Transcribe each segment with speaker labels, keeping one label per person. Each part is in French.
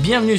Speaker 1: Bienvenue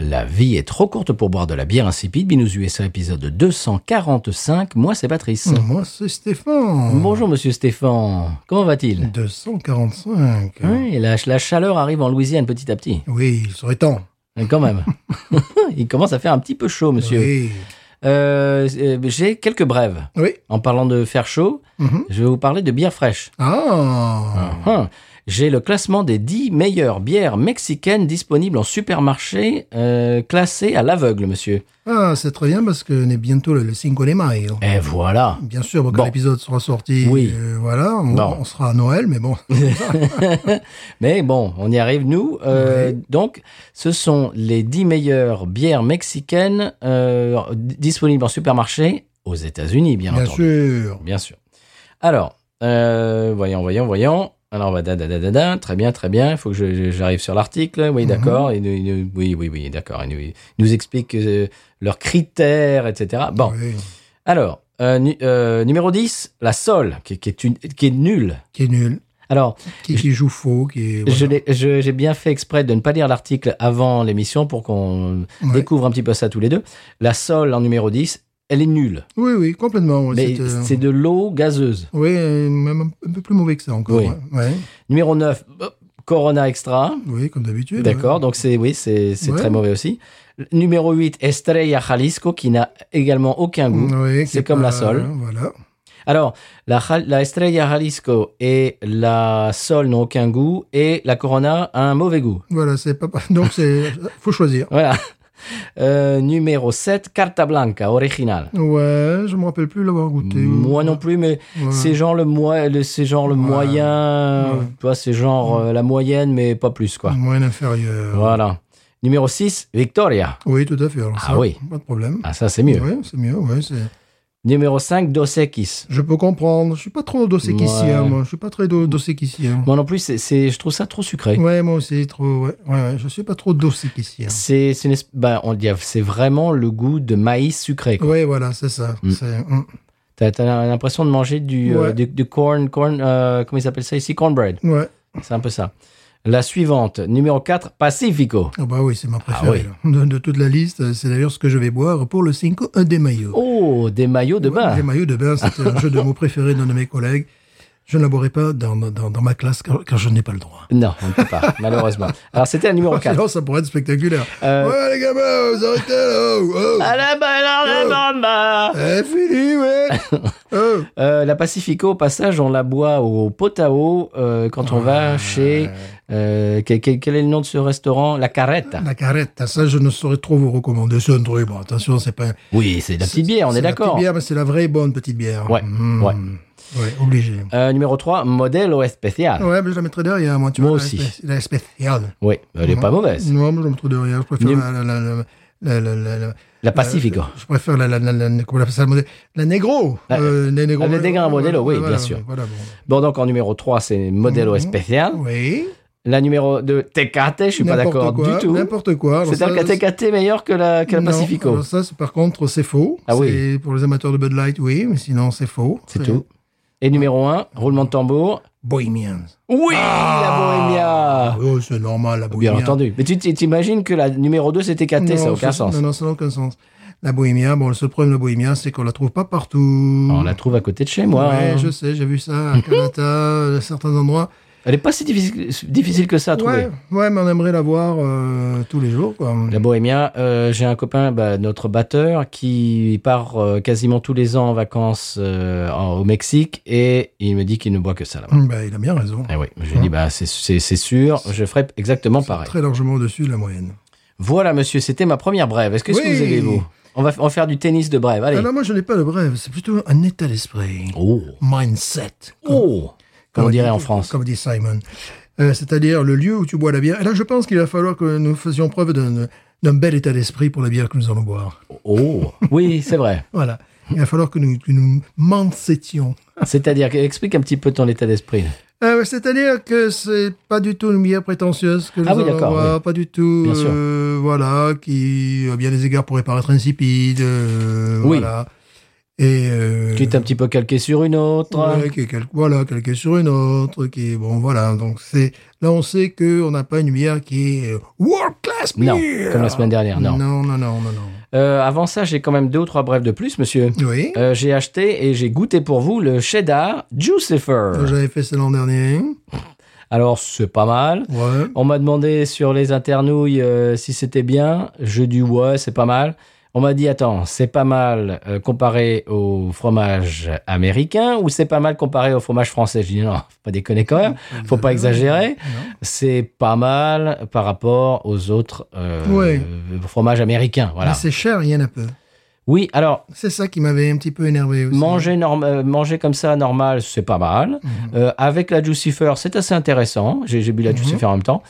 Speaker 1: La vie est trop courte pour boire de la bière insipide. Binous USA épisode 245. Moi, c'est Patrice.
Speaker 2: Moi, c'est Stéphane.
Speaker 1: Mmh. Bonjour, monsieur Stéphane. Comment va-t-il
Speaker 2: Mmh. 245.
Speaker 1: Oui, la, la chaleur arrive en Louisiane petit à petit.
Speaker 2: Oui, il serait temps.
Speaker 1: Mais Quand même. Il commence à faire un petit peu chaud, monsieur.
Speaker 2: Oui.
Speaker 1: Euh, euh, J'ai quelques brèves.
Speaker 2: Oui.
Speaker 1: En parlant de faire chaud,
Speaker 2: Mhm.
Speaker 1: je vais vous parler de bière fraîche.
Speaker 2: Ah.
Speaker 1: Hum. J'ai le classement des 10 meilleures bières mexicaines disponibles en supermarché, euh, classées à l'aveugle, monsieur.
Speaker 2: Ah, c'est très bien parce que on est bientôt le le Cinco de Mayo.
Speaker 1: Et voilà.
Speaker 2: hein. Bien sûr, quand
Speaker 1: Eh. Bon.
Speaker 2: l'épisode sera sorti,
Speaker 1: Oui.
Speaker 2: euh, voilà, on,
Speaker 1: Bon.
Speaker 2: on sera à Noël, mais bon.
Speaker 1: Mais bon, on y arrive, nous. Euh, Donc, ce sont les 10 meilleures bières mexicaines euh, d- disponibles en supermarché aux États-Unis, bien,
Speaker 2: bien
Speaker 1: entendu.
Speaker 2: sûr.
Speaker 1: Bien sûr. Alors, euh, voyons, voyons, voyons. Alors, on va da, da, da, da, da. Très bien, très bien. Il faut que je- je- j'arrive sur l'article.
Speaker 2: Mhm.
Speaker 1: Oui, d'accord. Il nous- il nous- Oui, oui, oui, d'accord. Il nous, il nous explique euh, leurs critères, etc. Bon,
Speaker 2: Oui.
Speaker 1: alors, euh, nu- euh, numéro 10, la Sol, qui, qui est, une, qui est nulle.
Speaker 2: Qui est nul,
Speaker 1: Alors,
Speaker 2: qui, qui joue faux, qui est.
Speaker 1: je
Speaker 2: voilà.
Speaker 1: l'ai- je- j'ai bien fait exprès de ne pas lire l'article avant l'émission pour qu'on
Speaker 2: Ouais.
Speaker 1: découvre un petit peu ça tous les deux. La Sol en numéro 10, elle est nulle.
Speaker 2: Oui, oui, complètement. ouais,
Speaker 1: Mais
Speaker 2: c'est, euh,
Speaker 1: c'est de l'eau gazeuse.
Speaker 2: Oui, euh, même un peu plus mauvais que ça encore.
Speaker 1: Oui.
Speaker 2: ouais. Ouais.
Speaker 1: Numéro 9, Corona Extra.
Speaker 2: Oui, comme d'habitude.
Speaker 1: D'accord,
Speaker 2: ouais.
Speaker 1: donc c'est oui, c'est c'est
Speaker 2: hein. Ouais.
Speaker 1: très mauvais aussi. Numéro 8, Estrella Jalisco, qui n'a également aucun goût.
Speaker 2: Mmh, Oui,
Speaker 1: C'est
Speaker 2: qui est
Speaker 1: comme la
Speaker 2: pas-
Speaker 1: Sol.
Speaker 2: Voilà.
Speaker 1: Alors, la, Jal- la Estrella Jalisco et la Sol n'ont aucun goût et la Corona a un mauvais goût.
Speaker 2: Voilà, c'est pas. Donc, c'est. Faut choisir.
Speaker 1: Voilà. Euh, numéro 7, Carta Blanca, original.
Speaker 2: Ouais, je me rappelle plus l'avoir goûté.
Speaker 1: Moi non plus, mais
Speaker 2: Ouais.
Speaker 1: c'est genre le, moi- le- c'est genre le
Speaker 2: Ouais.
Speaker 1: moyen,
Speaker 2: Ouais.
Speaker 1: tu vois, c'est genre euh, la moyenne, mais pas plus, quoi.
Speaker 2: Moyenne inférieure.
Speaker 1: Voilà. Numéro 6, Victoria.
Speaker 2: Oui, tout à fait. Alors,
Speaker 1: Ah
Speaker 2: ça,
Speaker 1: oui.
Speaker 2: Pas de problème.
Speaker 1: Ah, ça, c'est mieux.
Speaker 2: Ouais, c'est mieux. Ouais, c'est-
Speaker 1: Numéro 5, Dos Equis.
Speaker 2: Je peux comprendre. Je suis pas trop dosekissien,
Speaker 1: Ouais.
Speaker 2: moi. Je suis pas très do- dosekissien.
Speaker 1: Moi non plus, c'est- c'est- je trouve ça trop sucré.
Speaker 2: Ouais, moi aussi, trop. Ouais, ouais, ouais, je suis pas trop dosekissien.
Speaker 1: C'est c'est une esp- bah, on dit, c'est vraiment le goût de maïs sucré. quoi.
Speaker 2: Ouais, voilà, c'est ça.
Speaker 1: Mm.
Speaker 2: C'est- mm.
Speaker 1: T'as t'as l'impression de manger du, euh,
Speaker 2: Ouais.
Speaker 1: du, du corn, corn euh, comment ils appellent ça ici Cornbread.
Speaker 2: Ouais.
Speaker 1: C'est un peu ça. La suivante, numéro 4, Pacifico.
Speaker 2: Ah bah oui, c'est ma préférée.
Speaker 1: oui.
Speaker 2: là. De, de toute la liste, c'est d'ailleurs ce que je vais boire pour le Cinco un des maillots.
Speaker 1: Oh, des maillots de
Speaker 2: Ouais,
Speaker 1: bain.
Speaker 2: Les maillots de bain, c'était un jeu de mots préféré d'un de mes collègues. Je ne la boirai pas dans, dans, dans ma classe car, car je n'ai pas le droit.
Speaker 1: Non, on ne peut pas, malheureusement. Alors, c'était la numéro 4.
Speaker 2: Sinon, ça pourrait être spectaculaire.
Speaker 1: Euh,
Speaker 2: Ouais, les gamins, vous arrêtez là oh, oh.
Speaker 1: À la bonne heure, la bonne heure.
Speaker 2: Eh, fini, ouais Oh.
Speaker 1: ben. Euh, la Pacifico, au passage, on la boit au pot à eau euh, quand on
Speaker 2: Ah.
Speaker 1: va chez. euh, quel, quel- quel est le nom de ce restaurant La Carreta.
Speaker 2: La carrette, ça, je ne saurais trop vous recommander. C'est un truc, bon, attention, c'est pas...
Speaker 1: Oui, c'est de la petite
Speaker 2: c'est-
Speaker 1: bière, on est,
Speaker 2: c'est la
Speaker 1: d'accord.
Speaker 2: petite bière, mais c'est la vraie bonne petite bière.
Speaker 1: Ouais,
Speaker 2: Mm.
Speaker 1: ouais.
Speaker 2: Ouais, obligé.
Speaker 1: Euh, numéro 3, Modelo Especial.
Speaker 2: Ouais, mais je la mettrai derrière, moi, tu
Speaker 1: Ah. Moi
Speaker 2: vois.
Speaker 1: aussi.
Speaker 2: La, spé- la spéciale. Hmm.
Speaker 1: Oui, elle n'est pas
Speaker 2: Mhm.
Speaker 1: mauvaise.
Speaker 2: Non, mais je la mettrai derrière. Je préfère
Speaker 1: Num-
Speaker 2: la... la, la, la- la- la- la- la-
Speaker 1: La Pacifico.
Speaker 2: la- Euh, je préfère la, la, la, la- comment on appelle ça, le modèle La Negro.
Speaker 1: La-
Speaker 2: euh, la Negro.
Speaker 1: la Negra Modelo, oui,
Speaker 2: Voilà,
Speaker 1: bien sûr.
Speaker 2: Voilà, bon.
Speaker 1: Bon, donc en numéro 3, c'est Modelo
Speaker 2: Mhm.
Speaker 1: Especial.
Speaker 2: Oui.
Speaker 1: La numéro 2, Tecate, je suis pas
Speaker 2: N'importe
Speaker 1: d'accord
Speaker 2: quoi,
Speaker 1: du tout.
Speaker 2: N'importe quoi. Alors
Speaker 1: C'est
Speaker 2: ça,
Speaker 1: un
Speaker 2: c'est-
Speaker 1: Tecate meilleur que la, que la
Speaker 2: Non,
Speaker 1: Pacifico.
Speaker 2: alors ça, c'est- par contre, c'est faux.
Speaker 1: Ah oui.
Speaker 2: C'est Pour les amateurs de Bud Light, oui, mais sinon, c'est faux.
Speaker 1: C'est tout. Et numéro 1, roulement de tambour.
Speaker 2: Bohemian.
Speaker 1: Oui, la
Speaker 2: Ah,
Speaker 1: Bohémia
Speaker 2: oui, c'est normal, la Bohemia.
Speaker 1: Bien entendu. Mais tu tu- t'imagines que la numéro 2, c'est Tecate,
Speaker 2: Non,
Speaker 1: ça n'a aucun
Speaker 2: ça-
Speaker 1: sens.
Speaker 2: Non, non, ça n'a aucun sens. La Bohemia, bon, le seul problème de la Bohemia, c'est qu'on la trouve pas partout.
Speaker 1: On Oh, la trouve à côté de chez moi.
Speaker 2: Ouais,
Speaker 1: hein.
Speaker 2: je sais, j'ai vu ça à Canada, à certains endroits.
Speaker 1: Elle n'est pas si difficile, difficile que ça à trouver.
Speaker 2: Ouais, ouais, mais on aimerait la voir euh, tous les jours, quoi.
Speaker 1: La Bohémia, euh, j'ai un copain, bah, notre batteur, qui part euh, quasiment tous les ans en vacances euh, en- au Mexique et il me dit qu'il ne boit que ça là-bas.
Speaker 2: Hum, bah, il a bien raison.
Speaker 1: Eh oui, je lui ai dit, bah, c'est- c'est c'est sûr, je ferai exactement pareil.
Speaker 2: Très largement au-dessus de la moyenne.
Speaker 1: Voilà, monsieur, c'était ma première brève. Est-ce que, est-ce que
Speaker 2: Oui. Ah
Speaker 1: vous avez vous on va, f- on va faire du tennis de brève, allez.
Speaker 2: Alors, moi, je n'ai pas le brève, c'est plutôt un état d'esprit.
Speaker 1: Oh,
Speaker 2: Mindset.
Speaker 1: oh comme on dirait en France.
Speaker 2: Comme dit Simon. Euh, C'est-à-dire le lieu où tu bois la bière. Et là, je pense qu'il va falloir que nous faisions preuve d'un d'un bel état d'esprit pour la bière que nous allons boire.
Speaker 1: Oh, oui, c'est vrai.
Speaker 2: Voilà. Il va falloir que nous, que nous m'ensetions.
Speaker 1: C'est-à-dire, que- explique un petit peu ton état d'esprit.
Speaker 2: Euh, C'est-à-dire que c'est pas du tout une bière prétentieuse que nous
Speaker 1: Ah oui,
Speaker 2: allons
Speaker 1: d'accord,
Speaker 2: boire, pas du tout,
Speaker 1: Bien sûr.
Speaker 2: euh, voilà, qui à bien des égards pourrait paraître insipide, euh,
Speaker 1: Oui.
Speaker 2: voilà. Et euh,
Speaker 1: Qui est un petit peu calqué sur une autre. hein.
Speaker 2: Ouais, qui est quel- voilà, calqué sur une autre, qui est- bon, voilà. Donc c'est là, on sait que on n'a pas une bière qui est euh, world class
Speaker 1: Non,
Speaker 2: beer.
Speaker 1: comme la semaine dernière, non.
Speaker 2: Non, non, non, non, non.
Speaker 1: Euh, avant ça, j'ai quand même deux ou trois brèves de plus, monsieur.
Speaker 2: Oui.
Speaker 1: Euh, j'ai acheté et j'ai goûté pour vous le cheddar Jucifer.
Speaker 2: J'avais fait ça l'an dernier.
Speaker 1: Alors, c'est pas mal.
Speaker 2: Ouais.
Speaker 1: On m'a demandé sur les internouilles euh, si c'était bien. Je dis ouais, c'est pas mal. On m'a dit attends, c'est pas mal euh, comparé au fromage américain ou c'est pas mal comparé au fromage français. Je dis non, faut pas déconner quand même. Faut pas exagérer.
Speaker 2: Non.
Speaker 1: C'est pas mal par rapport aux autres euh,
Speaker 2: Ouais.
Speaker 1: fromages américains. Voilà.
Speaker 2: Mais c'est cher, rien à peu.
Speaker 1: Oui, alors
Speaker 2: C'est ça qui m'avait un petit peu énervé aussi.
Speaker 1: manger norm- euh, manger comme ça normal, c'est pas mal. Euh, avec la Jucifer, c'est assez intéressant. J'ai j'ai bu la
Speaker 2: Mhm.
Speaker 1: Jucifer en même temps.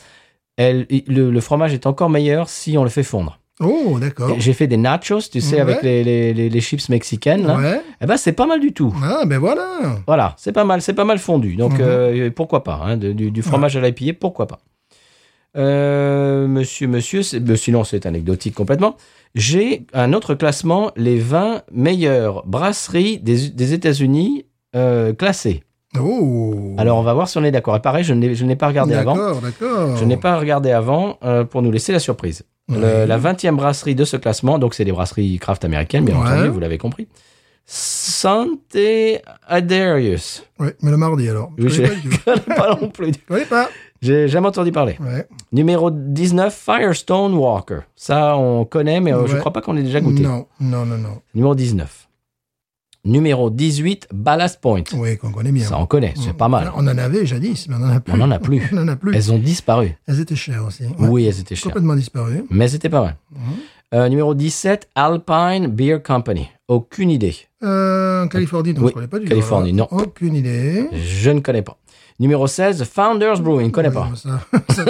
Speaker 1: Elle, il- le, le fromage est encore meilleur si on le fait fondre.
Speaker 2: Oh, d'accord.
Speaker 1: J'ai fait des nachos, tu sais,
Speaker 2: Ouais.
Speaker 1: avec les, les- les- les chips mexicaines. Là.
Speaker 2: Ouais.
Speaker 1: Eh ben, c'est pas mal du tout.
Speaker 2: Ah, ben voilà.
Speaker 1: Voilà, c'est pas mal, c'est pas mal fondu. Donc
Speaker 2: Mhm.
Speaker 1: euh, pourquoi pas hein, de- du, du fromage à l'IPA, pourquoi pas Euh, Monsieur, monsieur, c'est- ben, sinon c'est anecdotique complètement. J'ai un autre classement, les 20 meilleures brasseries des, des États-Unis euh, classées.
Speaker 2: Oh.
Speaker 1: Alors on va voir si on est d'accord. Et pareil, je ne l'ai- je ne l'ai pas regardé avant.
Speaker 2: D'accord, d'accord.
Speaker 1: Je n'ai pas regardé avant euh, pour nous laisser la surprise. Le-
Speaker 2: Ouais.
Speaker 1: la 20e brasserie de ce classement, donc c'est des brasseries craft américaines, bien
Speaker 2: Ouais.
Speaker 1: entendu, vous l'avez compris. Sante Adarius.
Speaker 2: Ouais, mais le mardi alors.
Speaker 1: Oui,
Speaker 2: je
Speaker 1: j'ai-
Speaker 2: connais pas. du tout.
Speaker 1: pas non plus.
Speaker 2: Je connais pas.
Speaker 1: J'ai jamais entendu parler.
Speaker 2: Ouais.
Speaker 1: Numéro 19, Firestone Walker. Ça, on connaît, mais euh, je
Speaker 2: Ouais.
Speaker 1: crois pas qu'on ait déjà goûté.
Speaker 2: Non, non, non, non.
Speaker 1: Numéro 19. Numéro 18, Ballast Point.
Speaker 2: Oui, qu'on connaît bien.
Speaker 1: Ça, on connaît, c'est pas mal.
Speaker 2: On en avait jadis, mais on en a plus.
Speaker 1: On n'en a plus.
Speaker 2: On en a plus.
Speaker 1: Elles ont disparu.
Speaker 2: Elles étaient chères aussi. Ouais.
Speaker 1: Oui, elles étaient chères.
Speaker 2: Complètement disparues.
Speaker 1: Mais c'était pas mal. Euh, numéro 17, Alpine Beer Company. Aucune idée.
Speaker 2: Euh, en Californie, donc
Speaker 1: Oui,
Speaker 2: je connais pas du tout.
Speaker 1: Californie,
Speaker 2: Alors,
Speaker 1: non.
Speaker 2: Aucune idée.
Speaker 1: Je ne connais pas. Numéro 16, Founders Brewing. Connais
Speaker 2: Ouais,
Speaker 1: pas.
Speaker 2: non, Ça.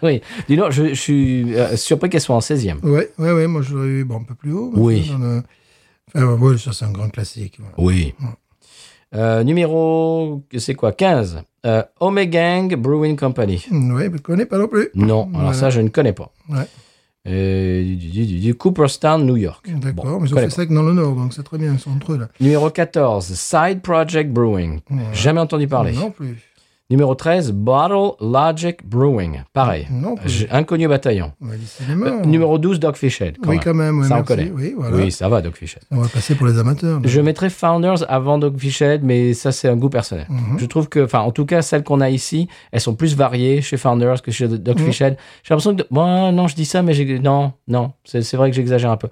Speaker 1: oui. Dis donc, je, je suis euh, surpris qu'elle soit en 16e.
Speaker 2: Ouais, ouais, ouais, moi j'aurais eu bon, un peu plus haut. mais
Speaker 1: Oui.
Speaker 2: dans le- Enfin, ouais, ouais, ça c'est un grand classique. voilà.
Speaker 1: Oui. Euh, numéro, c'est quoi 15. Euh, Omegang Brewing Company.
Speaker 2: Ouais, mais je connais pas non plus.
Speaker 1: Non, alors
Speaker 2: Voilà.
Speaker 1: ça, je ne connais pas.
Speaker 2: Ouais.
Speaker 1: Euh, du- du- du- du Cooperstown, New York.
Speaker 2: D'accord,
Speaker 1: Bon,
Speaker 2: mais ils ont
Speaker 1: connais
Speaker 2: fait
Speaker 1: pas.
Speaker 2: ça que dans le Nord, donc c'est très bien, ils sont entre eux là.
Speaker 1: Numéro 14, Side Project Brewing. Jamais entendu parler.
Speaker 2: Non plus.
Speaker 1: Numéro 13, Bottle Logic Brewing. Pareil.
Speaker 2: Non plus.
Speaker 1: J'ai- Inconnu au bataillon.
Speaker 2: On va laisser les morts.
Speaker 1: Euh, Numéro 12, Dogfish Head.
Speaker 2: Oui, quand même, ouais,
Speaker 1: ça, on
Speaker 2: merci.
Speaker 1: connaît.
Speaker 2: Oui, voilà.
Speaker 1: Oui, ça va, Dogfish Head.
Speaker 2: On va passer pour les amateurs. là.
Speaker 1: Je mettrais Founders avant Dogfish Head, mais ça, c'est un goût personnel.
Speaker 2: Mhm.
Speaker 1: Je trouve que, enfin, en tout cas, celles qu'on a ici, elles sont plus variées chez Founders que chez
Speaker 2: Mhm.
Speaker 1: Dogfish Head. J'ai l'impression que, moi, non, je dis ça, mais j'ai- non, non, c'est c'est vrai que j'exagère un peu.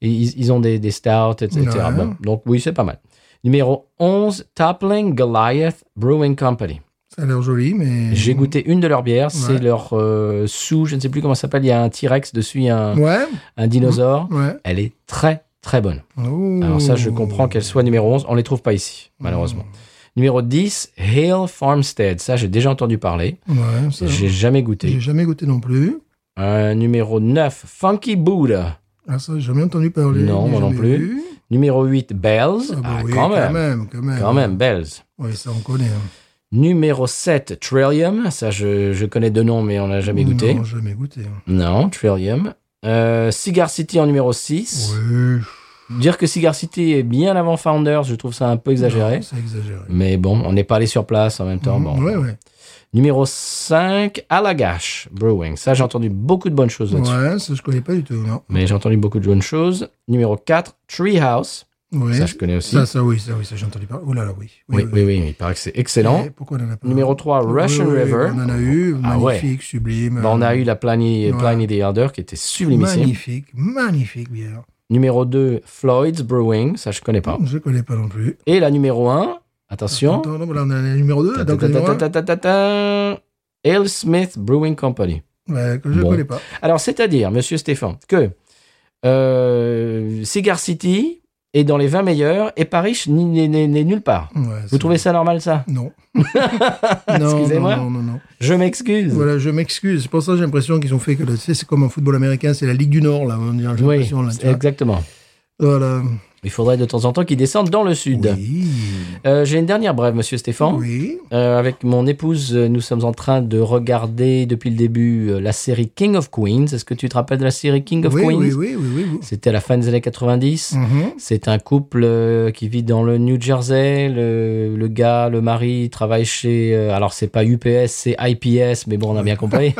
Speaker 1: Et Ils, ils ont des, des stouts, etc.
Speaker 2: Ouais.
Speaker 1: Bon, donc, oui, c'est pas mal. Numéro 11, Toppling Goliath Brewing Company.
Speaker 2: Ça a l'air joli, mais.
Speaker 1: J'ai goûté une de leurs bières, c'est
Speaker 2: Mm. Ouais.
Speaker 1: leur euh, sous, je ne sais plus comment ça s'appelle, il y a un T-Rex dessus, il y a un,
Speaker 2: Ouais,
Speaker 1: un dinosaure.
Speaker 2: ouais.
Speaker 1: Elle est très, très bonne.
Speaker 2: Oh.
Speaker 1: Alors ça, je comprends qu'elle soit numéro 11. On les trouve pas ici, malheureusement.
Speaker 2: Mm.
Speaker 1: Numéro 10, Hale Farmstead. Ça, j'ai déjà entendu parler.
Speaker 2: Ouais, ça.
Speaker 1: J'ai jamais goûté.
Speaker 2: J'ai jamais goûté non plus.
Speaker 1: Euh, numéro 9, Funky Buddha.
Speaker 2: Ah, ça, j'ai jamais entendu parler.
Speaker 1: Non,
Speaker 2: ni
Speaker 1: moi non
Speaker 2: jamais
Speaker 1: plus.
Speaker 2: vu.
Speaker 1: Numéro 8, Bells.
Speaker 2: Ah, bah
Speaker 1: Ah,
Speaker 2: oui,
Speaker 1: quand, même.
Speaker 2: quand même.
Speaker 1: Quand même, Bells.
Speaker 2: Oui, ça, on connaît. hein.
Speaker 1: Numéro 7, Trillium. Ça, je, je connais de nom, mais on n'a jamais goûté.
Speaker 2: Non, jamais goûté. hein.
Speaker 1: Non, Trillium. Euh, Cigar City en numéro 6.
Speaker 2: Oui.
Speaker 1: Dire que Cigar City est bien avant Founders, je trouve ça un peu exagéré.
Speaker 2: Non, C'est exagéré. Mm,
Speaker 1: Mais bon, on n'est pas allé sur place en même temps. Bon,
Speaker 2: ouais, ouais.
Speaker 1: Numéro 5, Alagash Brewing. Ça, j'ai entendu beaucoup de bonnes choses là-dessus.
Speaker 2: Ouais, ça, je connais pas du tout, non.
Speaker 1: Mais j'ai entendu beaucoup de bonnes choses. Numéro 4, Treehouse.
Speaker 2: Oui.
Speaker 1: Ça, je connais aussi.
Speaker 2: Ça, ça, oui, ça, oui, ça, j'ai entendu parler. Oh là là, oui.
Speaker 1: oui, oui, oui, il paraît que c'est excellent.
Speaker 2: Et Eh, Pourquoi on en a pas
Speaker 1: Numéro 3, Russian
Speaker 2: Oui, oui,
Speaker 1: River.
Speaker 2: On en a eu.
Speaker 1: Ah ouais.
Speaker 2: magnifique, sublime.
Speaker 1: Bah, on a eu la Pliny,
Speaker 2: Ouais.
Speaker 1: Pliny the Elder qui était sublimissime.
Speaker 2: Magnifique, magnifique bière.
Speaker 1: Numéro 2, Floyd's Brewing. Ça, je connais pas.
Speaker 2: Hum, Je connais pas non plus.
Speaker 1: Et la numéro 1, attention.
Speaker 2: Attends, non, là, on a le numéro 2. Donc, le numéro un,
Speaker 1: Ta-ta-ta-ta-ta-ta-ta. Ale Smith Brewing Company.
Speaker 2: ouais, que je ne
Speaker 1: Bon.
Speaker 2: connais pas.
Speaker 1: Alors, c'est-à-dire, monsieur Stéphane, que euh, Cigar City est dans les 20 meilleurs et Paris ni- n'est n'est- n'est nulle part.
Speaker 2: Ouais,
Speaker 1: Vous
Speaker 2: c'est-
Speaker 1: trouvez ça normal, ça
Speaker 2: Non. non,
Speaker 1: Excusez-moi.
Speaker 2: Non, non, non, non.
Speaker 1: Je m'excuse.
Speaker 2: Voilà, je m'excuse. C'est pour ça que j'ai l'impression qu'ils ont fait que le- tu sais, c'est comme en football américain, c'est la Ligue du Nord là. on a
Speaker 1: Oui,
Speaker 2: l'impression, là, tu vois.
Speaker 1: exactement.
Speaker 2: Voilà.
Speaker 1: Il faudrait de temps en temps qu'ils descendent dans le sud.
Speaker 2: Oui.
Speaker 1: Euh, J'ai une dernière brève, monsieur Stéphane.
Speaker 2: Oui.
Speaker 1: Euh, avec mon épouse, euh, nous sommes en train de regarder depuis le début euh, la série King of Queens. Est-ce que tu te rappelles de la série King of
Speaker 2: oui,
Speaker 1: Queens
Speaker 2: oui, oui, oui, oui, oui.
Speaker 1: C'était à la fin des années 90.
Speaker 2: Mhm.
Speaker 1: C'est un couple euh, qui vit dans le New Jersey. Le, le gars, le mari, travaille chez. euh, alors, c'est pas UPS, c'est IPS, mais bon, on a bien compris.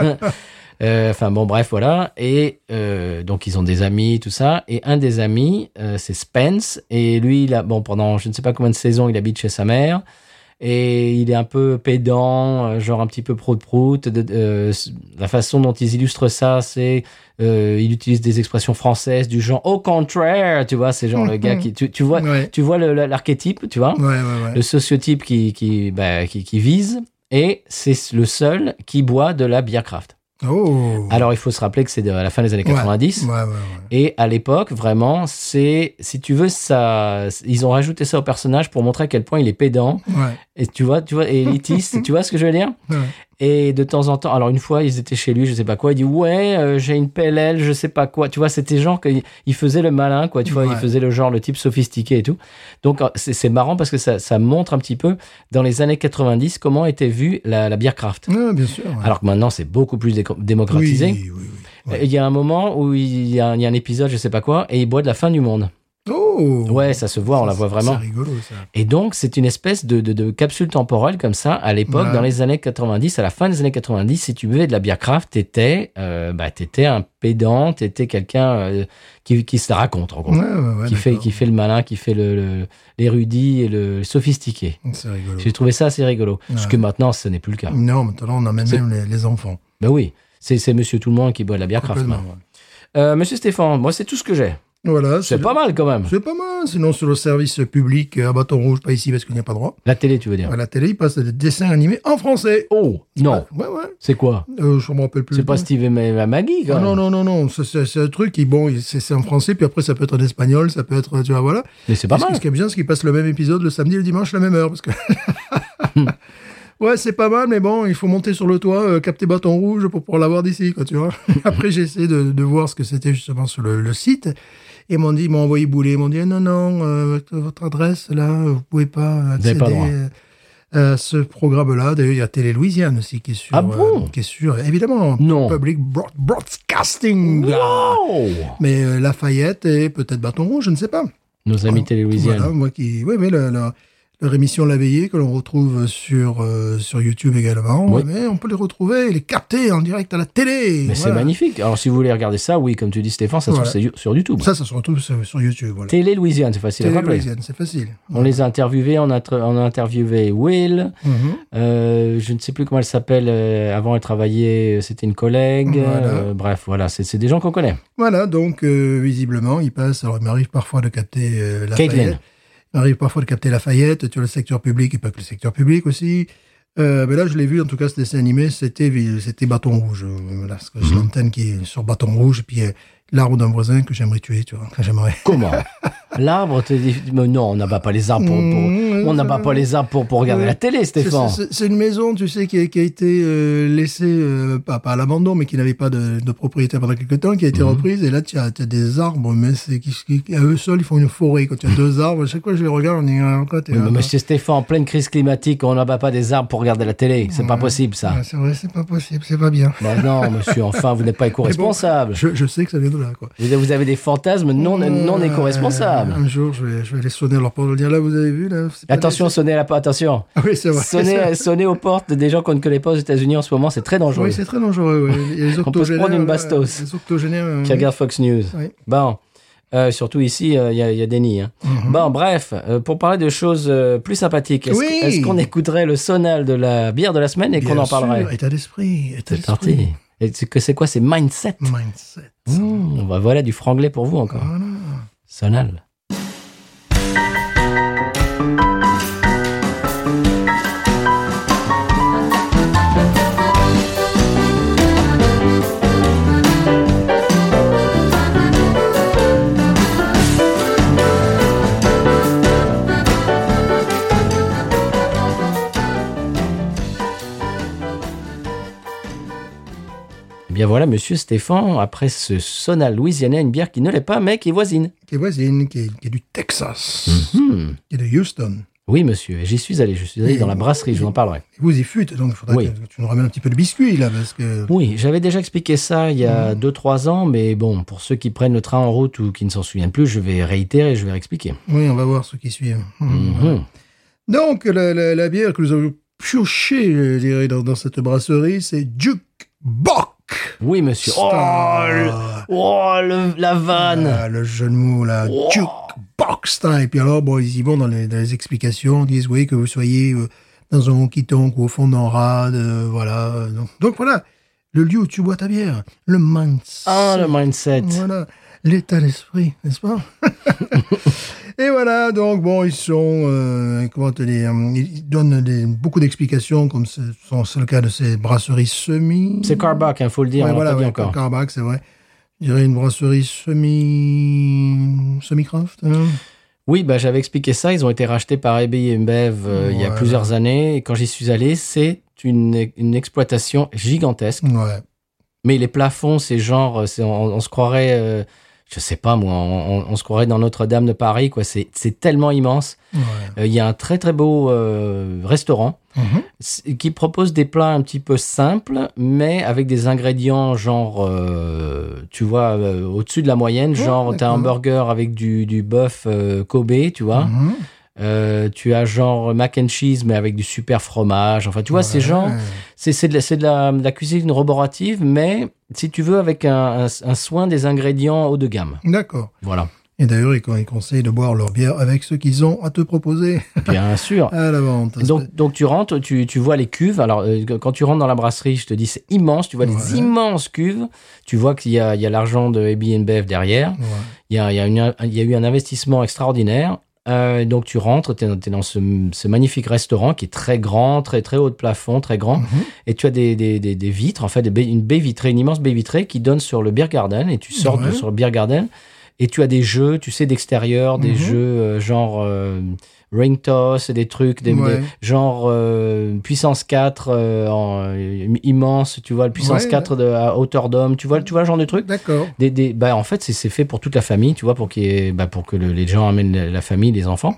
Speaker 1: Euh, Enfin, bon, bref, voilà. Et euh, donc, ils ont des amis, tout ça. Et un des amis, euh, c'est Spence. Et lui, il a, bon, pendant je ne sais pas combien de saisons, il habite chez sa mère. Et il est un peu pédant, euh, genre un petit peu prout-prout. De- euh, la façon dont ils illustrent ça, c'est euh, il utilise des expressions françaises du genre au contraire, tu vois, c'est genre le gars qui tu, tu vois
Speaker 2: Ouais.
Speaker 1: tu vois le- le- l'archétype, tu vois,
Speaker 2: Ouais, ouais, ouais.
Speaker 1: le sociotype qui qui, bah, qui qui vise et c'est le seul qui boit de la bière craft.
Speaker 2: Oh.
Speaker 1: Alors il faut se rappeler que c'est de- à la fin des années
Speaker 2: Ouais.
Speaker 1: 90
Speaker 2: Ouais, ouais, ouais.
Speaker 1: et à l'époque vraiment c'est si tu veux ça ils ont rajouté ça au personnage pour montrer à quel point il est pédant
Speaker 2: Ouais.
Speaker 1: et tu vois tu vois et élitiste, tu vois ce que je veux dire
Speaker 2: Ouais.
Speaker 1: et de temps en temps, alors une fois, ils étaient chez lui, je sais pas quoi, il dit ouais, euh, j'ai une PLL, je sais pas quoi. Tu vois, c'était genre qu'il il faisait le malin, quoi. Tu vois, il
Speaker 2: Ouais.
Speaker 1: faisait le genre, le type sophistiqué et tout. Donc euh, c'est c'est marrant parce que ça, ça montre un petit peu dans les années 90 comment était vue la, la bière craft.
Speaker 2: Ouais, bien sûr. ouais.
Speaker 1: Alors que maintenant, c'est beaucoup plus déco- démocratisé.
Speaker 2: Oui, oui, oui.
Speaker 1: Et Il y a un moment où il y, a, un- il y a un épisode, je sais pas quoi, et il boit de la fin du monde.
Speaker 2: Oh.
Speaker 1: Ouais, ça se voit, on la
Speaker 2: Ça,
Speaker 1: voit
Speaker 2: c'est-
Speaker 1: vraiment.
Speaker 2: C'est rigolo ça.
Speaker 1: Et donc, c'est une espèce de, de, de capsule temporelle comme ça. À l'époque,
Speaker 2: Ouais.
Speaker 1: dans les années 90, à la fin des années 90, si tu buvais de la bière craft, t'étais, euh, bah, t'étais un pédant, t'étais quelqu'un euh, qui, qui se la raconte, en gros.
Speaker 2: Ouais, ouais, ouais.
Speaker 1: qui, fait,
Speaker 2: d'accord.
Speaker 1: qui fait le malin, qui fait le- le- l'érudit et le sophistiqué.
Speaker 2: C'est rigolo.
Speaker 1: J'ai trouvé ça assez rigolo. Parce
Speaker 2: Ouais. Mm.
Speaker 1: que maintenant, ce n'est plus le cas.
Speaker 2: Non, maintenant on amène
Speaker 1: C'est-
Speaker 2: même les, les enfants.
Speaker 1: Ben oui, c'est c'est monsieur tout le monde qui boit de la bière craft.
Speaker 2: Complètement,
Speaker 1: maintenant. Euh, monsieur Stéphane, moi, c'est tout ce que j'ai.
Speaker 2: Voilà.
Speaker 1: C'est pas mal, quand même.
Speaker 2: C'est pas mal. Sinon, sur le service public euh, à bâton rouge, pas ici parce qu'il n'y a pas droit.
Speaker 1: La télé, tu veux dire.
Speaker 2: À la télé, il passe des dessins animés en français.
Speaker 1: Oh, non.
Speaker 2: Ouais, ouais.
Speaker 1: C'est quoi
Speaker 2: Euh, je me rappelle plus.
Speaker 1: C'est pas Steve et Ma- Maggie, quand
Speaker 2: Ah
Speaker 1: même.
Speaker 2: non, non, non, non. Ça, C'est c'est un truc qui, bon, il- c'est c'est en français, puis après, ça peut être en espagnol, ça peut être, tu vois, voilà.
Speaker 1: Mais c'est pas
Speaker 2: Et ce qui-
Speaker 1: mal.
Speaker 2: Ce qui est bien, c'est qu'ils passent le même épisode le samedi et le dimanche à la même heure. Parce que... ouais, c'est pas mal, mais bon, il faut monter sur le toit, euh, capter bâton rouge pour pouvoir l'avoir d'ici, quoi, tu vois. Après, j'ai essayé de, de voir ce que c'était justement sur le, le site. Et ils m'ont dit, ils m'ont envoyé bouler. Ils m'ont dit, non, non, euh, votre adresse, là, vous pouvez pas
Speaker 1: Vous avez
Speaker 2: accéder
Speaker 1: pas droit.
Speaker 2: euh, à ce programme-là. D'ailleurs, il y a Télé Louisiane aussi qui est sur. euh,
Speaker 1: Ah bon
Speaker 2: qui est sur, évidemment.
Speaker 1: Non.
Speaker 2: Public Broad- Broadcasting.
Speaker 1: Wow
Speaker 2: Mais euh, Lafayette et peut-être Bâton Rouge, je ne sais pas.
Speaker 1: Nos amis télé Louisiane.
Speaker 2: Voilà, moi qui, oui, mais la- la- leur émission La Veillée que l'on retrouve sur euh, sur YouTube également.
Speaker 1: Oui.
Speaker 2: Mais on peut les retrouver, les capter en direct à la télé.
Speaker 1: Mais c'est
Speaker 2: Voilà.
Speaker 1: magnifique. Alors, si vous voulez regarder ça, oui, comme tu dis, Stéphane, ça se trouve
Speaker 2: Voilà.
Speaker 1: c'est you- sur YouTube.
Speaker 2: Ça, ça se retrouve sur, sur YouTube. Voilà.
Speaker 1: Télé Louisiane, c'est facile à
Speaker 2: Télé
Speaker 1: rappeler.
Speaker 2: Louisiane, c'est facile.
Speaker 1: On les a interviewés, on a, tra- on a interviewé Will,
Speaker 2: Mhm.
Speaker 1: euh, je ne sais plus comment elle s'appelle, euh, avant elle travaillait, euh, c'était une collègue,
Speaker 2: Voilà.
Speaker 1: euh, bref, voilà, c'est c'est des gens qu'on connaît.
Speaker 2: Voilà, donc euh, visiblement, il passe. Alors, il m'arrive parfois de capter euh, Lafayette.
Speaker 1: Caitlin.
Speaker 2: Il m'arrive parfois de capter Lafayette, tu vois, le secteur public et pas que le secteur public aussi. Euh, mais là, je l'ai vu, en tout cas, ce dessin animé, c'était c'était Bâton Rouge. euh, Voilà, parce que c'est l'antenne qui est sur Bâton Rouge, et puis euh, l'arbre d'un voisin que j'aimerais tuer, tu vois, que j'aimerais.
Speaker 1: Comment L'arbre, te dit- mais non, on n'abat pas les arbres pour,
Speaker 2: Mm,
Speaker 1: pour- on n'abat pas les arbres pour, pour regarder
Speaker 2: Euh,
Speaker 1: la télé, Stéphane.
Speaker 2: C'est- c'est- C'est une maison, tu sais, qui a, qui a été euh, laissée, euh, pas, pas à l'abandon, mais qui n'avait pas de, de propriétaire pendant quelques temps, qui a été
Speaker 1: Mhm.
Speaker 2: reprise. Et là, tu as, tu as des arbres, mais c'est qui, qui- à eux seuls, ils font une forêt. Quand tu as deux arbres, à chaque fois, je les regarde, on est ah, quoi, t'es
Speaker 1: Oui, mais
Speaker 2: là,
Speaker 1: monsieur Stéphane, en pleine crise climatique, on n'abat pas des arbres pour regarder la télé, c'est pas possible ça.
Speaker 2: Ouais, Ah, C'est vrai, c'est pas possible, c'est pas bien.
Speaker 1: Mais non, monsieur, enfin, vous n'êtes pas éco-responsable.
Speaker 2: Je, je sais que ça vient de là, quoi.
Speaker 1: Vous vous avez des fantasmes non, non
Speaker 2: Euh,
Speaker 1: éco-responsables.
Speaker 2: Un jour, je vais, je vais les sonner à leur porte, leur dire là, vous avez vu, là. c'est pas
Speaker 1: Attention,
Speaker 2: des-
Speaker 1: sonnez à la attention.
Speaker 2: Ah oui, c'est vrai.
Speaker 1: Sonnez, sonnez aux portes des gens qu'on ne connaît pas aux États-Unis en ce moment, c'est très dangereux.
Speaker 2: Oui, c'est très dangereux. oui. Il y a les
Speaker 1: On peut se
Speaker 2: octogénaires,
Speaker 1: prendre une
Speaker 2: là,
Speaker 1: bastos.
Speaker 2: Les octogénaires. euh,
Speaker 1: Qui regarde Fox News.
Speaker 2: Oui.
Speaker 1: Bon, Euh, surtout ici, euh, il y, a- il y a des nids. hein.
Speaker 2: Mhm.
Speaker 1: Bon, bref, euh, pour parler de choses euh, plus sympathiques, est-ce
Speaker 2: Oui.
Speaker 1: est-ce qu'on écouterait le sonal de la bière de la semaine et qu'on
Speaker 2: Bien
Speaker 1: en parlerait
Speaker 2: sûr, État d'esprit. état
Speaker 1: C'est parti.
Speaker 2: d'esprit.
Speaker 1: Et c'est que- c'est quoi C'est mindset.
Speaker 2: Mindset.
Speaker 1: Mmh, bah voilà du franglais pour vous encore.
Speaker 2: Voilà.
Speaker 1: Sonal. Eh bien voilà, monsieur Stéphane, après ce sauna louisianais, une bière qui ne l'est pas, mais qui est voisine.
Speaker 2: qui est voisine, qui est, qui est du Texas,
Speaker 1: Hmm.
Speaker 2: qui est de Houston.
Speaker 1: Oui, monsieur, et j'y suis allé. Je suis allé
Speaker 2: Et-
Speaker 1: dans la brasserie, je vous en parlerai.
Speaker 2: Et vous y fûtes, donc il faudrait
Speaker 1: Oui. Mmh.
Speaker 2: que tu nous ramènes un petit peu de biscuits, là, parce que...
Speaker 1: Oui, j'avais déjà expliqué ça il y a
Speaker 2: Hmm.
Speaker 1: 2-3 ans, mais bon, pour ceux qui prennent le train en route ou qui ne s'en souviennent plus, je vais réitérer, je vais réexpliquer.
Speaker 2: Oui, on va voir ceux qui suivent.
Speaker 1: Mhm.
Speaker 2: Donc, la, la- la bière que nous avons piochée, je dirais, dans, dans cette brasserie, c'est Duke Bock.
Speaker 1: Oui, monsieur. Oh, le, oh, le- la vanne
Speaker 2: Ah, le jeu de mots, là.
Speaker 1: Wow.
Speaker 2: Duke Box Time. hein. Et puis alors, bon, ils y vont dans les, dans les explications. Ils disent, oui, que vous soyez euh, dans un honky-tonk ou au fond d'un rade, euh, voilà. Donc, donc voilà, le lieu où tu bois ta bière. Le mindset.
Speaker 1: Ah, le mindset
Speaker 2: Voilà, l'état d'esprit, n'est-ce pas Et voilà, donc bon, ils sont, euh, comment te dire, ils donnent des- beaucoup d'explications, comme c'est sont- c'est le cas de ces brasseries semi.
Speaker 1: C'est Carbac, il faut le dire,
Speaker 2: Ouais,
Speaker 1: on l'a
Speaker 2: voilà,
Speaker 1: pas dit
Speaker 2: ouais,
Speaker 1: encore.
Speaker 2: Carbac, c'est vrai. Je dirais une brasserie semi, semi-craft. hein.
Speaker 1: Oui, bah, j'avais expliqué ça, ils ont été rachetés par Abbey InBev euh, il y a
Speaker 2: Ouais.
Speaker 1: plusieurs années, et quand j'y suis allé, c'est une, une exploitation gigantesque.
Speaker 2: Ouais.
Speaker 1: Mais les plafonds, c'est genre, euh, c'est- on, on se croirait, euh, je sais pas moi, on, on- on se croirait dans Notre-Dame de Paris, quoi. C'est c'est tellement immense.
Speaker 2: ouais.
Speaker 1: Euh, Il y a un très très beau euh, restaurant
Speaker 2: Mhm.
Speaker 1: c- qui propose des plats un petit peu simples, mais avec des ingrédients genre, euh, tu vois, euh, au-dessus de la moyenne,
Speaker 2: Ouais,
Speaker 1: genre t'as un
Speaker 2: d'accord.
Speaker 1: burger avec du, du bœuf euh, Kobe, tu vois.
Speaker 2: Mhm.
Speaker 1: Euh, tu as genre mac and cheese, mais avec du super fromage. Enfin, tu vois, ces
Speaker 2: Ouais.
Speaker 1: gens... C'est c'est de, la- c'est de la, de la cuisine roborative, mais si tu veux, avec un, un- un soin des ingrédients haut de gamme.
Speaker 2: D'accord.
Speaker 1: Voilà,
Speaker 2: Et d'ailleurs, ils, ils conseillent de boire leur bière avec ce qu'ils ont à te proposer
Speaker 1: bien sûr.
Speaker 2: à la vente.
Speaker 1: Donc, donc tu rentres, tu, tu vois les cuves. Alors, euh, quand tu rentres dans la brasserie, je te dis, c'est immense. Tu vois
Speaker 2: Ouais.
Speaker 1: des immenses cuves. Tu vois qu'il y a, il y a l'argent de Airbnb derrière.
Speaker 2: Ouais.
Speaker 1: Il y a, il y a une- il y a eu un investissement extraordinaire. Euh, donc, tu rentres, tu es, dans ce, ce magnifique restaurant qui est très grand, très, très haut de plafond, très grand.
Speaker 2: Mhm.
Speaker 1: Et tu as des, des, des, des vitres, en fait, des baies- une baie vitrée, une immense baie vitrée qui donne sur le beer garden. Et tu sors de,
Speaker 2: Ouais.
Speaker 1: sur le beer garden et tu as des jeux, tu sais, d'extérieur, des
Speaker 2: Mhm.
Speaker 1: jeux euh, genre euh, ring toss, et des trucs, des,
Speaker 2: Ouais.
Speaker 1: des- genre euh, puissance 4 euh, en, euh, immense, tu vois, le puissance
Speaker 2: Ouais.
Speaker 1: 4 de, à hauteur d'homme, tu vois, tu vois le genre de truc.
Speaker 2: D'accord.
Speaker 1: Des, des, bah, en fait, c'est- c'est fait pour toute la famille, tu vois, pour, qu'il y ait- bah, pour que le- les gens amènent la, la famille, les enfants.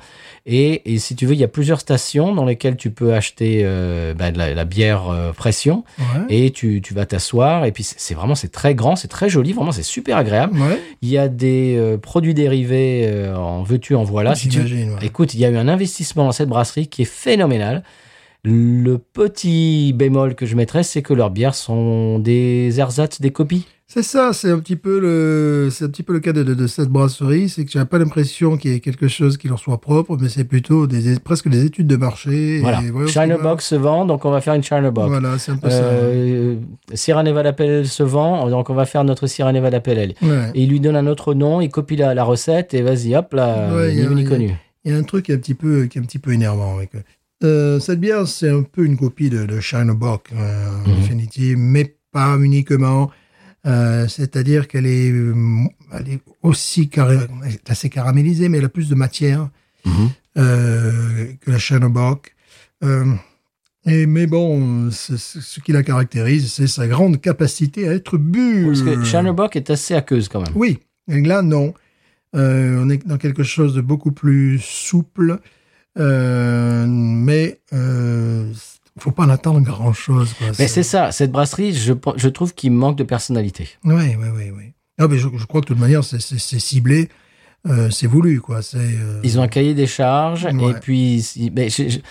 Speaker 1: Et, et si tu veux, il y a plusieurs stations dans lesquelles tu peux acheter euh, bah, de la, la bière euh, pression.
Speaker 2: Ouais.
Speaker 1: Et tu, tu vas t'asseoir. Et puis, c'est c'est vraiment, c'est très grand, c'est très joli, vraiment, c'est super agréable.
Speaker 2: Ouais.
Speaker 1: Il y a des euh, produits dérivés euh, en veux-tu, en voilà. Si tu,
Speaker 2: J'imagine, ouais.
Speaker 1: Écoute, il y a eu un investissement dans cette brasserie qui est phénoménal. Le petit bémol que je mettrais, c'est que leurs bières sont des ersatz, des copies.
Speaker 2: C'est ça, c'est un petit peu le, c'est un petit peu le cas de, de, de cette brasserie, c'est que j'ai pas l'impression qu'il y ait quelque chose qui leur soit propre, mais c'est plutôt des, des- presque des études de marché.
Speaker 1: Voilà.
Speaker 2: et voyons ce
Speaker 1: China
Speaker 2: qui va.
Speaker 1: Box se vend, donc on va faire une China Box.
Speaker 2: Voilà, c'est un peu
Speaker 1: Bah, Euh, Sierra Nevada Pale Ale se vend, donc on va faire notre Sierra Nevada Pale Ale.
Speaker 2: ça. Ouais.
Speaker 1: Et il lui donne un autre nom, il copie la, la recette et vas-y, hop là,
Speaker 2: Ouais,
Speaker 1: ni
Speaker 2: y a-
Speaker 1: vu ni
Speaker 2: y a-
Speaker 1: connu.
Speaker 2: Il y a un truc qui est un petit peu, qui est un petit peu énervant avec eux. Euh, cette bière, c'est un peu une copie de, de Shine Bock, euh, en
Speaker 1: Mhm.
Speaker 2: définitive, mais pas uniquement. Euh, C'est-à-dire qu'elle est, euh, elle est aussi carré- elle est assez caramélisée, mais elle a plus de matière
Speaker 1: Mhm.
Speaker 2: euh, que la Shine Bock. Euh, et, mais bon, c'est- c'est- ce qui la caractérise, c'est sa grande capacité à être bu.
Speaker 1: Parce que China Box est assez aqueuse quand même.
Speaker 2: Oui, et là, non. Euh, on est dans quelque chose de beaucoup plus souple, euh, mais euh, faut pas en attendre grand-chose. quoi.
Speaker 1: Mais c'est ça, cette brasserie, je, pe- je trouve qu'il manque de personnalité.
Speaker 2: Oui, oui, oui. oui. Ah, mais je, je crois que de toute manière, c'est c'est- c'est ciblé, euh, c'est voulu. quoi. C'est euh,
Speaker 1: Ils ont un cahier des charges et
Speaker 2: Ouais.
Speaker 1: puis si- ben, j'ai- j'ai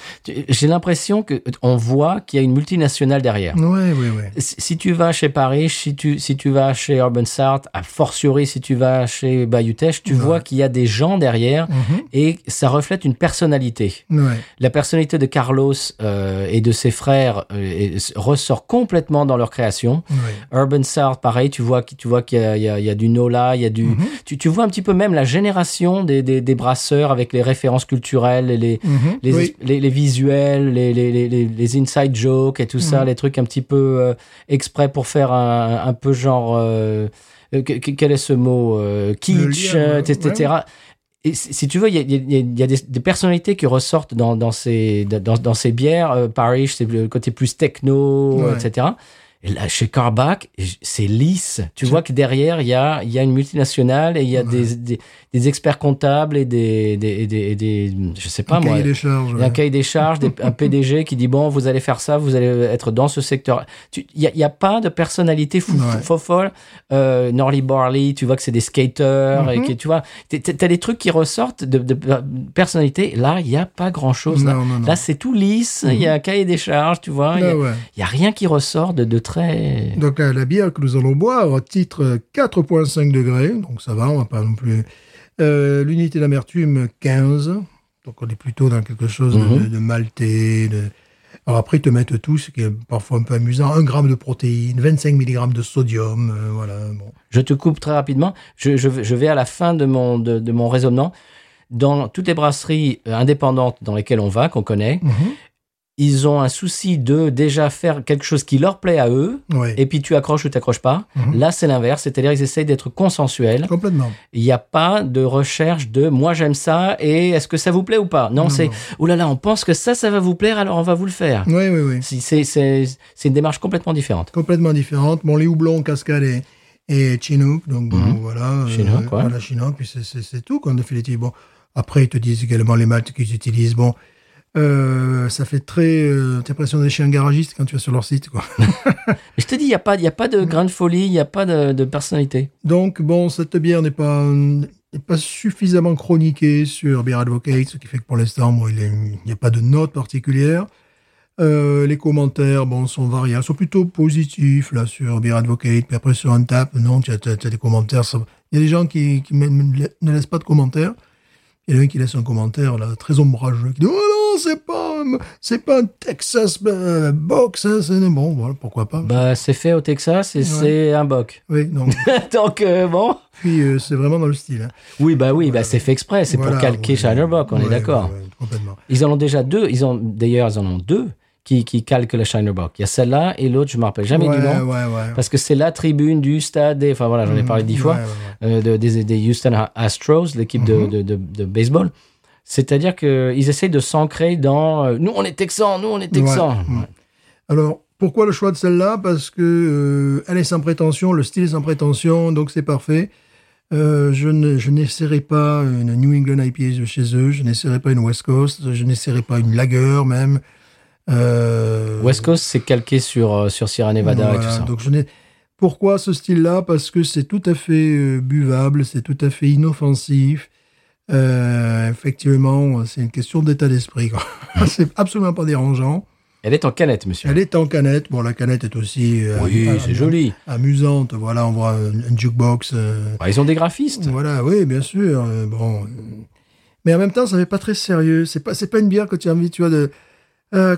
Speaker 1: j'ai l'impression que on voit qu'il y a une multinationale derrière.
Speaker 2: Ouais, ouais, ouais.
Speaker 1: Si si tu vas chez Paris, si tu, si tu vas chez Urban Sart, a fortiori si tu vas chez Bayutech, tu
Speaker 2: Ouais.
Speaker 1: vois qu'il y a des gens derrière
Speaker 2: Mhm.
Speaker 1: et ça reflète une personnalité.
Speaker 2: Ouais.
Speaker 1: La personnalité de Carlos euh, et de ses frères euh, et- s- ressort complètement dans leur création.
Speaker 2: ouais.
Speaker 1: Urban Sart, pareil, tu vois, qui- tu vois qu'il y, a- il y a- il y a du Nola, il y a du...
Speaker 2: Mhm.
Speaker 1: Tu, tu vois un petit peu même la génération des, des, des brasseurs avec les références culturelles, et les,
Speaker 2: Mhm.
Speaker 1: les,
Speaker 2: Oui.
Speaker 1: les, les visuels, les, les, les, les- les inside jokes et tout ça,
Speaker 2: Mhm.
Speaker 1: les trucs un petit peu euh, exprès pour faire un, un peu genre. euh, euh, que- que- quel est ce mot euh, Kitsch,
Speaker 2: lien,
Speaker 1: euh,
Speaker 2: ouais,
Speaker 1: etc. Et si si tu veux, il y a, il y a- il y a- il y a des, des personnalités qui ressortent dans, dans, ces, dans, dans ces bières. Euh, Parrish, c'est le côté plus techno,
Speaker 2: Ouais.
Speaker 1: etc. Et là, chez Carbac, c'est lisse. Tu vois que derrière, il y a, il y a une multinationale et il y a
Speaker 2: Ouais.
Speaker 1: des, des, des experts comptables et des, des, et des, et des- je sais pas
Speaker 2: un
Speaker 1: moi,
Speaker 2: cahier des charges.
Speaker 1: il y a un
Speaker 2: ouais.
Speaker 1: cahier des charges, des- un PDG qui dit bon, vous allez faire ça, vous allez être dans ce secteur. Tu- Il n'y a, il y a pas de personnalité fou,
Speaker 2: Ouais.
Speaker 1: fou- fofolle. Euh, Norley Barley, tu vois que c'est des skaters
Speaker 2: Mm-hmm.
Speaker 1: et que tu vois, t'es- t'es- t'as des trucs qui ressortent de, de personnalité. Là, il n'y a pas grand chose. Là,
Speaker 2: Non, non, non.
Speaker 1: Là, c'est tout lisse. Il y a un cahier des charges, tu vois. Il n'y
Speaker 2: Là,
Speaker 1: a,
Speaker 2: ouais.
Speaker 1: il y a rien qui ressort de, de très.
Speaker 2: Donc euh, la, la bière que nous allons boire titre 4,5 degrés, donc ça va, on va pas non plus. Euh, L'unité d'amertume 15, donc on est plutôt dans quelque chose de-
Speaker 1: Mhm.
Speaker 2: de, de maltais. de- Alors après ils te mettent tout, ce qui est parfois un peu amusant, 1 gramme de protéines, 25 mg de sodium, euh, voilà. Bon.
Speaker 1: Je te coupe très rapidement. Je, je, je vais à la fin de mon, de, de mon raisonnement. Dans toutes les brasseries euh, indépendantes dans lesquelles on va, qu'on connaît, ils ont un souci de déjà faire quelque chose qui leur plaît à eux,
Speaker 2: Ouais.
Speaker 1: et puis tu accroches ou t'accroches pas.
Speaker 2: Mhm.
Speaker 1: Là, c'est l'inverse, c'est-à-dire ils essayent d'être consensuels.
Speaker 2: Complètement.
Speaker 1: Il n'y a pas de recherche de moi j'aime ça et est-ce que ça vous plaît ou pas. Non,
Speaker 2: Non,
Speaker 1: c'est
Speaker 2: non. Mhm.
Speaker 1: oh là là, on pense que ça, ça va vous plaire, alors on va vous le faire.
Speaker 2: Oui, oui, oui.
Speaker 1: Si- C'est c'est- c'est une démarche complètement différente.
Speaker 2: Complètement différente. Bon, les houblons, cascade et, et Chinook, donc bon,
Speaker 1: Mhm.
Speaker 2: voilà. euh,
Speaker 1: Chinook, ouais.
Speaker 2: Voilà, Chinook, puis c'est- c'est c'est tout, quoi, en définitive. Bon, après, ils te disent également les maltes qu'ils utilisent. Bon, euh, ça fait très. Euh, T'as l'impression d'être chez un garagiste quand tu vas sur leur site, quoi.
Speaker 1: Mais je te dis, il n'y a, pas- il y a pas de
Speaker 2: Mhm.
Speaker 1: grain de folie, il n'y a pas de, de personnalité.
Speaker 2: Donc, bon, cette bière n'est pas, n'est pas suffisamment chroniquée sur Beer Advocate, ce qui fait que pour l'instant, bon, il est- il n'y a pas de note particulière. Euh, les commentaires, bon, sont variables, sont plutôt positifs, là, sur Beer Advocate. Puis après, sur Untap, non, tu as, tu as- tu as des commentaires. ça- Il y a des gens qui, qui même ne laissent pas de commentaires. Il y en a un qui laisse un commentaire, là, très ombrageux, qui dit « Oh non, c'est pas, un- c'est pas un Texas euh, box, hein, c'est... » Bon, voilà, pourquoi pas.
Speaker 1: Bah, c'est fait au Texas et c'est un boc.
Speaker 2: Oui, donc,
Speaker 1: Donc, euh, bon.
Speaker 2: puis, euh, c'est vraiment dans le style, hein.
Speaker 1: Oui, bah oui, bah, c'est fait exprès, c'est
Speaker 2: Voilà,
Speaker 1: pour calquer
Speaker 2: ouais.
Speaker 1: Shiner Bock, on
Speaker 2: Ouais,
Speaker 1: est d'accord.
Speaker 2: ouais, ouais, complètement.
Speaker 1: Ils en ont déjà deux. Ils ont d'ailleurs, ils en ont deux qui, qui calquent la Shiner Bock. Il y a celle-là et l'autre, je me rappelle jamais
Speaker 2: ouais,
Speaker 1: du nom.
Speaker 2: Ouais, ouais.
Speaker 1: Parce que c'est la tribune du stade, des- enfin voilà, j'en ai parlé dix
Speaker 2: Ouais,
Speaker 1: fois,
Speaker 2: ouais, ouais. Mm-hmm.
Speaker 1: euh, de- des, des Houston Astros, l'équipe de- de, de- de baseball. C'est-à-dire qu'ils essayent de s'ancrer dans euh, nous on est Texans, nous on est Texans.
Speaker 2: Ouais. Mm. Alors, pourquoi le choix de celle-là Parce que euh, elle est sans prétention, le style est sans prétention, donc c'est parfait. Euh, je ne- je n'essaierai pas une New England IPA de chez eux, je n'essaierai pas une West Coast, je n'essaierai pas une Lager même. Euh,
Speaker 1: West Coast, c'est calqué sur, euh, sur Sierra Nevada et
Speaker 2: Voilà,
Speaker 1: tout ça.
Speaker 2: Donc je n'ai- Pourquoi ce style-là Parce que c'est tout à fait euh, buvable, c'est tout à fait inoffensif. Euh, effectivement, c'est une question d'état d'esprit. quoi. c'est absolument pas dérangeant.
Speaker 1: Elle est en canette, monsieur.
Speaker 2: Elle est en canette. Bon, la canette est aussi euh,
Speaker 1: Oui,
Speaker 2: am-
Speaker 1: c'est joli.
Speaker 2: amusante. Voilà, on voit une, une jukebox. euh,
Speaker 1: Ouais, ils ont des graphistes.
Speaker 2: voilà, oui, bien sûr. euh, bon, euh, mais en même temps, ça fait pas très sérieux. C'est pas, c'est pas une bière que tu as envie, tu vois. De, euh,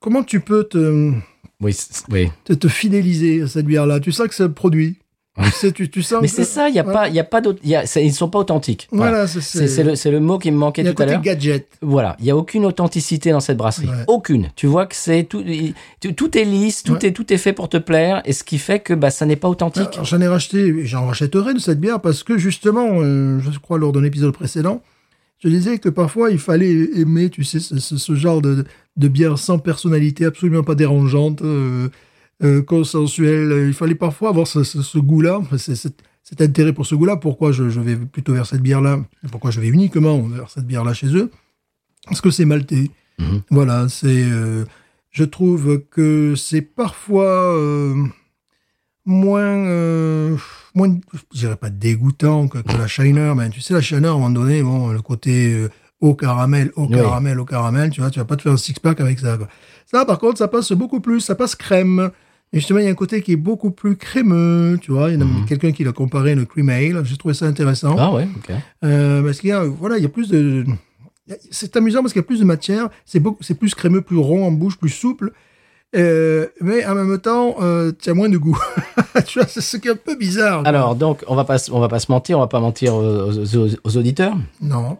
Speaker 2: comment tu peux te
Speaker 1: Oui, c'est- oui.
Speaker 2: te, te fidéliser à cette bière-là. Tu sens que c'est le produit. tu, sais, tu, tu sens
Speaker 1: Mais
Speaker 2: que-
Speaker 1: c'est ça, il y a
Speaker 2: euh, ouais.
Speaker 1: pas, il y a pas d'autre, il y a- c'est- ils sont pas authentiques. Voilà.
Speaker 2: Voilà, c'est-
Speaker 1: C'est c'est le, c'est le mot qui me manquait
Speaker 2: Il y a un
Speaker 1: tout à
Speaker 2: côté
Speaker 1: l'heure.
Speaker 2: gadget.
Speaker 1: Voilà, il y a aucune authenticité dans cette brasserie,
Speaker 2: Ouais.
Speaker 1: aucune. Tu vois que c'est tout, il- tout, tout est lisse, tout
Speaker 2: Ouais. Euh,
Speaker 1: est tout est fait pour te plaire, et ce qui fait que bah ça n'est pas authentique.
Speaker 2: Alors, J'en ai racheté, et j'en rachèterai de cette bière parce que justement, euh, je crois lors d'un épisode précédent, je disais que parfois il fallait aimer, tu sais, ce, ce- ce genre de, de bière sans personnalité, absolument pas dérangeante, euh, euh, consensuelle. Il fallait parfois avoir ce, ce- ce goût-là, c'est- c'est- cet intérêt pour ce goût-là. Pourquoi je, je vais plutôt vers cette bière-là Pourquoi je vais uniquement vers cette bière-là chez eux Parce que c'est maltais.
Speaker 1: Mhm.
Speaker 2: Voilà, c'est. euh, je trouve que c'est parfois. euh, moins, euh, moins, je dirais pas dégoûtant que, que la Shiner, mais tu sais, la Shiner, à un moment donné, bon, le côté euh, au caramel, au
Speaker 1: Oui.
Speaker 2: caramel, au caramel, tu vois, tu vas pas te faire un six-pack avec ça, quoi. Ça, par contre, ça passe beaucoup plus, ça passe crème. Et justement, il y a un côté qui est beaucoup plus crémeux, tu vois. Il y en a
Speaker 1: Mhm.
Speaker 2: quelqu'un qui l'a comparé à une cream ale. J'ai trouvé ça intéressant.
Speaker 1: Ah ouais, ok.
Speaker 2: Euh, parce qu'il y a, voilà, il y a plus de, il y a- c'est amusant parce qu'il y a plus de matière, c'est beaucoup, c'est plus crémeux, plus rond en bouche, plus souple. Euh, mais en même temps, euh, tu as moins de goût. tu vois, c'est ce qui est un peu bizarre. quoi.
Speaker 1: Alors donc on va pas se- on va pas se mentir, on va pas mentir aux, aux- aux auditeurs.
Speaker 2: non.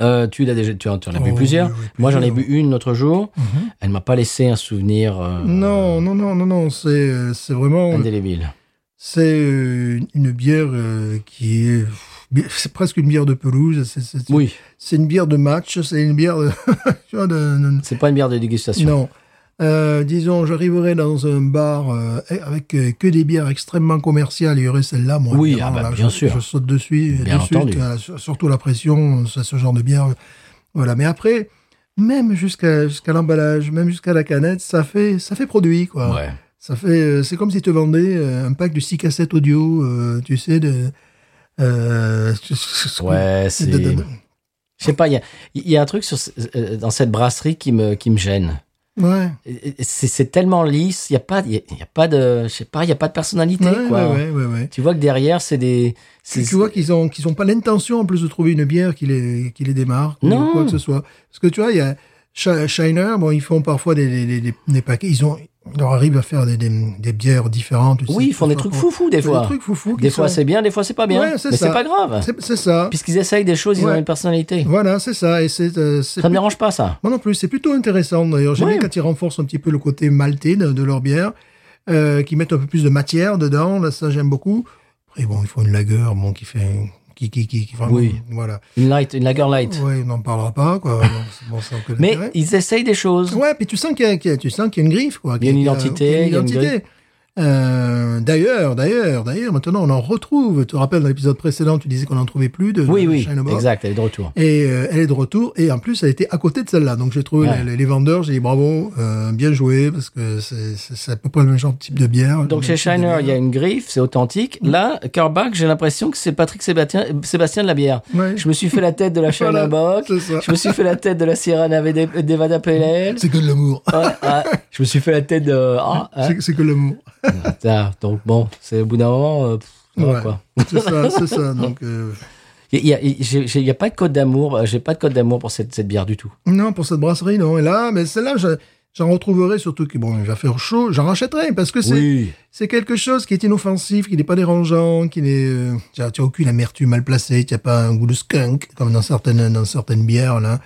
Speaker 1: Euh, tu l'as déjà, tu en, tu en as bu
Speaker 2: Oh,
Speaker 1: plusieurs.
Speaker 2: oui, oui,
Speaker 1: Moi j'en ai bu
Speaker 2: plusieurs. Mhm.
Speaker 1: une l'autre jour. Elle m'a pas laissé un souvenir euh,
Speaker 2: Non, non, non, non, non, c'est, euh, c'est vraiment,
Speaker 1: indélébile.
Speaker 2: c'est euh, une bière euh, qui est, c'est presque une bière de pelouse. C'est, c'est,
Speaker 1: Oui,
Speaker 2: c'est une bière de match. C'est une bière de, tu vois, de, de-
Speaker 1: c'est pas une bière de dégustation.
Speaker 2: Non. Euh, disons, j'arriverais dans un bar euh, avec euh, que des bières extrêmement commerciales, il y aurait celle-là, moi.
Speaker 1: Oui,
Speaker 2: évidemment,
Speaker 1: ah bah,
Speaker 2: là,
Speaker 1: bien
Speaker 2: je,
Speaker 1: sûr.
Speaker 2: Je saute dessus,
Speaker 1: Bien
Speaker 2: de suite,
Speaker 1: entendu.
Speaker 2: euh, sur- surtout la pression, ça, ce genre de bière. euh, Voilà, mais après, même jusqu'à jusqu'à l'emballage, même jusqu'à la canette, ça fait, ça fait produit, quoi.
Speaker 1: Ouais.
Speaker 2: Ça fait, euh, c'est comme si tu vendais euh, un pack de 6 cassettes audio, euh, tu sais, de. euh, ce- ce- ce-
Speaker 1: Ouais, c'est.
Speaker 2: de- de-
Speaker 1: Je sais pas, il y a, il y a un truc sur, ce- euh, dans cette brasserie qui me, qui me gêne.
Speaker 2: ouais.
Speaker 1: Et- et C'est c'est tellement lisse, il y a pas, il y a, il y a pas de, je sais pas, il y a pas de personnalité,
Speaker 2: Ouais,
Speaker 1: quoi. hein
Speaker 2: ouais, ouais, ouais, ouais.
Speaker 1: Tu vois que derrière, c'est des. c'est-
Speaker 2: Tu, tu vois qu'ils ont qu'ils ont pas l'intention en plus de trouver une bière qui les qui les démarque
Speaker 1: Non.
Speaker 2: ou quoi que ce soit. Parce que tu vois, il y a Shi- Shiner, bon, ils font parfois des des, des- des- des paquets, ils ont ils leur arrivent à faire des, des, des bières différentes. tu
Speaker 1: Oui,
Speaker 2: sais,
Speaker 1: ils font des
Speaker 2: parfois,
Speaker 1: trucs foufous, des
Speaker 2: Des
Speaker 1: fois.
Speaker 2: trucs foufous. qui
Speaker 1: Des fois,
Speaker 2: sont-
Speaker 1: c'est bien, des fois, c'est pas bien.
Speaker 2: Ouais, c'est
Speaker 1: Mais
Speaker 2: ça.
Speaker 1: c'est pas grave.
Speaker 2: c'est c'est ça.
Speaker 1: Puisqu'ils essayent des choses, ils
Speaker 2: Ouais.
Speaker 1: ont une personnalité.
Speaker 2: Voilà, c'est ça et c'est euh, c'est
Speaker 1: Ça me
Speaker 2: plus-
Speaker 1: dérange pas, ça.
Speaker 2: moi non plus, c'est plutôt intéressant d'ailleurs. J'aime
Speaker 1: Ouais.
Speaker 2: bien quand ils renforcent un petit peu le côté maltais de, de leur bière, euh, qu'ils mettent un peu plus de matière dedans. Là, ça j'aime beaucoup. Après bon, il faut une lagueur, bon, qui fait qui qui qui, qui vraiment,
Speaker 1: Oui.
Speaker 2: voilà.
Speaker 1: Une light, une lager light.
Speaker 2: Oui, on n'en parlera pas, quoi. Donc, c'est bon, ça, on connaît
Speaker 1: Mais
Speaker 2: l'intérêt.
Speaker 1: ils essayent des choses.
Speaker 2: Ouais, puis tu sens qu'il y, a- qu'il y a- tu sens qu'il y a une griffe, quoi.
Speaker 1: Il y a une
Speaker 2: qu'il
Speaker 1: identité,
Speaker 2: qu'il y a
Speaker 1: il y a une griffe.
Speaker 2: Euh, d'ailleurs, d'ailleurs, d'ailleurs, maintenant on en retrouve. Tu te rappelles dans l'épisode précédent, tu disais qu'on n'en trouvait plus de
Speaker 1: Oui,
Speaker 2: de
Speaker 1: oui,
Speaker 2: Shine Above.
Speaker 1: exact, elle est de retour.
Speaker 2: Et euh, elle est de retour, et en plus elle était à côté de celle-là. Donc j'ai trouvé
Speaker 1: Ouais.
Speaker 2: les, les vendeurs, j'ai dit bravo, euh, bien joué, parce que c'est- c'est c'est à peu près le même genre de type de bière.
Speaker 1: Donc
Speaker 2: le
Speaker 1: chez
Speaker 2: même type de
Speaker 1: Shiner, il y a
Speaker 2: bière.
Speaker 1: une griffe, c'est authentique.
Speaker 2: Mm.
Speaker 1: Là, Carback, j'ai l'impression que c'est Patrick Sébastien, Sébastien de la bière.
Speaker 2: Ouais.
Speaker 1: Je me suis fait la tête de la Shiner
Speaker 2: Voilà,
Speaker 1: Bock,
Speaker 2: c'est ça.
Speaker 1: je me suis fait la tête de la Sierra Nevada Nevada Pale Ale.
Speaker 2: C'est que de l'amour.
Speaker 1: Ouais, ouais, je me suis fait la tête de. ah, hein.
Speaker 2: C'est- C'est que de l'amour.
Speaker 1: Ah, donc bon, c'est au bout d'un moment, euh, pff, ça va,
Speaker 2: Ouais.
Speaker 1: quoi.
Speaker 2: C'est ça, c'est ça. Donc euh,
Speaker 1: Il n'y a, il- j'ai- j'ai- il y a pas de code d'amour, euh, j'ai pas de code d'amour pour cette, cette bière du tout.
Speaker 2: Non, pour cette brasserie, non. Et là, mais celle-là, je- j'en retrouverai surtout que, bon, il va faire chaud, j'en rachèterai parce que c'est
Speaker 1: Oui.
Speaker 2: c'est quelque chose qui est inoffensif, qui n'est pas dérangeant, qui n'est. euh, Tu n'as aucune amertume mal placée, tu n'as pas un goût de skunk, comme dans certaines, dans certaines bières, là,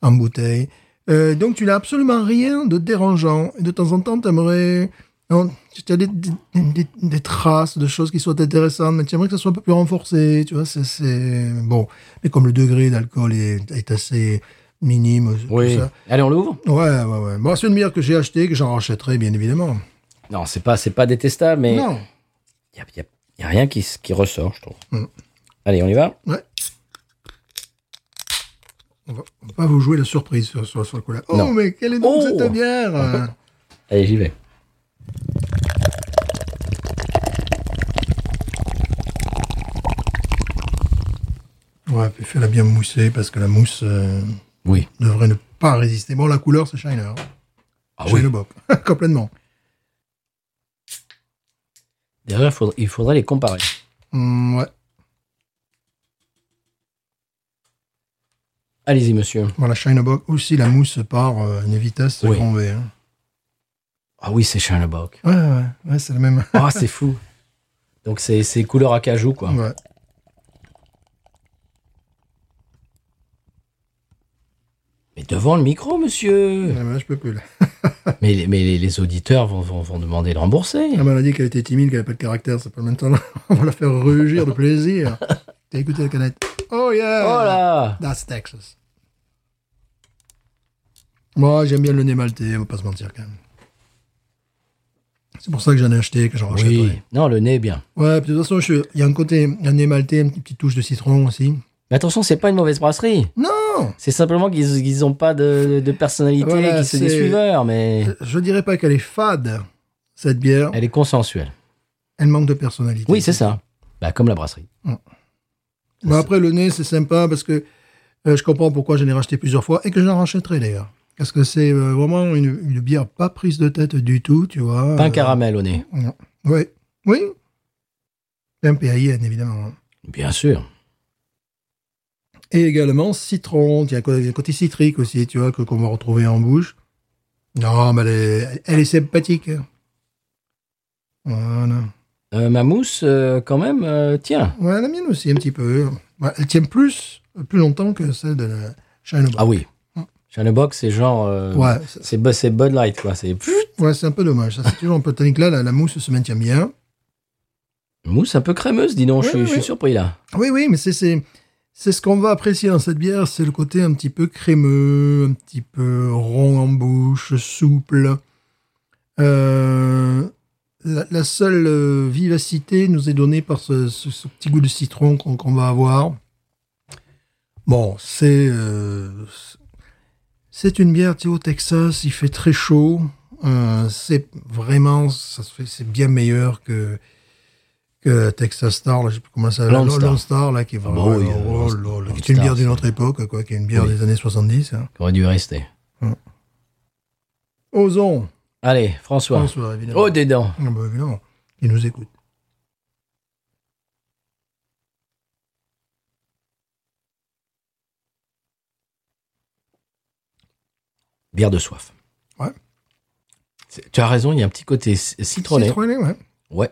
Speaker 2: en bouteille. Euh, donc, tu n'as absolument rien de dérangeant. Et de temps en temps, tu aimerais. non, Tu as des, des- des- des traces de choses qui soient intéressantes, mais tu aimerais que ça soit un peu plus renforcé, tu vois. c'est- C'est. Bon. Mais comme le degré d'alcool est, est assez minime, tout
Speaker 1: Oui.
Speaker 2: ça.
Speaker 1: Allez, on l'ouvre
Speaker 2: Ouais, ouais, ouais. Bon, c'est une bière que j'ai achetée, que j'en rachèterai, bien évidemment.
Speaker 1: Non, c'est pas, c'est pas détestable, mais
Speaker 2: Non.
Speaker 1: il n'y a, y a rien qui, s- qui ressort, je trouve.
Speaker 2: Mm.
Speaker 1: Allez, on y va
Speaker 2: Ouais. On va, on va pas vous jouer la surprise sur, sur- sur le coup là. Oh,
Speaker 1: Non.
Speaker 2: mais quelle est donc
Speaker 1: Oh
Speaker 2: cette bière euh,
Speaker 1: Allez, j'y vais.
Speaker 2: Ouais, puis fais-la bien mousser parce que la mousse euh,
Speaker 1: Oui.
Speaker 2: devrait ne pas résister. Bon, la couleur, c'est Shiner.
Speaker 1: Ah
Speaker 2: Shiner Bock. Complètement.
Speaker 1: Derrière, faudra- il faudrait les comparer.
Speaker 2: Hmm, ouais.
Speaker 1: Allez-y, monsieur.
Speaker 2: Bon, la Shiner Bock aussi, la mousse part euh, à une vitesse
Speaker 1: Oui.
Speaker 2: grand V. hein.
Speaker 1: Ah oui, c'est Shinebock.
Speaker 2: Ouais, ouais, ouais, ouais, c'est la même.
Speaker 1: Ah, c'est fou. Donc, c'est, c'est couleur acajou, quoi.
Speaker 2: ouais.
Speaker 1: Mais devant le micro, monsieur
Speaker 2: Ah, mais là, je peux plus. Là.
Speaker 1: Mais, les- mais les, les auditeurs vont, vont, vont demander de rembourser.
Speaker 2: Ah, mais on a dit qu'elle était timide, qu'elle n'avait pas de caractère, c'est pas maintenant. on va la faire rugir de plaisir. T'as écouté la canette. Oh yeah!
Speaker 1: Oh là
Speaker 2: That's Texas. Moi, j'aime bien le nez maltais, on va pas se mentir quand même. C'est pour ça que j'en ai acheté, que j'en rachèterai.
Speaker 1: Oui. Non, le nez est bien.
Speaker 2: Ouais, puis de toute façon, je- il y a un côté, un nez maltais, une petite touche de citron aussi.
Speaker 1: Mais attention, c'est pas une mauvaise brasserie.
Speaker 2: Non
Speaker 1: C'est simplement qu'ils qu'ils ont pas de, de personnalité,
Speaker 2: Voilà,
Speaker 1: qu'ils c'est des
Speaker 2: c'est-
Speaker 1: suiveurs, mais
Speaker 2: Je dirais pas qu'elle est fade, cette bière.
Speaker 1: elle est consensuelle.
Speaker 2: Elle manque de personnalité.
Speaker 1: Oui, c'est ça. Bah, comme la brasserie.
Speaker 2: Mais après, le nez, c'est sympa parce que euh, je comprends pourquoi j'en ai racheté plusieurs fois et que j'en rachèterai d'ailleurs. Parce que c'est euh, vraiment une, une bière pas prise de tête du tout, tu vois.
Speaker 1: Pas un
Speaker 2: Euh,
Speaker 1: caramel au nez.
Speaker 2: Oui. Oui. Un PAIN, évidemment. hein.
Speaker 1: Bien sûr.
Speaker 2: Et également citron. Il y a un cô- un côté citrique aussi, tu vois, que qu'on va retrouver en bouche. Non, mais elle est, elle est sympathique. Voilà.
Speaker 1: Euh, ma mousse, euh, quand même, euh, tiens.
Speaker 2: Ouais, la mienne aussi, un petit peu. Ouais, elle tient plus, plus longtemps que celle de la Shine
Speaker 1: Ah oui. Box, c'est genre. euh,
Speaker 2: Mm. Ouais, c'est-
Speaker 1: C'est Bu- c'est Bud Light, quoi. C'est pfff,
Speaker 2: ouais, c'est un peu dommage. Ça, c'est toujours un peu tonique. Là, la, la mousse se maintient bien.
Speaker 1: une mousse un peu crémeuse, dis donc. je,
Speaker 2: Ouais,
Speaker 1: suis, je
Speaker 2: ouais.
Speaker 1: suis surpris, là.
Speaker 2: Oui, oui, mais c'est, c'est, c'est ce qu'on va apprécier dans cette bière, c'est le côté un petit peu crémeux, un petit peu rond en bouche, souple. Euh, la, la seule euh, vivacité nous est donnée par ce, ce- ce petit goût de citron qu'on qu'on va avoir. Bon, c'est euh, c'est une bière tu sais, au Texas. Il fait très chaud. Euh, c'est vraiment ça se fait- c'est bien meilleur que que Texas Star. Là, je sais plus comment ça. la-
Speaker 1: Lone Star.
Speaker 2: Lone Star là qui est
Speaker 1: Ah
Speaker 2: vraiment
Speaker 1: bah oui,
Speaker 2: oh,
Speaker 1: Lone-
Speaker 2: là là, qui
Speaker 1: Lone
Speaker 2: est une
Speaker 1: Star,
Speaker 2: bière d'une
Speaker 1: c'est-
Speaker 2: autre époque quoi, qui est une bière
Speaker 1: Oui.
Speaker 2: des années 70. Hein.
Speaker 1: Aurait dû rester.
Speaker 2: Ozon,
Speaker 1: Allez, François.
Speaker 2: François évidemment.
Speaker 1: Oh, des dents.
Speaker 2: Ah bah évidemment, il nous écoute.
Speaker 1: Bière de soif.
Speaker 2: Ouais.
Speaker 1: C'est- Tu as raison, il y a un petit côté c- citronné.
Speaker 2: Citronné, ouais.
Speaker 1: Ouais.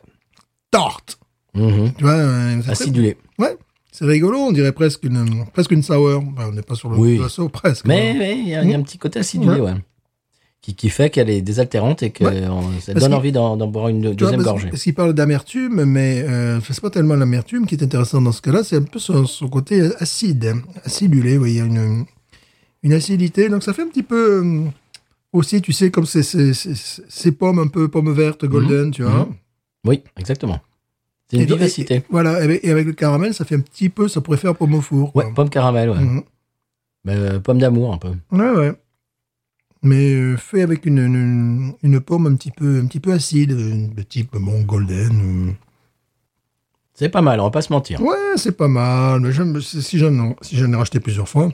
Speaker 2: Tarte.
Speaker 1: Mhm.
Speaker 2: Tu vois, euh, c'est très-
Speaker 1: Acidulé.
Speaker 2: c'est rigolo, on dirait presque une, presque une sour. Ben, on n'est pas sur le
Speaker 1: Oui.
Speaker 2: de la sour, presque. hein.
Speaker 1: Mais mais il y, a il y a un petit côté acidulé, ouais. Qui, qui fait qu'elle est désaltérante et que
Speaker 2: Ouais.
Speaker 1: on- ça
Speaker 2: Parce
Speaker 1: donne
Speaker 2: que-
Speaker 1: envie d'en d'en boire une
Speaker 2: Tu vois,
Speaker 1: deuxième
Speaker 2: parce-
Speaker 1: gorgée.
Speaker 2: Parce qu'il parle d'amertume, mais euh, c'est pas tellement l'amertume qui est intéressant dans ce cas-là, c'est un peu son, son côté acide, hein, acidulé. vous voyez, il y a une, une acidité. Donc ça fait un petit peu euh, aussi, tu sais, comme ces, ces, ces- ces pommes un peu pommes vertes, golden, tu vois.
Speaker 1: Oui, exactement. C'est Mhm. une
Speaker 2: Et donc-
Speaker 1: vivacité.
Speaker 2: et- voilà, et avec, et avec le caramel, ça fait un petit peu, ça pourrait faire pomme au four. quoi.
Speaker 1: Ouais, pomme caramel, ouais.
Speaker 2: Mhm.
Speaker 1: Mais, euh, pomme d'amour, un peu.
Speaker 2: Ouais, ouais. Mais euh, fait avec une, une, une pomme un petit peu, un petit peu acide, euh, de type bon, golden.
Speaker 1: C'est pas mal, on va pas se mentir.
Speaker 2: euh. Ouais, c'est pas mal. Mais j'aime- si si j'en ai- si j'en ai racheté plusieurs fois.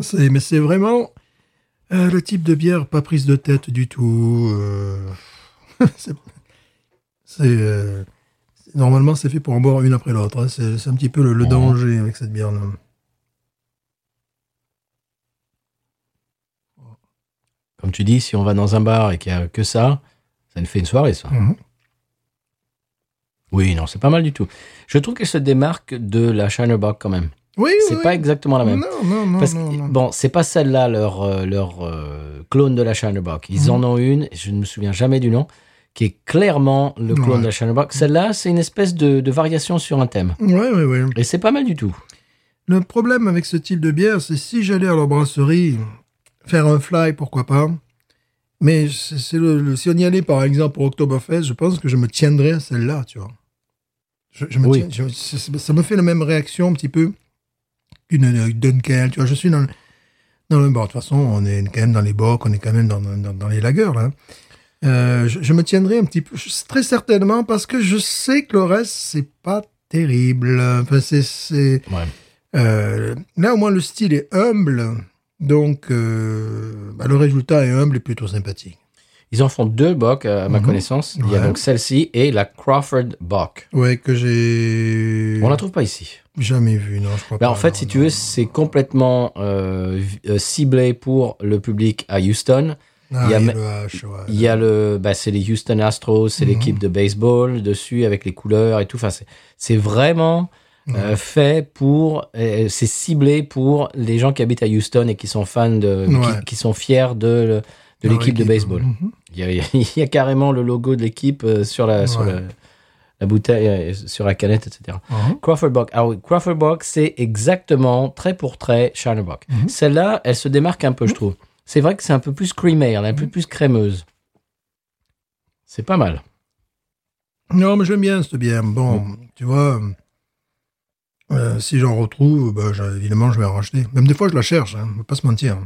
Speaker 2: C'est- Mais c'est vraiment euh, le type de bière pas prise de tête du tout. euh. c'est. c'est, euh, c'est- Normalement, c'est fait pour en boire une après l'autre. hein. C'est c'est un petit peu le, le
Speaker 1: Ouais.
Speaker 2: danger avec cette bière-là.
Speaker 1: Comme tu dis, si on va dans un bar et qu'il y a que ça, ça ne fait une soirée, ça.
Speaker 2: Mhm.
Speaker 1: Oui, non, c'est pas mal du tout. Je trouve qu'elle se démarque de la Shinerbock quand même.
Speaker 2: Oui,
Speaker 1: C'est
Speaker 2: oui,
Speaker 1: pas
Speaker 2: oui.
Speaker 1: exactement la même.
Speaker 2: Non, non, non.
Speaker 1: Parce que,
Speaker 2: non, non.
Speaker 1: bon, c'est pas celle-là leur, euh, leur euh, clone de la Shinerbock. Ils
Speaker 2: Mhm.
Speaker 1: en ont une, je ne me souviens jamais du nom, qui est clairement le clone
Speaker 2: Ouais.
Speaker 1: de la Shinerbock. Celle-là, c'est une espèce de, de variation sur un thème.
Speaker 2: Ouais, ouais, ouais.
Speaker 1: Et c'est pas mal du tout.
Speaker 2: Le problème avec ce type de bière, c'est si j'allais à leur brasserie faire un fly, pourquoi pas. Mais c'est c'est le, le- si on y allait par exemple pour Oktoberfest, je pense que je me tiendrais à celle-là, tu vois. Je, je me
Speaker 1: Oui.
Speaker 2: tiens- je- ça- ça- ça me fait la même réaction un petit peu qu'une euh, Dunkel, tu vois. Je suis dans le, dans le bon, de toute façon, on est quand même dans les bocs, on est quand même dans, dans- dans les lagers là. Euh, je, je me tiendrai un petit peu, je- très certainement, parce que je sais que le reste, c'est pas terrible. Enfin, c'est- c'est,
Speaker 1: Ouais.
Speaker 2: euh, là, au moins, le style est humble. Donc, euh, bah, le résultat est humble et plutôt sympathique.
Speaker 1: Ils en font deux Bock, à ma
Speaker 2: Mhm.
Speaker 1: connaissance. Il y a
Speaker 2: Ouais.
Speaker 1: donc celle-ci et la Crawford Bock.
Speaker 2: Ouais, que j'ai
Speaker 1: On la trouve pas ici.
Speaker 2: jamais vu, non, je crois
Speaker 1: Bah,
Speaker 2: pas.
Speaker 1: en fait,
Speaker 2: non,
Speaker 1: si
Speaker 2: non,
Speaker 1: tu veux,
Speaker 2: non.
Speaker 1: c'est complètement euh, vi- euh, ciblé pour le public à Houston.
Speaker 2: Ah,
Speaker 1: il y a
Speaker 2: oui,
Speaker 1: ma-
Speaker 2: le H, ouais.
Speaker 1: Il y a le, bah, c'est les Houston Astros, c'est
Speaker 2: Mhm.
Speaker 1: l'équipe de baseball dessus avec les couleurs et tout. Enfin, c'est- c'est vraiment euh, fait pour, euh, c'est ciblé pour les gens qui habitent à Houston et qui sont fans de,
Speaker 2: Ouais.
Speaker 1: qui, qui sont fiers de, de
Speaker 2: Dans
Speaker 1: l'équipe de baseball.
Speaker 2: Mhm.
Speaker 1: Il y, a, il y a carrément le logo de l'équipe euh, sur la, sur
Speaker 2: Ouais.
Speaker 1: la, la bouteille, euh, sur la canette, etc.
Speaker 2: Mhm.
Speaker 1: Crawford Bock. Ah oui, Crawford Bock, c'est exactement trait pour trait Shiner Bock.
Speaker 2: Mhm.
Speaker 1: Celle-là, elle se démarque un peu, je trouve. C'est vrai que c'est un peu plus creamer, elle est un
Speaker 2: Mhm.
Speaker 1: peu plus crémeuse. C'est pas mal.
Speaker 2: Non, mais j'aime bien cette bière. Bon,
Speaker 1: Mhm.
Speaker 2: tu vois, euh, si j'en retrouve, bah, je- évidemment, je vais en racheter. Même des fois, je la cherche, hein, on va pas se mentir.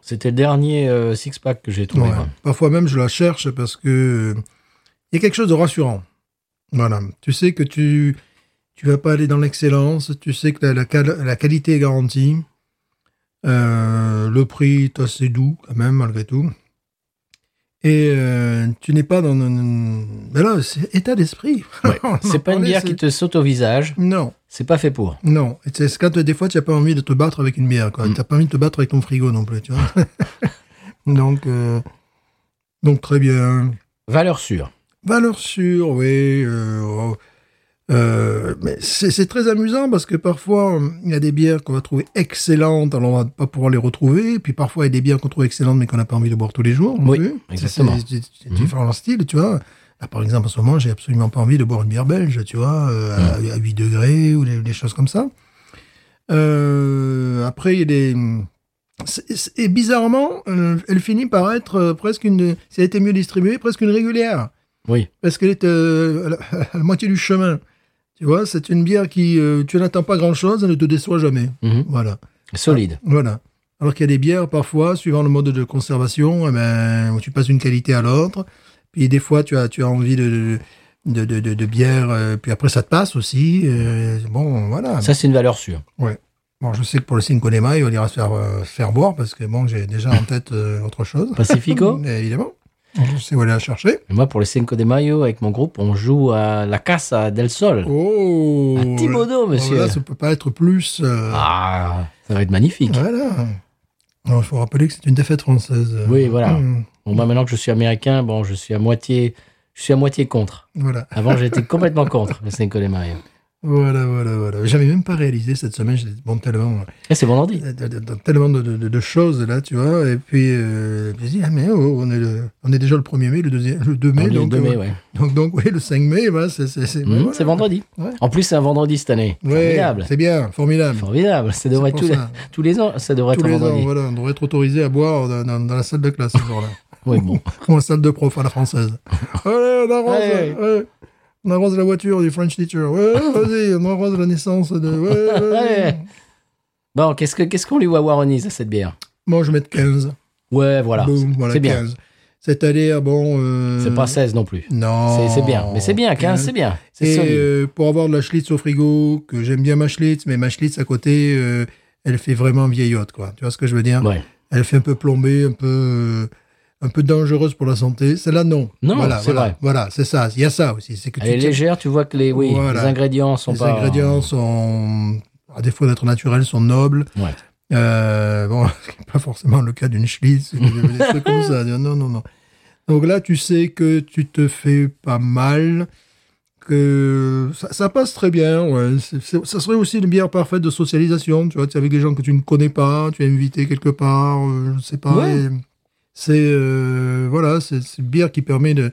Speaker 1: C'était le dernier euh, six-pack que j'ai trouvé.
Speaker 2: Ouais.
Speaker 1: moi.
Speaker 2: Parfois même, je la cherche parce que il y a quelque chose de rassurant. Voilà. Tu sais que tu tu vas pas aller dans l'excellence. Tu sais que la, la cal- la qualité est garantie. Euh, le prix est assez doux quand même malgré tout. Et euh, tu n'es pas dans un ben là, c'est état d'esprit.
Speaker 1: Ouais.
Speaker 2: On en
Speaker 1: C'est pas une
Speaker 2: parlait,
Speaker 1: bière
Speaker 2: c'est-
Speaker 1: qui te saute au visage,
Speaker 2: Non,
Speaker 1: c'est pas fait pour.
Speaker 2: non. Et C'est c'est quand euh, des fois tu n'as pas envie de te battre avec une bière. quoi.
Speaker 1: Mm.
Speaker 2: Tu n'as pas envie de te battre avec ton frigo non plus. Tu vois. donc, euh, donc très bien.
Speaker 1: Valeur sûre.
Speaker 2: Valeur sûre, oui. euh, oh, euh, mais c'est c'est très amusant parce que parfois, hum, il y a des bières qu'on va trouver excellentes, alors on va pas pouvoir les retrouver. Et puis parfois, il y a des bières qu'on trouve excellentes, mais qu'on n'a pas envie de boire tous les jours. non
Speaker 1: Oui,
Speaker 2: plus.
Speaker 1: exactement.
Speaker 2: C'est- C'est c'est
Speaker 1: Mhm.
Speaker 2: différents styles, tu vois. Là, par exemple, en ce moment, j'ai absolument pas envie de boire une bière belge, tu vois, euh, à-
Speaker 1: Mhm.
Speaker 2: à, 8 degrés ou des, des choses comme ça. Euh, après, il y a des, c'est- c'est- Et bizarrement, euh, elle finit par être euh, presque une, si elle était mieux distribuée, presque une régulière.
Speaker 1: Oui.
Speaker 2: Parce qu'elle est euh, à, la, à la moitié du chemin. Tu vois, c'est une bière qui, euh, tu n'attends pas grand chose, elle ne te déçoit jamais.
Speaker 1: Mhm.
Speaker 2: Voilà.
Speaker 1: Solide.
Speaker 2: Voilà. Alors qu'il y a des bières, parfois, suivant le mode de conservation, eh ben, où tu passes d'une qualité à l'autre. Puis des fois, tu as, tu as envie de, de, de, de, de bière, euh, puis après, ça te passe aussi. euh, bon, voilà.
Speaker 1: Ça, c'est une valeur sûre.
Speaker 2: Bon, je sais que pour le Cinco de Mayo, il ira se faire, euh, se faire boire, parce que bon, j'ai déjà en tête euh, autre chose.
Speaker 1: Pacifico
Speaker 2: Mais Évidemment. Je sais où aller la chercher.
Speaker 1: Et Moi, pour le Cinco de Mayo, avec mon groupe, on joue à la Casa del Sol.
Speaker 2: Oh
Speaker 1: à Thibaudot, monsieur.
Speaker 2: Là, ça peut pas être plus. euh,
Speaker 1: Ah, ça va être magnifique.
Speaker 2: Voilà. Il faut rappeler que c'est une défaite française.
Speaker 1: Oui, voilà.
Speaker 2: Hum,
Speaker 1: Bon, moi, maintenant que je suis américain, bon, je suis à moitié, je suis à moitié contre.
Speaker 2: voilà.
Speaker 1: Avant, j'étais complètement contre le Cinco de Mayo.
Speaker 2: Voilà, voilà, voilà. J'avais même pas réalisé cette semaine, j'étais bon, tellement,
Speaker 1: Et Eh, c'est vendredi.
Speaker 2: euh, de- de- de- tellement de, de- de- de choses là, tu vois. Et puis, euh, je me dis, ah, mais oh, on, est le- on est déjà le 1er mai, le, deuxième, le 2 mai.
Speaker 1: Vendredi
Speaker 2: donc,
Speaker 1: le 2 mai,
Speaker 2: euh,
Speaker 1: ouais.
Speaker 2: donc, donc, oui, le 5 mai, voilà, c'est c'est- c'est-
Speaker 1: Mhm,
Speaker 2: voilà.
Speaker 1: C'est vendredi.
Speaker 2: Ouais.
Speaker 1: En plus, c'est un vendredi cette année.
Speaker 2: Ouais,
Speaker 1: Formidable.
Speaker 2: C'est bien, formidable.
Speaker 1: Formidable. Ça devrait
Speaker 2: pour
Speaker 1: tous les,
Speaker 2: ça.
Speaker 1: tous les ans, ça devrait
Speaker 2: Tous
Speaker 1: être un
Speaker 2: les ans,
Speaker 1: vendredi.
Speaker 2: voilà, on devrait être autorisé à boire dans, dans- dans la salle de classe ce jour-là.
Speaker 1: Oui, bon.
Speaker 2: Ou en salle de prof à la française. Allez, on arrose,
Speaker 1: Allez.
Speaker 2: ouais. On arrose la voiture du French teacher. Ouais, vas-y, on arrose la naissance de. Ouais, vas-y.
Speaker 1: Allez. Bon, qu'est-ce que- qu'est-ce qu'on lui waronise à cette bière
Speaker 2: Moi, je vais mettre 15.
Speaker 1: Ouais, voilà.
Speaker 2: Boum, voilà,
Speaker 1: Bah, c'est bien.
Speaker 2: 15. C'est-à-dire, bon. euh,
Speaker 1: C'est pas 16 non plus.
Speaker 2: Non.
Speaker 1: C'est- C'est bien. Mais c'est bien, 15, c'est bien. C'est
Speaker 2: Et
Speaker 1: solide.
Speaker 2: euh, pour avoir de la Schlitz au frigo, que j'aime bien ma Schlitz, mais ma Schlitz à côté, euh, elle fait vraiment vieillotte, quoi. Tu vois ce que je veux dire
Speaker 1: Ouais.
Speaker 2: Elle fait un peu plombée, un peu. euh, un peu dangereuse pour la santé. Celle-là, non.
Speaker 1: Non,
Speaker 2: voilà,
Speaker 1: c'est
Speaker 2: voilà,
Speaker 1: vrai.
Speaker 2: Voilà, c'est ça. Il y a ça aussi. C'est que
Speaker 1: Elle est
Speaker 2: tu-
Speaker 1: légère, tu vois que les, oui,
Speaker 2: Voilà.
Speaker 1: les ingrédients sont
Speaker 2: les
Speaker 1: pas.
Speaker 2: ingrédients sont, à défaut d'être naturels, sont nobles.
Speaker 1: Ouais.
Speaker 2: Euh, bon, ce qui n'est pas forcément le cas d'une schlitz, ou des trucs comme ça. Non, non, non. Donc là, tu sais que tu te fais pas mal, que ça, ça passe très bien. ouais. C'est- c'est- ça serait aussi une bière parfaite de socialisation. Tu vois, tu es avec des gens que tu ne connais pas, tu es invité quelque part, euh, je ne sais pas.
Speaker 1: Ouais.
Speaker 2: et C'est euh, voilà, c'est c'est une bière qui permet de,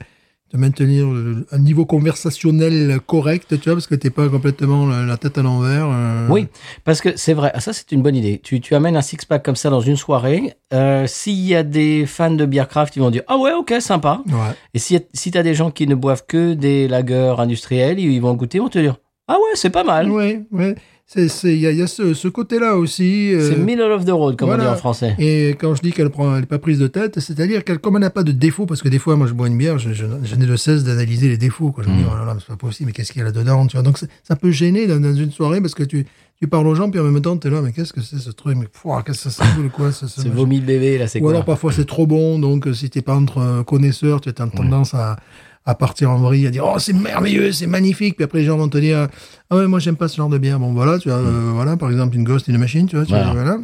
Speaker 2: de maintenir euh, un niveau conversationnel correct, tu vois, parce que t'es pas complètement la, la tête à l'envers. euh.
Speaker 1: Oui, parce que c'est vrai, Ah, ça c'est une bonne idée. Tu, tu amènes un six-pack comme ça dans une soirée. euh, S'il y a des fans de bière craft, ils vont dire Ah ouais, ok, sympa.
Speaker 2: Ouais.
Speaker 1: Et si, si tu as des gens qui ne boivent que des lagers industriels, ils vont goûter, ils vont te dire Ah ouais, c'est pas mal.
Speaker 2: Ouais, ouais. C'est, c'est, il y a, il y a ce, ce côté-là aussi. euh,
Speaker 1: c'est middle of the road, comme on
Speaker 2: voilà.
Speaker 1: dit en français.
Speaker 2: Et quand je dis qu'elle prend, elle n'est pas prise de tête, c'est-à-dire qu'elle, comme elle n'a pas de défaut, parce que des fois, moi, je bois une bière, je, je- je n'ai de cesse d'analyser les défauts. Quoi. Je
Speaker 1: Mm.
Speaker 2: me dis, oh là là, mais c'est pas possible, mais qu'est-ce qu'il y a là-dedans tu vois Donc, c'est- ça peut gêner dans, dans une soirée parce que tu, tu parles aux gens, puis en même temps, tu es là, mais qu'est-ce que c'est ce truc Mais pouah, qu'est-ce que ça coule, quoi ce- ce
Speaker 1: C'est
Speaker 2: machin
Speaker 1: vomi de bébé, là, c'est
Speaker 2: Ou
Speaker 1: quoi
Speaker 2: alors parfois c'est trop bon, donc euh, si t'es pas entre euh, connaisseurs, tu as tendance à, à partir en vrille, à dire oh c'est merveilleux, c'est magnifique, puis après les gens vont te dire ah ouais moi j'aime pas ce genre de bière. Bon voilà, tu as euh, voilà par exemple une Ghost in the Machine, tu vois, tu-
Speaker 1: Mm. Voilà.
Speaker 2: voilà.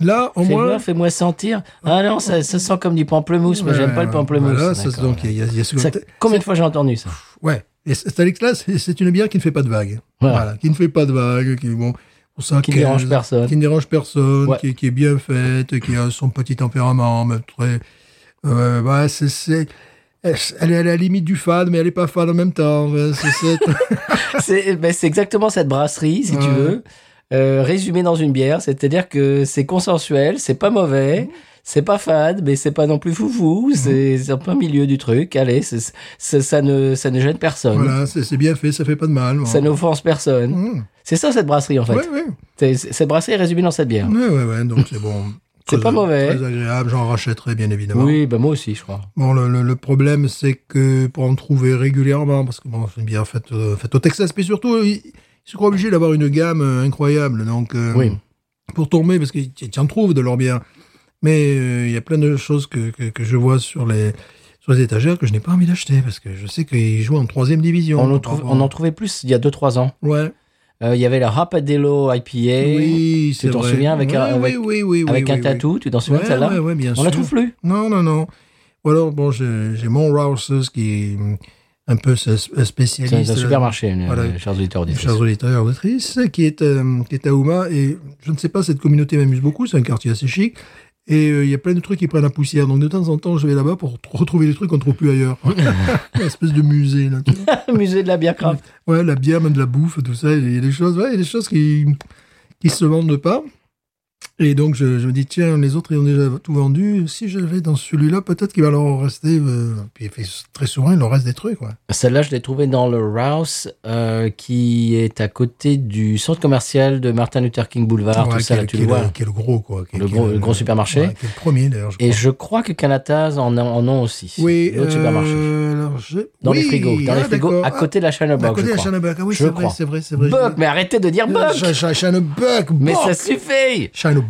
Speaker 2: Là au
Speaker 1: Fais-moi
Speaker 2: moins
Speaker 1: fais-moi sentir. Ah non, ça, ça sent comme du pamplemousse, mais
Speaker 2: Ouais,
Speaker 1: j'aime pas le
Speaker 2: ouais,
Speaker 1: pamplemousse.
Speaker 2: voilà, ça, c'est-
Speaker 1: D'accord.
Speaker 2: donc il y a- il y a ce
Speaker 1: Ça,
Speaker 2: côté-
Speaker 1: combien de fois j'ai entendu ça
Speaker 2: Ouais. Et c'est Alex là, c'est c'est une bière qui ne fait pas de vagues.
Speaker 1: Voilà.
Speaker 2: Voilà. Qui ne fait pas de vagues, qui, bon, pour ça,
Speaker 1: Qui ne dérange personne.
Speaker 2: Qui ne dérange personne,
Speaker 1: Ouais.
Speaker 2: qui, qui est bien faite, qui a son petit tempérament, mais très, euh, ouais, c'est, c'est, elle est à la limite du fade, mais elle est pas fade en même temps. Ouais, C'est, c'est-
Speaker 1: C'est ben, c'est exactement cette brasserie, si tu
Speaker 2: Ouais.
Speaker 1: veux, euh, résumée dans une bière. C'est-à-dire que c'est consensuel, c'est pas
Speaker 2: Mmh.
Speaker 1: mauvais, c'est pas fade, mais c'est pas non plus foufou. C'est c'est en plein milieu du truc. Allez, c'est- c'est- ça, ne, ça ne gêne personne.
Speaker 2: voilà, c'est, c'est bien fait, ça fait pas de mal.
Speaker 1: Ça n'offense personne.
Speaker 2: Mmh.
Speaker 1: C'est ça cette brasserie en fait.
Speaker 2: Ouais, Mmh. ouais.
Speaker 1: C'est- c'est- Cette brasserie est résumée dans cette bière.
Speaker 2: Ouais, ouais, ouais, donc c'est bon.
Speaker 1: C'est
Speaker 2: Très-
Speaker 1: pas mauvais.
Speaker 2: Très agréable, j'en rachèterai bien évidemment.
Speaker 1: Oui, ben moi aussi, je crois.
Speaker 2: Bon, le, le- le problème, c'est que pour en trouver régulièrement, parce que bon, c'est une bière faite, euh, faite au Texas, mais surtout, ils, ils sont obligés d'avoir une gamme euh, incroyable. Donc, euh,
Speaker 1: Oui.
Speaker 2: pour tomber, parce que tu tu en trouves de leur bière. Mais euh, il y a plein de choses que, que, que je vois sur les, sur les étagères que je n'ai pas envie d'acheter, parce que je sais qu'ils jouent en troisième division.
Speaker 1: On en,
Speaker 2: Par
Speaker 1: trouve-
Speaker 2: rapport-
Speaker 1: on en trouvait plus il y a 2-3 ans.
Speaker 2: Ouais.
Speaker 1: Euh, Il y avait la Rapadelo IPA
Speaker 2: oui, c'est
Speaker 1: t'en
Speaker 2: vrai.
Speaker 1: souviens avec
Speaker 2: Ouais,
Speaker 1: un- avec-
Speaker 2: oui, oui, oui, oui,
Speaker 1: avec
Speaker 2: oui,
Speaker 1: un
Speaker 2: oui.
Speaker 1: tatou. Tu t'en souviens de
Speaker 2: Ouais,
Speaker 1: celle-là
Speaker 2: ouais, ouais, bien
Speaker 1: On la
Speaker 2: sûr.
Speaker 1: trouve plus.
Speaker 2: Non, non, non. Ou alors, bon, j'ai j'ai mon Rouses qui est mm, un peu ce- ce
Speaker 1: C'est un
Speaker 2: spécialiste. là,
Speaker 1: supermarché, euh,
Speaker 2: Voilà.
Speaker 1: chers auditeurs auditrices.
Speaker 2: Chers auditeurs et auditrices, qui est, euh, qui est à Houma, et je ne sais pas, cette communauté m'amuse beaucoup, c'est un quartier assez chic, et euh, il y a plein de trucs qui prennent la poussière, donc de temps en temps, je vais là-bas pour tr- retrouver des trucs qu'on ne trouve plus ailleurs. Une espèce de musée, là, tu vois.
Speaker 1: Musée de la bière craft.
Speaker 2: Ouais, la bière, même de la bouffe, tout ça, il y a des choses, ouais, il y a des choses qui, qui se vendent pas. Et donc, je, je me dis, tiens, les autres, ils ont déjà tout vendu. Si je vais dans celui-là, peut-être qu'il va leur rester. euh, Puis, fait- très souvent, il leur reste des trucs, quoi.
Speaker 1: Celle-là, je l'ai trouvée dans le Rouse, euh, qui est à côté du centre commercial de Martin Luther King Boulevard.
Speaker 2: Ouais,
Speaker 1: Bah, tout ça,
Speaker 2: qui est-
Speaker 1: là, tu le
Speaker 2: qui est
Speaker 1: vois.
Speaker 2: Qui est le gros, quoi. qui est-
Speaker 1: Le
Speaker 2: qui est
Speaker 1: gros- le gros supermarché.
Speaker 2: ouais, qui est le premier, d'ailleurs, je
Speaker 1: Et
Speaker 2: crois.
Speaker 1: je crois que Canataz en, a- en ont aussi.
Speaker 2: Oui,
Speaker 1: L'autre supermarché.
Speaker 2: euh, alors, je-
Speaker 1: Dans
Speaker 2: oui,
Speaker 1: les frigos. Dans
Speaker 2: ah,
Speaker 1: les frigos,
Speaker 2: d'accord.
Speaker 1: à
Speaker 2: Ah,
Speaker 1: côté de la China
Speaker 2: à
Speaker 1: Bog,
Speaker 2: côté
Speaker 1: je
Speaker 2: de la
Speaker 1: crois.
Speaker 2: Channebuck. Ah oui,
Speaker 1: Je
Speaker 2: c'est vrai,
Speaker 1: crois.
Speaker 2: c'est vrai, c'est vrai.
Speaker 1: Buck, mais arrêtez de dire Buck
Speaker 2: Channebuck,
Speaker 1: Mais ça suffit
Speaker 2: Channebuck.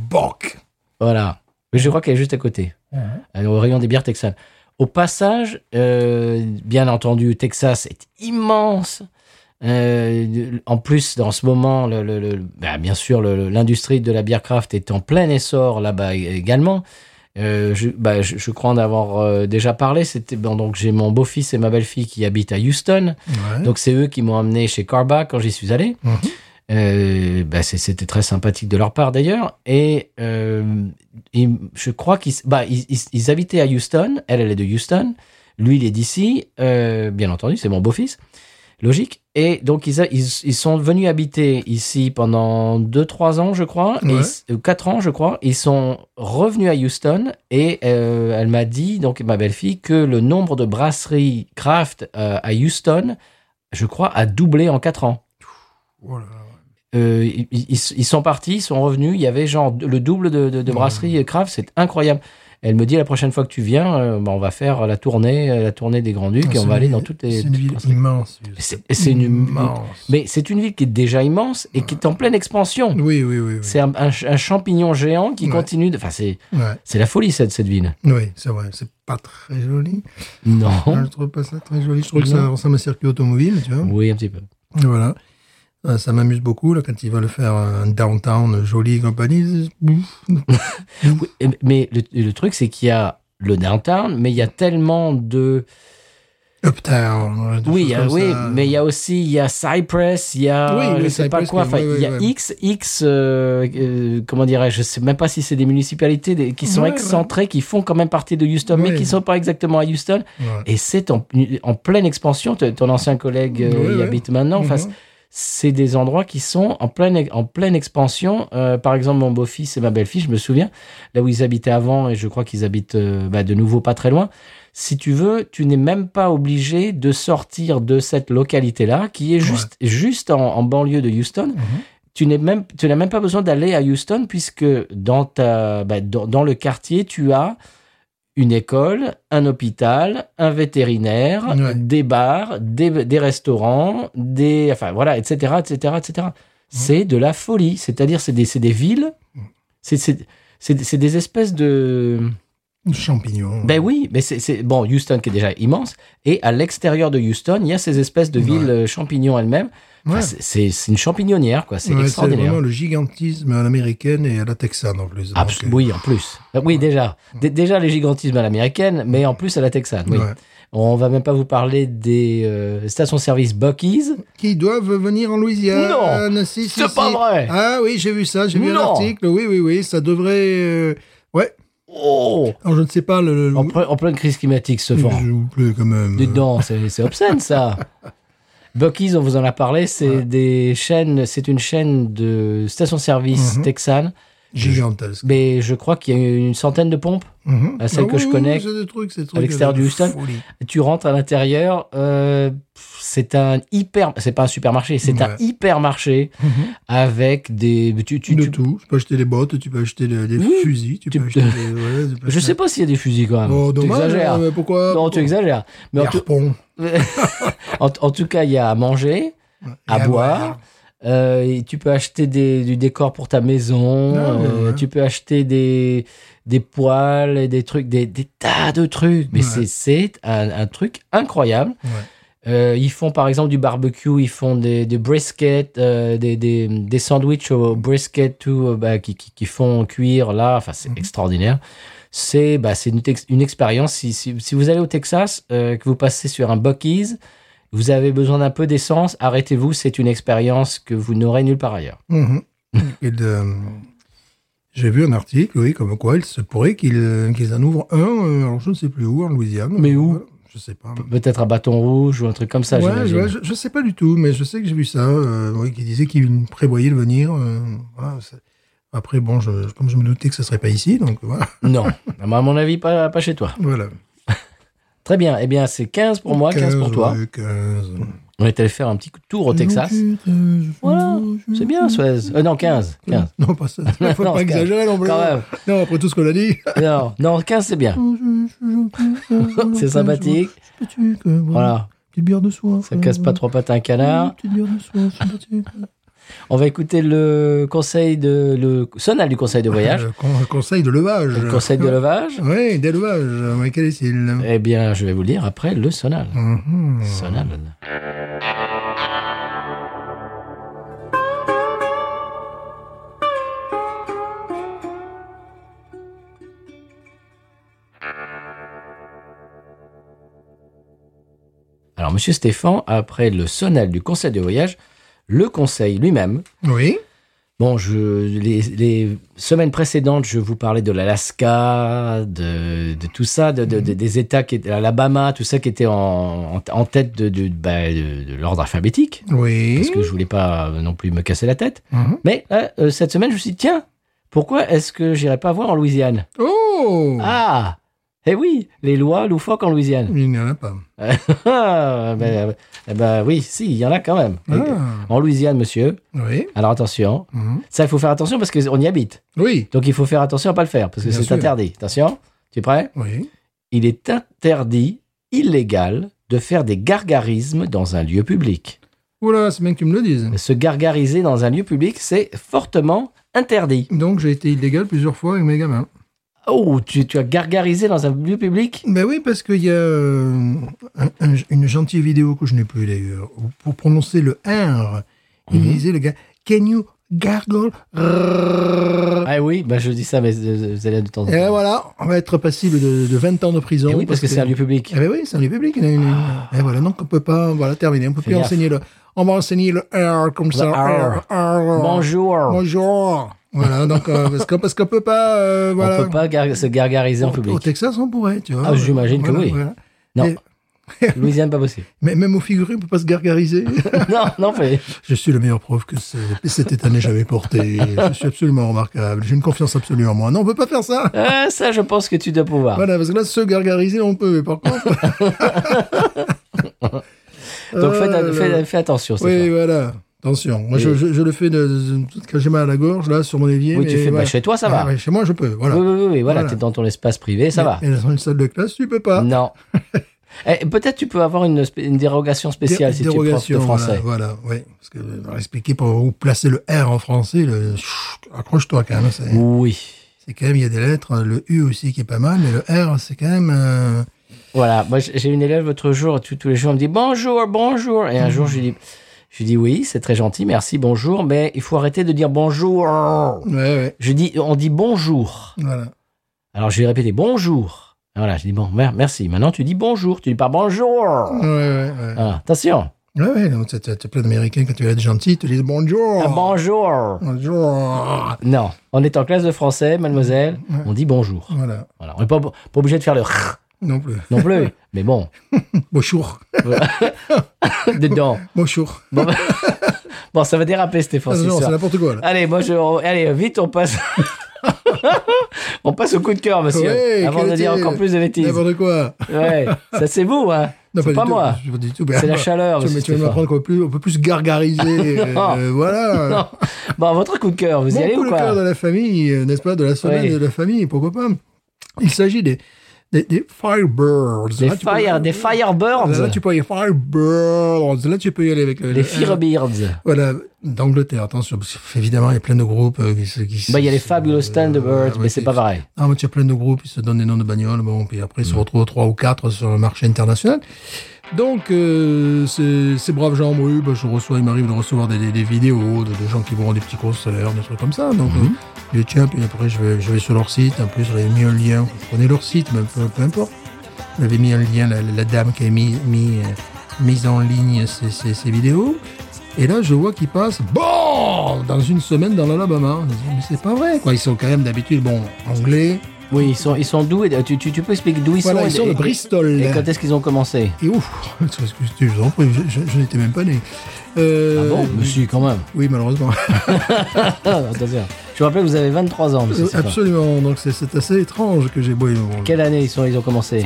Speaker 1: Voilà. Mais je crois qu'elle est juste à côté, euh, au rayon des bières texanes. Au passage, euh, bien entendu, Texas est immense. Euh, en plus, dans ce moment, le, le- le- bah, bien sûr, le- le- l'industrie de la bière craft est en plein essor là-bas e- également. Euh, je, bah, je, je crois en avoir euh, déjà parlé. C'était bon, donc j'ai mon beau-fils et ma belle-fille qui habitent à Houston.
Speaker 2: Ouais.
Speaker 1: Donc c'est eux qui m'ont amené chez Carba quand j'y suis allé.
Speaker 2: Mhm.
Speaker 1: Euh, bah, c'est- C'était très sympathique de leur part d'ailleurs. Et euh, ils- je crois qu'ils bah, ils, ils- ils habitaient à Houston. Elle, elle est de Houston. Lui, il est d'ici. Euh, bien entendu, c'est mon beau-fils. Logique. Et donc, ils, a- ils, ils sont venus habiter ici pendant 2-3 ans, je crois,
Speaker 2: Ouais.
Speaker 1: 4 ans, je crois. Ils sont revenus à Houston et euh, elle m'a dit, donc ma belle-fille, que le nombre de brasseries craft euh, à Houston, je crois, a doublé en 4 ans.
Speaker 2: Oh là là.
Speaker 1: Euh, ils, ils- ils sont partis, ils sont revenus. Il y avait genre le double de, de, de
Speaker 2: Ouais.
Speaker 1: brasseries craft, c'est incroyable. Elle me dit la prochaine fois que tu viens, euh, bah, on va faire la tournée, euh, la tournée des Grands Ducs
Speaker 2: Ah,
Speaker 1: et on
Speaker 2: c'est
Speaker 1: va
Speaker 2: une
Speaker 1: aller dans
Speaker 2: ville-
Speaker 1: toutes les.
Speaker 2: C'est une ville
Speaker 1: brasseries.
Speaker 2: immense.
Speaker 1: C'est- c'est une-
Speaker 2: immense.
Speaker 1: Mais c'est une ville qui est déjà immense et qui est en pleine expansion.
Speaker 2: Oui, oui, oui. oui.
Speaker 1: C'est un, un ch- un champignon géant qui
Speaker 2: Ouais.
Speaker 1: continue de. Enfin, c'est
Speaker 2: Ouais.
Speaker 1: c'est la folie cette cette ville.
Speaker 2: Oui, c'est vrai. C'est pas très joli.
Speaker 1: Non.
Speaker 2: Je trouve pas ça très joli. Je trouve que
Speaker 1: Non.
Speaker 2: ça ressemble à un circuit automobile, tu vois.
Speaker 1: Oui, un petit peu.
Speaker 2: Voilà. Euh, Ça m'amuse beaucoup, là, quand ils veulent faire un downtown joli et compagnie.
Speaker 1: Mmh. Oui, et- Mais le, le truc, c'est qu'il y a le downtown, mais il y a tellement de.
Speaker 2: Uptown. des
Speaker 1: Oui,
Speaker 2: choses
Speaker 1: il y a-
Speaker 2: comme
Speaker 1: oui,
Speaker 2: ça.
Speaker 1: mais il y a aussi il y a Cypress, il y
Speaker 2: Oui,
Speaker 1: a euh,
Speaker 2: oui,
Speaker 1: je sais pas
Speaker 2: Cypress,
Speaker 1: quoi.
Speaker 2: mais
Speaker 1: Enfin,
Speaker 2: oui, oui,
Speaker 1: il y a
Speaker 2: oui.
Speaker 1: X X euh, euh, comment dirais-je Je sais même pas si c'est des municipalités des- qui sont
Speaker 2: Ouais,
Speaker 1: excentrées, qui font quand même partie de Houston, mais
Speaker 2: Ouais.
Speaker 1: qui sont pas exactement à Houston.
Speaker 2: Ouais.
Speaker 1: Et c'est en, en pleine expansion. Ton ton ancien collègue euh,
Speaker 2: Oui,
Speaker 1: y
Speaker 2: oui.
Speaker 1: habite maintenant. Enfin,
Speaker 2: Mhm.
Speaker 1: c'est des endroits qui sont en pleine, en pleine expansion. Euh, par exemple, mon beau-fils et ma belle-fille, je me souviens, là où ils habitaient avant, et je crois qu'ils habitent euh, bah, de nouveau pas très loin. Si tu veux, tu n'es même pas obligé de sortir de cette localité-là, qui est juste, juste en, en banlieue de Houston.
Speaker 2: mhm.
Speaker 1: Tu n'es même, tu n'as même pas besoin d'aller à Houston, puisque dans, ta, bah, dans, dans le quartier, tu as une école, un hôpital, un vétérinaire,
Speaker 2: Ouais.
Speaker 1: des bars, des, des restaurants, des, enfin voilà, etc., etc.,
Speaker 2: Mmh.
Speaker 1: etc. C'est de la folie. C'est-à-dire, c'est des, c'est des villes,
Speaker 2: Mmh.
Speaker 1: c'est, c'est, c'est, c'est des espèces de.
Speaker 2: Champignons.
Speaker 1: Ben oui, mais c'est, c'est- bon, Houston qui est déjà immense, et à l'extérieur de Houston, il y a ces espèces de
Speaker 2: Ouais.
Speaker 1: villes euh, champignons elles-mêmes. Enfin,
Speaker 2: Ouais.
Speaker 1: c'est, c'est, c'est une champignonnière, quoi. C'est
Speaker 2: Ouais,
Speaker 1: extraordinaire.
Speaker 2: vraiment le gigantisme à l'américaine et à la texane, en plus.
Speaker 1: Abs-
Speaker 2: Donc, euh,
Speaker 1: oui, en plus. Euh, Oui, déjà. Dé- déjà les gigantismes à l'américaine, mais en plus à la texane. Oui.
Speaker 2: euh, ouais.
Speaker 1: On va même pas vous parler des euh, stations-service Bucky's.
Speaker 2: Qui doivent venir en Louisiane. Si, si,
Speaker 1: C'est
Speaker 2: si.
Speaker 1: pas vrai.
Speaker 2: Ah oui, j'ai vu ça, j'ai vu
Speaker 1: Non.
Speaker 2: l'article. Oui, oui, oui, ça devrait. euh, Ouais,
Speaker 1: Oh
Speaker 2: Alors, je ne sais pas le. le-
Speaker 1: en, ple- en pleine crise climatique, ce vent.
Speaker 2: Je vous plaît, quand même.
Speaker 1: Oh, Dites donc, c'est c'est obscène ça. Bucky's, on vous en a parlé, c'est des chaînes, c'est une chaîne de stations-service
Speaker 2: Mhm.
Speaker 1: texane,
Speaker 2: Gigantesque.
Speaker 1: mais je crois qu'il y a une centaine de pompes.
Speaker 2: Mhm.
Speaker 1: Ah, celle que
Speaker 2: oui,
Speaker 1: je
Speaker 2: oui,
Speaker 1: connais,
Speaker 2: oui, c'est des trucs, c'est des
Speaker 1: à l'extérieur
Speaker 2: trucs,
Speaker 1: du Houston.
Speaker 2: folie.
Speaker 1: Tu rentres à l'intérieur, euh, pff, c'est un hyper, c'est pas un supermarché, c'est un
Speaker 2: Ouais.
Speaker 1: hypermarché avec des, tu, Mhm. tu-
Speaker 2: de
Speaker 1: tu-
Speaker 2: tout. Tu peux acheter des bottes, tu peux acheter des, des
Speaker 1: Oui.
Speaker 2: fusils, tu,
Speaker 1: Tu
Speaker 2: peux
Speaker 1: peux-
Speaker 2: acheter des. voilà, tu peux
Speaker 1: je
Speaker 2: acheter-
Speaker 1: sais pas s'il y a des fusils quand même.
Speaker 2: Bon,
Speaker 1: tu
Speaker 2: dommage,
Speaker 1: exagères.
Speaker 2: hein, mais pourquoi
Speaker 1: non, tu exagères. Mais
Speaker 2: Mais
Speaker 1: en tout, en, en tout cas, il y a à manger, à boire. Euh, et tu peux acheter des, du décor pour ta maison,
Speaker 2: Ah, ouais,
Speaker 1: euh,
Speaker 2: ouais.
Speaker 1: tu peux acheter des, des poils et des trucs, des, des tas de trucs. Mais
Speaker 2: Ouais.
Speaker 1: c'est- c'est un, un truc incroyable.
Speaker 2: Ouais.
Speaker 1: Euh, ils font par exemple du barbecue, ils font des, des briskets, euh, des, des, des sandwichs au brisket tout, euh, bah, qui, qui, qui font cuire là. Enfin,
Speaker 2: Mhm.
Speaker 1: c'est extraordinaire. C'est bah, c'est une, tex- une expérience. Si, si, si vous allez au Texas, euh, que vous passez sur un Bucky's, vous avez besoin d'un peu d'essence, arrêtez-vous, c'est une expérience que vous n'aurez nulle part ailleurs.
Speaker 2: Mhm. Et de- J'ai vu un article, oui, comme quoi il se pourrait qu'ils euh, qu'ils en ouvrent un, euh, alors je ne sais plus où, en Louisiane.
Speaker 1: Mais où
Speaker 2: Voilà, Je sais pas.
Speaker 1: Peut-être un bâton rouge ou un truc comme ça,
Speaker 2: ouais,
Speaker 1: j'imagine.
Speaker 2: ouais, je, je sais pas du tout, mais je sais que j'ai vu ça, euh, oui, qui disait qu'il prévoyait de venir. euh, voilà, c'est- Après, bon, je, comme je me doutais que ce serait pas ici, donc voilà.
Speaker 1: Non, Ah, bah, à mon avis, pas, pas chez toi.
Speaker 2: voilà.
Speaker 1: Très bien. Eh bien, c'est 15 pour moi, 15 pour toi.
Speaker 2: ouais, 15.
Speaker 1: On est allé faire un petit tour au Texas. Voilà, c'est bien, Suez. Euh, non, 15. 15.
Speaker 2: Non, pas ça. Faut
Speaker 1: Non,
Speaker 2: pas
Speaker 1: c'est
Speaker 2: exagérer non plus.
Speaker 1: Quand même.
Speaker 2: Non, après tout ce qu'on a dit.
Speaker 1: Non, non, 15, c'est bien. C'est sympathique. Voilà,
Speaker 2: Petite bière de soif.
Speaker 1: ça casse pas trois pattes à un canard.
Speaker 2: Petite bière de soif, sympathique.
Speaker 1: On va écouter le conseil de. le sonal du conseil de voyage.
Speaker 2: Euh, con- conseil de levage.
Speaker 1: Le conseil de levage.
Speaker 2: Oui, d'élevage. Mais quel est-il
Speaker 1: Eh bien, je vais vous lire après le sonal.
Speaker 2: Mhm.
Speaker 1: Sonal. Alors, Monsieur Stéphane, après le sonal du conseil de voyage, le conseil lui-même.
Speaker 2: Oui.
Speaker 1: Bon, je, les, les semaines précédentes, je vous parlais de l'Alaska, de, de tout ça, de, de- de- des États qui étaient, l'Alabama, tout ça qui était en, en, en tête de, de, bah, de- de l'ordre alphabétique,
Speaker 2: Oui.
Speaker 1: parce que je voulais pas euh, non plus me casser la tête.
Speaker 2: Mhm.
Speaker 1: Mais là, euh, cette semaine, je me suis dit, tiens, pourquoi est-ce que j'irai pas voir en Louisiane
Speaker 2: Oh
Speaker 1: Ah Eh oui, les lois loufoques en Louisiane.
Speaker 2: Il n'y en a pas.
Speaker 1: Ah, ben, eh ben oui, si, il y en a quand même.
Speaker 2: Ah.
Speaker 1: En Louisiane, monsieur.
Speaker 2: Oui.
Speaker 1: Alors attention,
Speaker 2: Mhm.
Speaker 1: ça, il faut faire attention parce qu'on y habite.
Speaker 2: Oui.
Speaker 1: Donc il faut faire attention à pas le faire parce que
Speaker 2: Bien
Speaker 1: c'est
Speaker 2: sûr.
Speaker 1: interdit. Attention, tu es prêt
Speaker 2: Oui.
Speaker 1: Il est interdit, illégal, de faire des gargarismes dans un lieu public.
Speaker 2: Oula, c'est bien que tu me le dises.
Speaker 1: Se gargariser dans un lieu public, c'est fortement interdit.
Speaker 2: Donc j'ai été illégal plusieurs fois avec mes gamins.
Speaker 1: Oh, tu, tu as gargarisé dans un lieu public
Speaker 2: Ben oui, parce qu'il y a euh, un- un- une gentille vidéo que je n'ai plus d'ailleurs. où Pour prononcer le R, il
Speaker 1: Mhm.
Speaker 2: disait le gars Can you gargle rrrr
Speaker 1: Ah oui, bah je dis ça, mais euh, vous allez de temps en temps.
Speaker 2: Et voilà, on va être passible de, de 20 ans de prison.
Speaker 1: Eh oui, parce que c'est un lieu public.
Speaker 2: Eh ben oui, c'est un lieu public. il y en a une- Et voilà, donc on peut pas. Voilà, terminé. On peut plus
Speaker 1: gaffe.
Speaker 2: enseigner le. On va enseigner le R comme ça.
Speaker 1: R.
Speaker 2: R.
Speaker 1: Bonjour.
Speaker 2: Bonjour. Voilà, donc euh, parce qu'on parce qu'on peut pas. euh, voilà.
Speaker 1: On peut pas gar- se gargariser en
Speaker 2: Au- Au
Speaker 1: public.
Speaker 2: Texas, on pourrait, tu vois.
Speaker 1: Ah, j'imagine que oui. Non,
Speaker 2: Et-
Speaker 1: Louisiane, pas possible.
Speaker 2: Mais même au figuré, on peut pas se gargariser.
Speaker 1: non, non, mais...
Speaker 2: je suis le meilleur prof que ce- cette année j'avais porté. Je suis absolument remarquable. J'ai une confiance absolue en moi. Non, on peut pas faire ça.
Speaker 1: Ah, ça, je pense que tu dois pouvoir.
Speaker 2: Voilà, parce que là, se gargariser, on peut. Mais par contre.
Speaker 1: Ah, Donc fais,
Speaker 2: Euh,
Speaker 1: fais- fais attention, Stéphane.
Speaker 2: Oui, voilà. Attention. Moi,
Speaker 1: Et-
Speaker 2: je, je- je le fais de, de- quand j'ai mal à la gorge, là, sur mon évier.
Speaker 1: Oui,
Speaker 2: mais
Speaker 1: tu fais. bah,
Speaker 2: voilà.
Speaker 1: chez toi, ça
Speaker 2: Ah,
Speaker 1: va.
Speaker 2: ouais, chez moi, je peux. Voilà.
Speaker 1: Oui, oui, oui, oui, voilà,
Speaker 2: Voilà.
Speaker 1: t'es dans ton espace privé, ça va.
Speaker 2: Et dans une salle de classe, tu peux pas.
Speaker 1: Non. Eh, Peut-être tu peux avoir une, spé- une dérogation spéciale
Speaker 2: Dé-
Speaker 1: si tu es prof de
Speaker 2: dérogation,
Speaker 1: français.
Speaker 2: Voilà, voilà ouais. Parce que euh, expliquer pour où placer le R en français, le chut, accroche-toi quand même. C'est
Speaker 1: Oui.
Speaker 2: c'est quand même, il y a des lettres, le U aussi qui est pas mal, mais le R, c'est quand même. euh,
Speaker 1: Voilà, moi j'ai j'ai une élève l'autre jour, tous tous les jours, elle me dit bonjour, bonjour. Et un jour, je lui dis, je lui dis oui, c'est très gentil, merci, bonjour, mais il faut arrêter de dire bonjour.
Speaker 2: Ouais, ouais.
Speaker 1: Je dis, on dit bonjour.
Speaker 2: Voilà.
Speaker 1: Alors je lui ai répété bonjour. Voilà, je dis bon, mer- merci. Maintenant tu dis bonjour, tu dis pas bonjour.
Speaker 2: Ouais, ouais, ouais.
Speaker 1: Voilà, attention,
Speaker 2: Ouais, ouais, donc t'as- t'as t'as plein d'Américains, quand tu vas être gentil, ils te disent bonjour.
Speaker 1: Ah, bonjour.
Speaker 2: Bonjour.
Speaker 1: Non, on est en classe de français, mademoiselle, on dit bonjour.
Speaker 2: Voilà.
Speaker 1: Voilà. On n'est pas, pas obligé de faire le
Speaker 2: Non plus.
Speaker 1: non plus, mais bon,
Speaker 2: Bonjour.
Speaker 1: dedans.
Speaker 2: Bonjour.
Speaker 1: Bon, bah- bon, ça va déraper, Stéphane.
Speaker 2: Ah,
Speaker 1: cette
Speaker 2: non, c'est
Speaker 1: histoire.
Speaker 2: n'importe quoi, là.
Speaker 1: Allez, moi, je, on- allez, vite, on passe. on passe au coup de cœur, monsieur.
Speaker 2: Ouais,
Speaker 1: avant
Speaker 2: quel
Speaker 1: de dire
Speaker 2: était-
Speaker 1: encore plus de bêtises.
Speaker 2: N'importe quoi.
Speaker 1: Ouais, ça c'est vous, hein.
Speaker 2: Non,
Speaker 1: C'est
Speaker 2: du
Speaker 1: pas
Speaker 2: tout.
Speaker 1: moi.
Speaker 2: Pas du tout.
Speaker 1: C'est la
Speaker 2: bah,
Speaker 1: chaleur,
Speaker 2: Tu,
Speaker 1: monsieur
Speaker 2: mais tu vas
Speaker 1: Stéphane.
Speaker 2: m'apprendre qu'on peut plus- on peut plus se gargariser.
Speaker 1: Non.
Speaker 2: euh, voilà.
Speaker 1: Non. Bon, votre coup de cœur, vous y
Speaker 2: Mon
Speaker 1: allez
Speaker 2: coup
Speaker 1: ou
Speaker 2: de cœur
Speaker 1: quoi
Speaker 2: de la famille, euh, n'est-ce pas, de la semaine
Speaker 1: Oui.
Speaker 2: de la famille, pourquoi pas Il s'agit des, des, des Firebirds.
Speaker 1: Des,
Speaker 2: Là, tu peux- Ah,
Speaker 1: fire, des Firebirds,
Speaker 2: Là, tu peux y aller Firebirds. Là, tu peux y aller avec... euh,
Speaker 1: les
Speaker 2: euh,
Speaker 1: Firebirds.
Speaker 2: Voilà, d'Angleterre, attention, parce qu'évidemment, il y a plein de groupes euh, qui se... qui
Speaker 1: Bah, il y a
Speaker 2: se-
Speaker 1: les Fabulous Thunderbirds,
Speaker 2: Ouais,
Speaker 1: mais c'est
Speaker 2: qui-
Speaker 1: pas pareil. Mm.
Speaker 2: Ah, mais tu as plein de groupes, ils se donnent des noms de bagnoles, bon, puis après, ils se retrouvent trois ou quatre sur le marché international. Donc, euh, ces, ces braves gens, oui, bah, je reçois, il m'arrive de recevoir des, des- des vidéos de, de gens qui vont à des petits concerts, des trucs comme ça. Donc,
Speaker 1: Mm-hmm.
Speaker 2: euh, je les tiens, puis après, je vais, je vais sur leur site. En plus, j'avais mis un lien. Vous prenez leur site, même peu, peu importe. J'avais mis un lien, la, la dame qui a mis, mis, euh, mis en ligne ces, ces- ces vidéos. Et là, je vois qu'ils passent, bon, dans une semaine dans l'Alabama. Je me dis, Mais c'est pas vrai, quoi. Ils sont quand même d'habitude, bon, anglais.
Speaker 1: Oui, ils sont, ils sont d'où et- tu, tu, tu peux expliquer d'où ils
Speaker 2: Voilà,
Speaker 1: sont
Speaker 2: ils
Speaker 1: et-
Speaker 2: sont de
Speaker 1: et-
Speaker 2: Bristol.
Speaker 1: Et quand est-ce qu'ils ont commencé
Speaker 2: Et ouf, excuse-tu, je vous en prie, je, je- je n'étais même pas né. Euh,
Speaker 1: Ah bon, monsieur, Ah quand même.
Speaker 2: Oui, malheureusement.
Speaker 1: Ah, attention. Je vous rappelle, vous avez 23 ans, monsieur. Stéphane.
Speaker 2: Absolument, donc c'est- c'est assez étrange que j'ai... Bon, bon,
Speaker 1: Quelle année ils, sont, ils ont commencé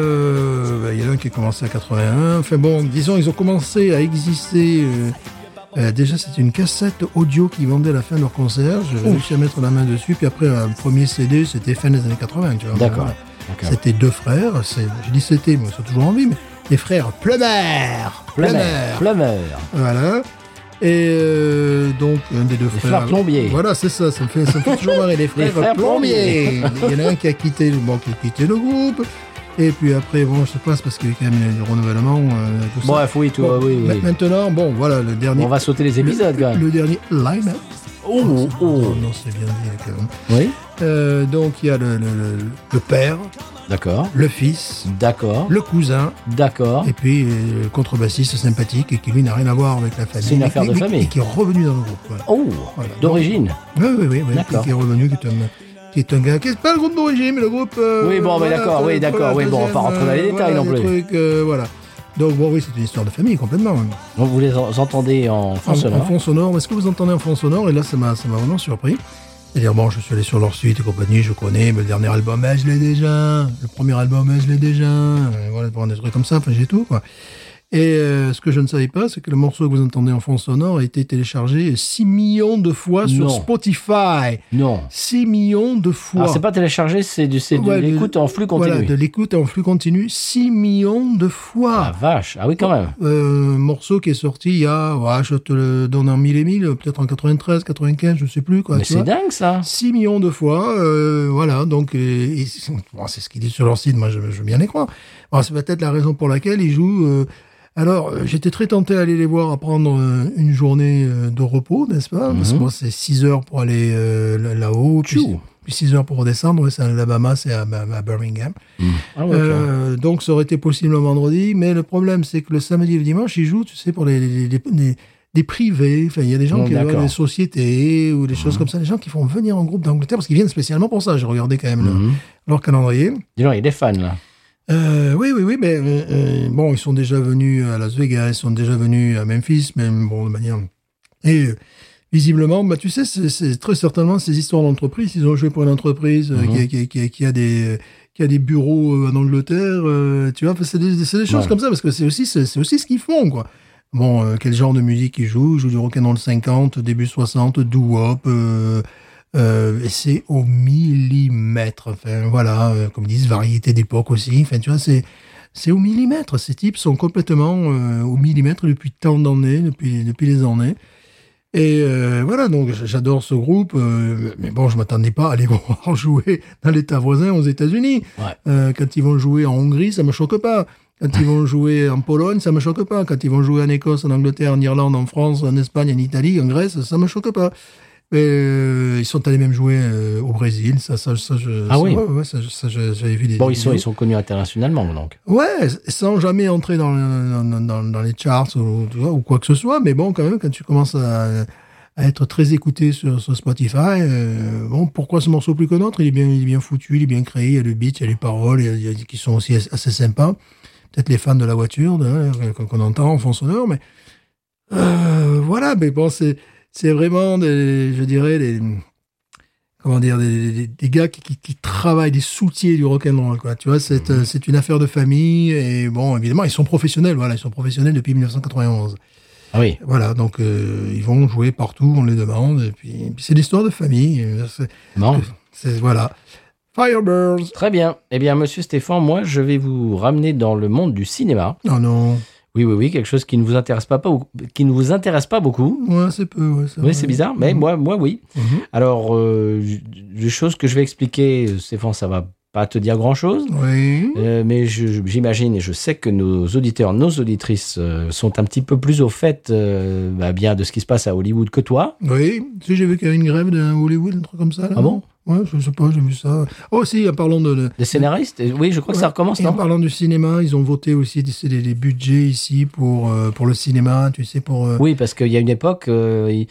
Speaker 2: Euh, bah, il y en a un qui a commencé à 81. Enfin bon, disons, ils ont commencé à exister. euh, euh, déjà, c'était une cassette audio qu'ils vendaient à la fin de leur concert. J'ai réussi à mettre la main dessus. Puis après, un premier CD, c'était fin des années 80. tu vois.
Speaker 1: D'accord.
Speaker 2: Voilà.
Speaker 1: D'accord.
Speaker 2: C'était deux frères. C'est, je dis c'était, mais ils sont toujours en vie. Mais les frères Plummer.
Speaker 1: Plumeur. Plumeur.
Speaker 2: Voilà. Et euh, donc, un des deux frères.
Speaker 1: frères Plombier.
Speaker 2: Voilà, c'est ça, ça me fait, ça me fait toujours marrer. Les frères,
Speaker 1: frères
Speaker 2: Plombier. Il y en a un qui a quitté, le- bon, qui a quitté le groupe. Et puis après, bon, je sais pas, c'est parce qu'il y a quand même le renouvellement. euh, tout ça.
Speaker 1: Bref, oui, tout.
Speaker 2: Bon,
Speaker 1: oui,
Speaker 2: ma-
Speaker 1: oui.
Speaker 2: Maintenant, bon, voilà, le dernier.
Speaker 1: On va sauter les épisodes, quand même.
Speaker 2: le dernier line-up.
Speaker 1: Oh,
Speaker 2: c'est-
Speaker 1: oh.
Speaker 2: Non, c'est bien dit, quand même.
Speaker 1: Oui,
Speaker 2: Euh, donc, il y a le, le- le- le père,
Speaker 1: d'accord.
Speaker 2: le fils,
Speaker 1: D'accord.
Speaker 2: le cousin,
Speaker 1: D'accord.
Speaker 2: et puis euh, le contrebassiste sympathique et qui lui n'a rien à voir avec la famille.
Speaker 1: C'est une
Speaker 2: mais-
Speaker 1: affaire de
Speaker 2: mais-
Speaker 1: famille.
Speaker 2: Et qui est revenu dans le groupe. voilà.
Speaker 1: Oh,
Speaker 2: Voilà.
Speaker 1: d'origine.
Speaker 2: Oui, oui, oui, oui.
Speaker 1: D'accord.
Speaker 2: Qui est revenu, qui est un, qui est un gars. Qui est pas le groupe d'origine, mais le groupe. euh,
Speaker 1: Oui, bon, mais d'accord, oui,
Speaker 2: euh,
Speaker 1: d'accord,
Speaker 2: voilà,
Speaker 1: oui, bon, on va pas rentrer dans les
Speaker 2: deuxième,
Speaker 1: détails
Speaker 2: voilà,
Speaker 1: non
Speaker 2: des
Speaker 1: plus.
Speaker 2: trucs, euh, voilà. Donc, bon, oui, c'est une histoire de famille, complètement. En-
Speaker 1: Donc, vous les en- entendez en français,
Speaker 2: en, fond sonore. Mais ce que vous entendez en fond sonore, et là, ça m'a ça m'a vraiment surpris. C'est-à-dire, bon, je suis allé sur leur suite et compagnie, je connais, mais le dernier album, eh, je l'ai déjà. Le premier album, eh, je l'ai déjà. Euh, Voilà, pour des trucs comme ça, enfin, j'ai tout, quoi. Et euh, ce que je ne savais pas, c'est que le morceau que vous entendez en fond sonore a été téléchargé 6 millions de fois sur
Speaker 1: Non.
Speaker 2: Spotify.
Speaker 1: Non.
Speaker 2: 6 millions de fois.
Speaker 1: Alors, Ah, c'est pas téléchargé, c'est du- c'est de
Speaker 2: Ouais,
Speaker 1: l'écoute
Speaker 2: de-
Speaker 1: en flux
Speaker 2: Voilà,
Speaker 1: continu.
Speaker 2: de l'écoute en flux continu, 6 millions de
Speaker 1: Ah,
Speaker 2: fois.
Speaker 1: vache. Ah oui, quand même.
Speaker 2: Euh, morceau qui est sorti il y a, ouais, je te le donne en mille et mille, peut-être en 93, 95, je sais plus quoi.
Speaker 1: Mais
Speaker 2: Ah, tu
Speaker 1: c'est
Speaker 2: vois.
Speaker 1: dingue, ça.
Speaker 2: 6 millions de fois, euh, voilà, donc et- et c'est bon, c'est ce qu'ils disent sur leur site, moi je, je veux bien les croire. Alors, c'est peut-être la raison pour laquelle ils jouent. euh, alors, euh, j'étais très tenté d'aller les voir à prendre euh, une journée euh, de repos, n'est-ce pas Parce que moi, c'est 6 heures pour aller euh, là- là-haut, puis,
Speaker 1: Mhm. Tchou.
Speaker 2: 6 heures pour redescendre, ouais, c'est à l'Alabama, c'est à, à Birmingham.
Speaker 1: Ah, ouais, ok.
Speaker 2: Euh, donc ça aurait été possible le vendredi, mais le problème c'est que le samedi et le dimanche, ils jouent, tu sais, pour les, les, les- les- des privés. Enfin, il y a des gens
Speaker 1: Bon,
Speaker 2: qui
Speaker 1: d'accord. Mmh.
Speaker 2: ont des sociétés ou des choses comme ça, des gens qui font venir en groupe d'Angleterre parce qu'ils viennent spécialement pour ça. J'ai regardé quand même le-
Speaker 1: Mmh.
Speaker 2: leur calendrier.
Speaker 1: Dis donc, il y a des fans, là.
Speaker 2: Euh, oui, oui, oui, mais euh, euh, bon, ils sont déjà venus à Las Vegas, ils sont déjà venus à Memphis, même bon, de manière. Et euh, visiblement, bah, tu sais, c'est- c'est très certainement ces histoires d'entreprise. Ils ont joué pour une entreprise euh, qui, a- qui a- qui a- qui a des qui a des bureaux euh, en Angleterre, euh, tu vois, c'est des, c'est des choses
Speaker 1: Ouais.
Speaker 2: comme ça parce que c'est aussi c'est c'est aussi ce qu'ils font, quoi. Bon, euh, quel genre de musique ils jouent Ils jouent du rock'n'roll 50, début 60, doo-wop. euh, euh, et c'est au millimètre. Enfin, voilà, euh, comme ils disent, variété d'époque aussi. Enfin, tu vois, c'est c'est au millimètre. Ces types sont complètement euh, au millimètre depuis tant d'années, depuis depuis les années. Et euh, voilà, donc j- j'adore ce groupe, euh, mais bon, je m'attendais pas à les voir jouer dans l'État voisin aux États-Unis.
Speaker 1: Ouais.
Speaker 2: Euh, quand ils vont jouer en Hongrie, ça me choque pas. Quand ils vont jouer en Pologne, ça me choque pas. Quand ils vont jouer en Écosse, en Angleterre, en Irlande, en France, en Espagne, en Italie, en Grèce, ça me choque pas. Mais, euh, ils sont allés même jouer euh, au Brésil, ça, ça, ça, je,
Speaker 1: Ah
Speaker 2: ça-
Speaker 1: oui.
Speaker 2: ouais, ouais, ça, ça, je- j'avais vu des.
Speaker 1: Bon,
Speaker 2: des
Speaker 1: ils sont,
Speaker 2: vidéos.
Speaker 1: ils sont connus internationalement, donc.
Speaker 2: Ouais, sans jamais entrer dans, le- dans, dans- dans les charts ou, tu vois, ou quoi que ce soit, mais bon, quand même, quand tu commences à, à être très écouté sur, sur Spotify, euh, bon, pourquoi ce morceau plus que d'autres il, est bien- il est bien foutu, il est bien créé, il y a le beat, il y a les paroles il y a- il y a- qui sont aussi assez sympas. Peut-être les fans de la voiture, de- hein, qu'on qu'on entend en fond sonore, mais euh, voilà, mais bon, c'est c'est vraiment, des, je dirais, des comment dire, des, des- des gars qui, qui, qui travaillent, des soutiers du rock'n'roll, quoi. Tu vois, c'est
Speaker 1: Mm.
Speaker 2: euh, c'est une affaire de famille et bon, évidemment, ils sont professionnels, voilà, ils sont professionnels depuis 1991.
Speaker 1: Ah oui.
Speaker 2: Voilà, donc euh, ils vont jouer partout, on les demande, et puis, et puis c'est l'histoire de famille. euh, c'est-
Speaker 1: Non.
Speaker 2: C'est voilà. Firebirds.
Speaker 1: Très bien. Eh bien, monsieur Stéphane, moi, je vais vous ramener dans le monde du cinéma.
Speaker 2: Non, non,
Speaker 1: Oui, oui, oui, quelque chose qui ne vous intéresse pas, pas qui ne vous intéresse pas beaucoup.
Speaker 2: ouais, c'est peu. Ouais,
Speaker 1: Oui,
Speaker 2: vrai.
Speaker 1: c'est bizarre, mais moi, moi, oui.
Speaker 2: Mhm.
Speaker 1: Alors, euh, j- les choses que je vais expliquer, euh, Stéphane, ça va pas te dire grand-chose.
Speaker 2: Oui.
Speaker 1: Euh, mais je- je- j'imagine et je sais que nos auditeurs, nos auditrices euh, sont un petit peu plus au fait euh, bah, bien de ce qui se passe à Hollywood que toi.
Speaker 2: Oui, si j'ai vu qu'il y avait une grève de Hollywood, un truc comme ça. Là,
Speaker 1: Ah bon
Speaker 2: Ouais, je sais pas, j'ai vu ça. Oh, si, en parlant de, de-
Speaker 1: Les scénaristes, euh, oui, je crois que ça recommence,
Speaker 2: Et bah, en
Speaker 1: non
Speaker 2: parlant du cinéma, ils ont voté aussi des, des- des budgets ici pour, euh, pour le cinéma, tu sais, pour... euh,
Speaker 1: Oui, parce qu'il y a une époque, euh, il-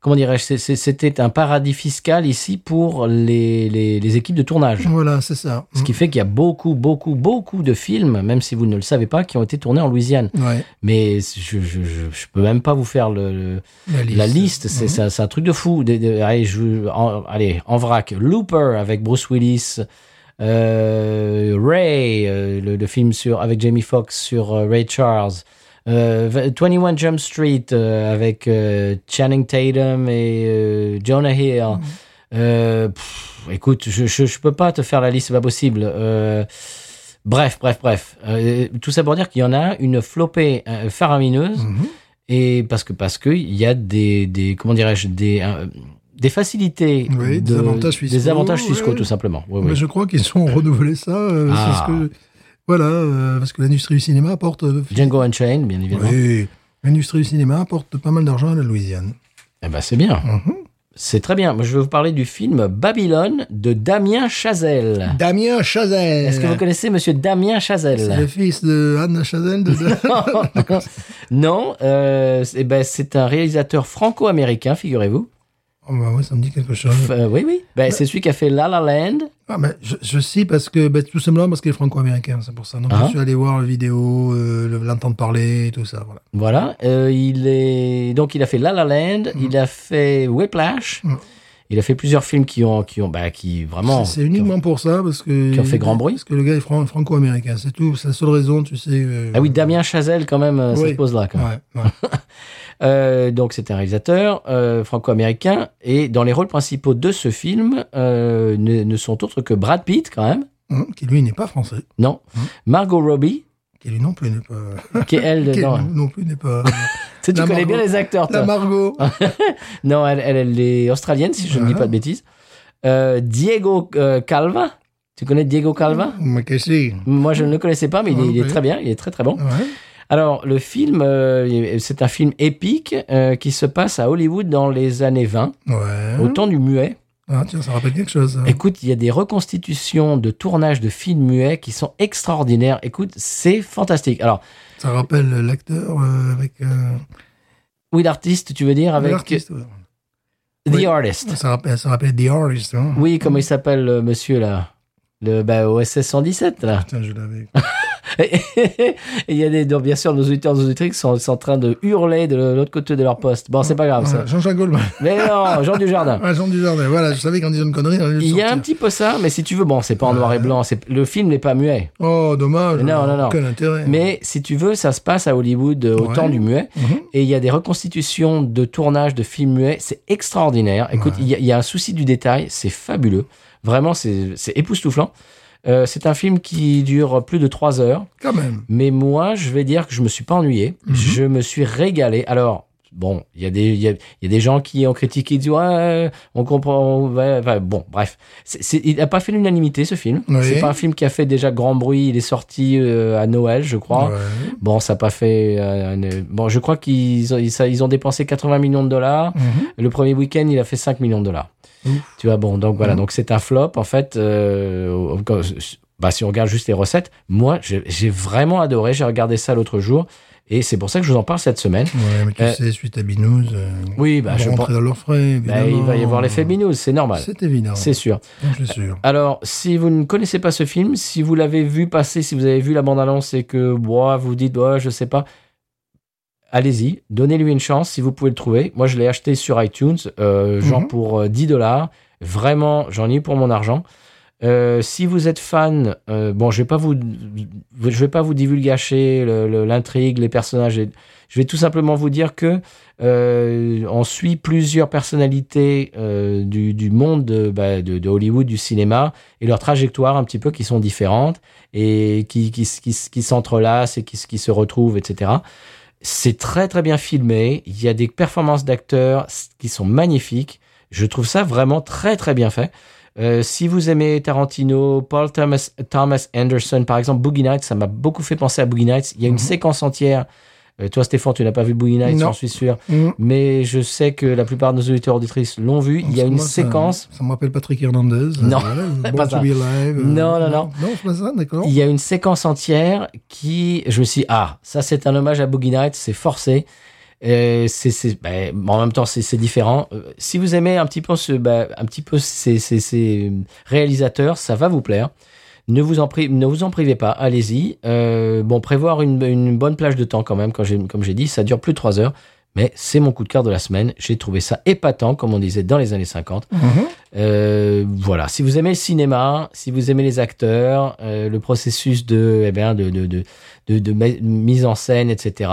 Speaker 1: comment dirais-je, c'est- c'est- c'était un paradis fiscal ici pour les, les, les équipes de tournage.
Speaker 2: Voilà, c'est ça.
Speaker 1: Ce qui fait qu'il y a beaucoup, beaucoup, beaucoup de films, même si vous ne le savez pas, qui ont été tournés en Louisiane.
Speaker 2: Mm. Ouais,
Speaker 1: Mais je, je, je, je peux même pas vous faire le- le, la liste, c'est
Speaker 2: Mhm.
Speaker 1: c'est un- c'est un truc de fou. Des- des- allez, je, en, allez, en vrac, Looper avec Bruce Willis, euh, Ray, euh, le, le film sur, avec Jamie Foxx sur euh, Ray Charles, euh, 21 Jump Street euh, avec euh, Channing Tatum et euh, Jonah Hill. Euh, pff, écoute, je, je, je peux pas te faire la liste, c'est pas possible. Euh, bref, bref, bref. Euh, tout ça pour dire qu'il y en a une flopée euh, faramineuse.
Speaker 2: Mhm.
Speaker 1: Et parce que parce que il y a des, des comment dirais-je des euh, des facilités,
Speaker 2: Oui, des
Speaker 1: de-
Speaker 2: avantages fiscaux,
Speaker 1: des avantages fiscaux,
Speaker 2: oui.
Speaker 1: tout simplement. Oui,
Speaker 2: Mais
Speaker 1: oui.
Speaker 2: je crois qu'ils sont renouvelés ça. euh,
Speaker 1: Ah.
Speaker 2: c'est ce que- voilà, euh, parce que l'industrie du cinéma apporte. euh,
Speaker 1: Django Unchained, bien évidemment.
Speaker 2: oui, l'industrie du cinéma apporte pas mal d'argent à la Louisiane.
Speaker 1: Eh ben c'est bien,
Speaker 2: Mhm.
Speaker 1: c'est très bien. Moi, je vais vous parler du film Babylone de Damien Chazelle.
Speaker 2: Damien Chazelle.
Speaker 1: Est-ce que vous connaissez Monsieur Damien
Speaker 2: C'est le
Speaker 1: Chazelle
Speaker 2: fils de Anne Chazelle. De...
Speaker 1: Non, euh, c'est- eh ben c'est un réalisateur franco-américain, figurez-vous.
Speaker 2: Oh, bah ouais, ça me dit quelque chose.
Speaker 1: Euh, oui, oui.
Speaker 2: Bah.
Speaker 1: Ben, c'est celui qui a fait La La Land.
Speaker 2: Ah, mais je, je sais parce que bah, tout simplement parce qu'il est franco-américain, c'est pour ça. Donc
Speaker 1: Ah.
Speaker 2: je suis allé voir la vidéo, euh, le- l'entendre parler, tout ça. Voilà.
Speaker 1: Voilà, euh, il est donc il a fait La La Land, il a fait Whiplash,
Speaker 2: Mm.
Speaker 1: il a fait plusieurs films qui ont qui ont bah qui vraiment
Speaker 2: C'est- C'est uniquement pour ça parce que.
Speaker 1: qui ont fait grand bruit.
Speaker 2: Parce que le gars est fran- franco-américain, c'est tout. C'est la seule raison, tu sais. euh,
Speaker 1: ah oui Damien Chazelle quand même euh,
Speaker 2: Oui. Ah.
Speaker 1: cette pose là quand même.
Speaker 2: Ouais, ouais.
Speaker 1: Euh, donc c'est un réalisateur euh, franco-américain et dans les rôles principaux de ce film euh, ne, ne sont autres que Brad Pitt quand même
Speaker 2: Hum, qui lui n'est pas français,
Speaker 1: non
Speaker 2: Mm.
Speaker 1: Margot Robbie
Speaker 2: qui lui non plus n'est pas.
Speaker 1: qui est hein. elle
Speaker 2: qui
Speaker 1: non
Speaker 2: non. plus n'est pas.
Speaker 1: tu sais, tu
Speaker 2: La
Speaker 1: connais
Speaker 2: Margot-
Speaker 1: bien les acteurs
Speaker 2: la
Speaker 1: toi.
Speaker 2: Margot.
Speaker 1: Ah. non elle, elle, elle est australienne si je ne dis
Speaker 2: Voilà.
Speaker 1: pas de bêtises Euh, Diego euh, Calva tu connais Diego Calva
Speaker 2: Mais qu'est-ce que c'est
Speaker 1: Moi, je ne le connaissais pas, mais il est,
Speaker 2: Moi non
Speaker 1: il est
Speaker 2: plus.
Speaker 1: très bien, il est très très bon.
Speaker 2: Ouais.
Speaker 1: Alors, le film, euh, c'est un film épique euh, qui se passe à Hollywood dans les années 20,
Speaker 2: Ouais.
Speaker 1: au temps du muet.
Speaker 2: Ah, tiens, ça rappelle quelque chose. ça.
Speaker 1: Écoute, il y a des reconstitutions de tournages de films muets qui sont extraordinaires. Écoute, c'est fantastique. Alors,
Speaker 2: Ça rappelle l'acteur euh, avec. euh,
Speaker 1: oui, l'artiste, tu veux dire, avec euh,
Speaker 2: l'artiste, ouais.
Speaker 1: The
Speaker 2: Oui.
Speaker 1: Artist.
Speaker 2: Ça rappelle, ça rappelle The Artist. hein.
Speaker 1: Oui, comment il s'appelle, euh, monsieur, là le bah, OSS 117 là.
Speaker 2: Putain, je l'avais.
Speaker 1: Et il y a des donc, bien sûr nos auditeurs, nos auditrices sont, sont en train de hurler de l'autre côté de leur poste. Bon, c'est pas grave Ah, ça.
Speaker 2: Voilà, Jean-Jacques Goldman.
Speaker 1: Mais non, Jean du Jardin.
Speaker 2: Ah, Jean Dujardin. Voilà, je savais qu'en disant une connerie, on allait le
Speaker 1: Il y a un
Speaker 2: sortir.
Speaker 1: petit peu ça, mais si tu veux, bon, c'est pas en noir et blanc, c'est le film n'est pas muet.
Speaker 2: Oh, dommage.
Speaker 1: Non, non, non.
Speaker 2: Quel intérêt.
Speaker 1: Mais si tu veux, ça se passe à Hollywood euh, au
Speaker 2: Ouais.
Speaker 1: temps du muet,
Speaker 2: Mhm.
Speaker 1: et il y a des reconstitutions de tournage de films muets, c'est extraordinaire. Écoute, il y a- il y, a un souci du détail, c'est fabuleux, vraiment, c'est c'est époustouflant. Euh, c'est un film qui dure plus de trois heures.
Speaker 2: Quand même.
Speaker 1: Mais moi, je vais dire que je me suis pas ennuyé.
Speaker 2: Mhm.
Speaker 1: Je me suis régalé. Alors, bon, il y, a des- il y, a, il y a des gens qui ont critiqué, ils disent ouais, on comprend. on- ouais, ouais. bon, bref, C'est- c'est- il n'a pas fait l'unanimité ce film.
Speaker 2: Oui.
Speaker 1: C'est pas un film qui a fait déjà grand bruit. Il est sorti euh, à Noël, je crois.
Speaker 2: Ouais.
Speaker 1: Bon, ça n'a pas fait. euh, une- Bon, je crois qu'ils ont, ils, ça- ils ont dépensé 80 millions de dollars.
Speaker 2: Mhm.
Speaker 1: Le premier week-end, il a fait 5 millions de dollars.
Speaker 2: Ouf.
Speaker 1: Tu vois, bon, donc voilà, donc c'est un flop, en fait. euh, quand- bah, si on regarde juste les recettes, moi, j'ai j'ai vraiment adoré. J'ai regardé ça l'autre jour. Et c'est pour ça que je vous en parle cette semaine.
Speaker 2: Ouais, mais tu
Speaker 1: Euh,
Speaker 2: sais, suite à Binous, euh,
Speaker 1: Oui, bah,
Speaker 2: ils
Speaker 1: je
Speaker 2: vont
Speaker 1: pense.
Speaker 2: rentrer dans leurs frais.
Speaker 1: bah, il va y avoir l'effet
Speaker 2: évidemment.
Speaker 1: binous, c'est normal.
Speaker 2: C'est évident.
Speaker 1: C'est sûr.
Speaker 2: J'en suis sûr.
Speaker 1: Alors, si vous ne connaissez pas ce film, si vous l'avez vu passer, si vous avez vu la bande-annonce et que boah, vous dites, ouais, je sais pas, allez-y, donnez-lui une chance si vous pouvez le trouver. Moi, je l'ai acheté sur iTunes, euh, genre
Speaker 2: Mhm.
Speaker 1: pour euh, 10 dollars. Vraiment, j'en ai eu pour mon argent. Euh, si vous êtes fan, euh, bon, je vais pas vous, je vais pas vous divulgacher le- le- l'intrigue, les personnages. et- Je vais tout simplement vous dire que euh, on suit plusieurs personnalités euh, du, du monde de, bah, de- de Hollywood, du cinéma et leurs trajectoires un petit peu qui sont différentes et qui, qui, s- qui, s- qui s'entrelacent et qui, s- qui se retrouvent, etc. C'est très très bien filmé. Il y a des performances d'acteurs s- qui sont magnifiques. Je trouve ça vraiment très très bien fait. Euh, si vous aimez Tarantino, Paul Thomas, Thomas Anderson, par exemple, Boogie Nights, ça m'a beaucoup fait penser à Boogie Nights. Il y a une
Speaker 2: Mhm.
Speaker 1: séquence entière. Euh, toi, Stéphane, tu n'as pas vu Boogie Nights,
Speaker 2: Non.
Speaker 1: j'en suis sûr.
Speaker 2: Mhm.
Speaker 1: Mais je sais que la plupart de nos auditeurs auditrices l'ont vu. Il y a une
Speaker 2: Moi, ça-
Speaker 1: séquence.
Speaker 2: Ça me rappelle Patrick Hernandez.
Speaker 1: Non,
Speaker 2: Voilà, Born
Speaker 1: pas
Speaker 2: to
Speaker 1: ça.
Speaker 2: Be Alive, euh,
Speaker 1: Non, non, non.
Speaker 2: Non, c'est pas ça, d'accord.
Speaker 1: Il y a une séquence entière qui, je me suis dit, ah, ça c'est un hommage à Boogie Nights, c'est forcé. Euh, c'est, c'est- ben, en même temps, c'est, c'est différent. Euh, si vous aimez un petit peu, ce, ben, un petit peu ces, ces- ces euh, réalisateurs, ça va vous plaire. Ne vous en, pri- ne vous en privez pas, allez-y. Euh, bon, prévoir une, une bonne plage de temps quand même, quand j'ai- comme j'ai dit, ça dure plus de 3 heures. Mais c'est mon coup de cœur de la semaine. J'ai trouvé ça épatant, comme on disait dans les années 50. Euh, voilà. Si vous aimez le cinéma, si vous aimez les acteurs, euh, le processus de, eh bien, de, de, de, de- de ma- mise en scène, etc.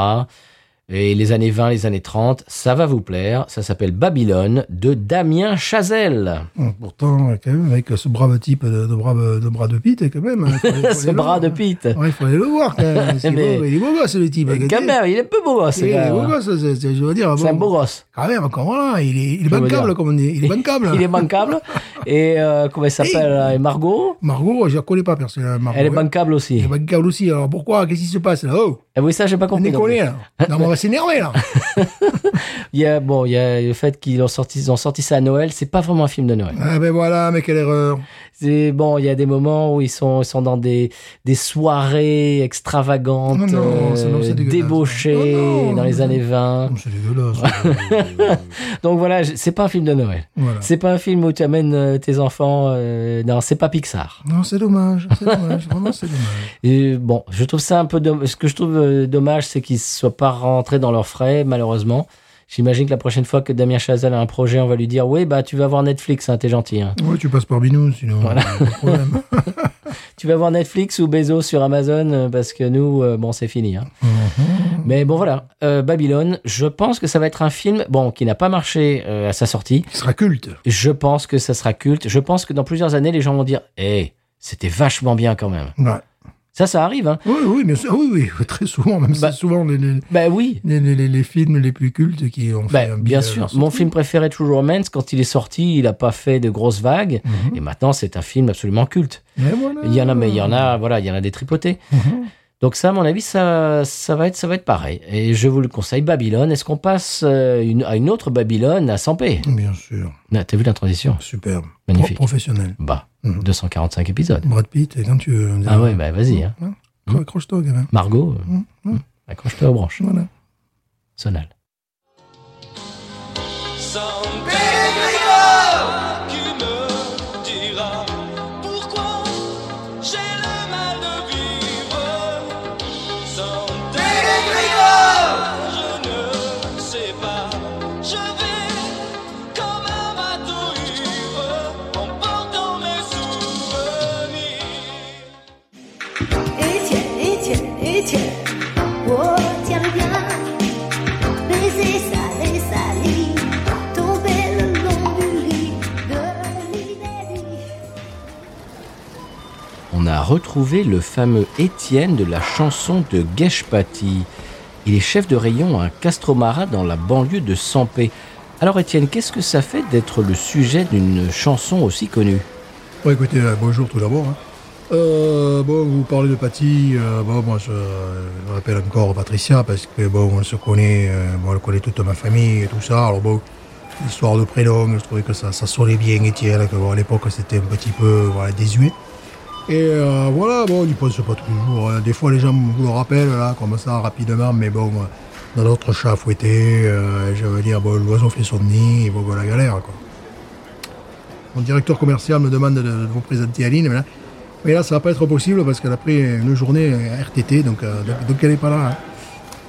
Speaker 1: Et les années 20, les années 30, ça va vous plaire. Ça s'appelle Babylone de Damien Chazelle.
Speaker 2: Bon, Pourtant, euh, quand même, avec ce brave type de, de brave, de bras de pite, quand même. hein, faut aller- faut aller
Speaker 1: Ce
Speaker 2: le
Speaker 1: bras
Speaker 2: voir,
Speaker 1: de
Speaker 2: hein.
Speaker 1: pite.
Speaker 2: Ouais, il faut aller le voir, quand même. parce qu'il
Speaker 1: Mais-
Speaker 2: est beau- Il est beau gosse, le type.
Speaker 1: Quand même, il est un peu beau gosse.
Speaker 2: Il
Speaker 1: ce
Speaker 2: est
Speaker 1: gars,
Speaker 2: beau
Speaker 1: hein.
Speaker 2: gosse, c'est- c'est- je veux dire.
Speaker 1: C'est un
Speaker 2: bon,
Speaker 1: beau gosse.
Speaker 2: Quand même, encore voilà, il est, il est
Speaker 1: Je veux dire.
Speaker 2: bancable, comme on dit. Il est bancable.
Speaker 1: Il est bancable. Et euh, comment elle s'appelle là, Margot
Speaker 2: Margot, je la connais pas personnellement. Margot,
Speaker 1: Elle est
Speaker 2: hein.
Speaker 1: bancable aussi.
Speaker 2: Elle est bancable aussi. Alors pourquoi Qu'est-ce qui se passe là Oh,
Speaker 1: Ah oui, ça, j'ai pas
Speaker 2: on
Speaker 1: compris.
Speaker 2: est hein.
Speaker 1: non plus.
Speaker 2: collé là. Non, mais on va s'énerver là.
Speaker 1: Il y a, bon, il y a le fait qu'ils ont sorti, ils ont sorti ça à Noël. C'est pas vraiment un film de Noël.
Speaker 2: ah ben voilà, mais quelle erreur. Oh,
Speaker 1: C'est bon, il y a des moments où ils sont, ils sont dans des, des soirées extravagantes,
Speaker 2: Non, Oh non, c'est- non, c'est
Speaker 1: euh,
Speaker 2: dégueulasse. Oh
Speaker 1: débauchées
Speaker 2: Non, non,
Speaker 1: dans les
Speaker 2: non.
Speaker 1: années 20.
Speaker 2: C'est dégueulasse. Euh,
Speaker 1: Donc voilà, je- c'est pas un film de Noël.
Speaker 2: voilà.
Speaker 1: C'est pas un film où tu amènes euh, tes enfants. euh, non, c'est pas Pixar.
Speaker 2: Non, c'est dommage. C'est dommage. Vraiment, c'est dommage.
Speaker 1: Et bon, je trouve ça un peu dommage. Ce que je trouve euh, dommage, c'est qu'ils soient pas rentrés dans leurs frais, malheureusement. J'imagine que la prochaine fois que Damien Chazelle a un projet, on va lui dire Oui, bah, tu vas voir Netflix, hein, t'es gentil. hein.
Speaker 2: Ouais, tu passes par Binou, sinon. Pas de problème.
Speaker 1: Tu vas voir Netflix ou Bezos sur Amazon euh, parce que nous, euh, bon, c'est fini. hein. Mais bon, voilà. Euh, Babylone, je pense que ça va être un film, bon, qui n'a pas marché euh, à sa sortie.
Speaker 2: Il sera culte.
Speaker 1: Je pense que ça sera culte. Je pense que dans plusieurs années, les gens vont dire Hé, c'était vachement bien quand même.
Speaker 2: Ouais.
Speaker 1: Ça, ça arrive, hein.
Speaker 2: Oui, oui, bien sûr. Oui, oui, très souvent. Même
Speaker 1: Bah-
Speaker 2: c'est souvent les, les,
Speaker 1: Ben oui.
Speaker 2: les, les- les- les films les plus cultes qui ont fait
Speaker 1: Ben,
Speaker 2: un
Speaker 1: bien
Speaker 2: bien
Speaker 1: sûr. Mon film préféré, True Romance, quand il est sorti, il n'a pas fait de grosses vagues. Et maintenant, c'est un film absolument culte. Il y en a, mais il y en a, voilà, il y en a des tripotés. Donc ça, à mon avis, ça, ça, va être, ça va être pareil. Et je vous le conseille, Babylone. Est-ce qu'on passe euh, une- à une autre Babylone à 100 p
Speaker 2: Bien sûr.
Speaker 1: Ah, T'as vu la transition
Speaker 2: Superbe.
Speaker 1: Magnifique.
Speaker 2: Pro- professionnel.
Speaker 1: Bah,
Speaker 2: Mhm.
Speaker 1: 245 épisodes.
Speaker 2: Brad Pitt, quand tu veux.
Speaker 1: Ah ouais, bah vas-y. hein.
Speaker 2: Hein Accroche-toi, gamin.
Speaker 1: Margot, euh,
Speaker 2: Hein Hein
Speaker 1: accroche-toi aux branches.
Speaker 2: Voilà.
Speaker 1: Sonal.
Speaker 3: Some pèlerinage qui me dira pourquoi j'ai le mal de vivre. Sans pèlerinage, je ne sais pas. Je vais comme un bateau ivre en portant mes souvenirs.
Speaker 4: 一切一切一切，我将要 laisser aller salir tomber le long du lit de l'hiver.
Speaker 1: On a retrouvé le fameux Étienne de la chanson de Geshpati. Il est chef de rayon à Castromara dans la banlieue de Sampé. Alors Étienne, qu'est-ce que ça fait d'être le sujet d'une chanson aussi connue
Speaker 2: Bon, écoutez, euh, bonjour tout d'abord. hein. Euh, bon, vous parlez de Patty. euh, bon, moi, je, euh, je m'appelle encore Patricia parce que, bon, on se connaît. euh, bon, elle connaît toute ma famille et tout ça. Alors, bon, l'histoire de prénom, je trouvais que ça, ça sonnait bien, Étienne. Que, bon, à l'époque, c'était un petit peu voilà, désuet. Et euh, voilà, bon, on n'y pense pas toujours. hein. Des fois, les gens vous le rappellent, là, comme ça, rapidement, mais bon, euh, dans notre chat fouetté, euh, je veux dire, bon, l'oiseau fait son nid, et bon, voilà, galère, quoi. Mon directeur commercial me demande de, de vous présenter Aline, mais là, mais là, ça va pas être possible parce qu'elle a pris une journée euh, RTT, donc, euh, donc, donc elle n'est pas là. hein.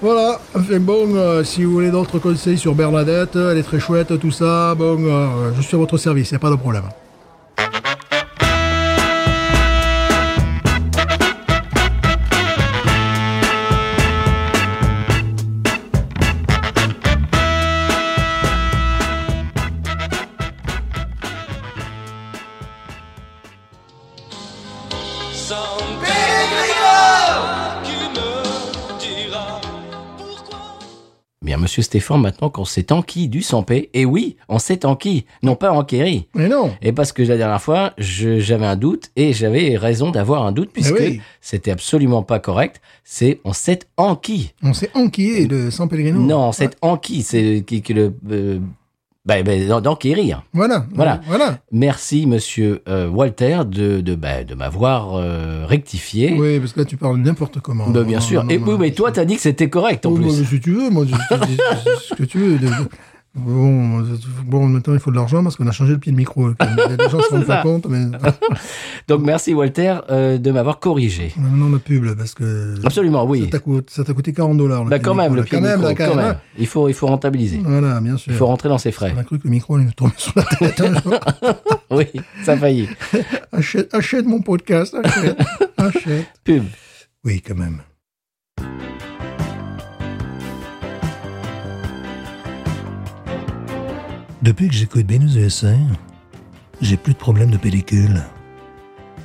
Speaker 2: Voilà, enfin bon, euh, si vous voulez d'autres conseils sur Bernadette, elle est très chouette, tout ça, bon, euh, je suis à votre service, il a pas de problème.
Speaker 3: Sans pèlerinage qui me dira pourquoi.
Speaker 1: Bien, monsieur Stéphane, maintenant qu'on s'est enquis du Sampé, et oui, on s'est enquis, non pas enquéri.
Speaker 2: Mais non
Speaker 1: Et parce que la dernière fois, je- j'avais un doute, et j'avais raison d'avoir un doute, puisque
Speaker 2: Eh oui.
Speaker 1: c'était absolument pas correct, c'est on s'est enquis.
Speaker 2: Eh On s'est enquillé de San Pellegrino.
Speaker 1: Non, c'est enquis, c'est qui- qui le euh, Bah, bah, donc- donc et rire.
Speaker 2: Voilà.
Speaker 1: Voilà.
Speaker 2: Voilà.
Speaker 1: Merci, monsieur euh, Walter, de, de, bah, de m'avoir euh, rectifié.
Speaker 2: Oui, parce que là, tu parles n'importe comment.
Speaker 1: Bah, bien
Speaker 2: Non,
Speaker 1: sûr.
Speaker 2: non,
Speaker 1: et
Speaker 2: non,
Speaker 1: oui,
Speaker 2: non.
Speaker 1: mais toi, t'as dit que c'était correct en
Speaker 2: Oh,
Speaker 1: plus.
Speaker 2: bah, si tu veux, moi, je, je- je- ce que tu veux. de- de- Bon, euh, bon, en même temps, il faut de l'argent parce qu'on a changé le pied de micro. euh, comme Les gens se rendent
Speaker 1: ça.
Speaker 2: pas compte, mais
Speaker 1: Donc merci, Walter, euh, de m'avoir corrigé.
Speaker 2: maintenant on a pub là, parce que
Speaker 1: Absolument, oui.
Speaker 2: ça t'a coûté, ça t'a coûté 40 dollars.
Speaker 1: Bah, quand même, le pied de micro,
Speaker 2: là, hein.
Speaker 1: quand même. hein. Il faut, il faut rentabiliser.
Speaker 2: Voilà, bien sûr.
Speaker 1: Il faut rentrer dans ses frais.
Speaker 2: On a cru que le micro allait nous tomber sur la tête. un jour.
Speaker 1: Oui, ça faillit.
Speaker 2: achète, achète mon podcast, achète, achète.
Speaker 1: Pub.
Speaker 2: Oui, quand même. Depuis que j'écoute Benus USA, j'ai plus de problème de pellicule.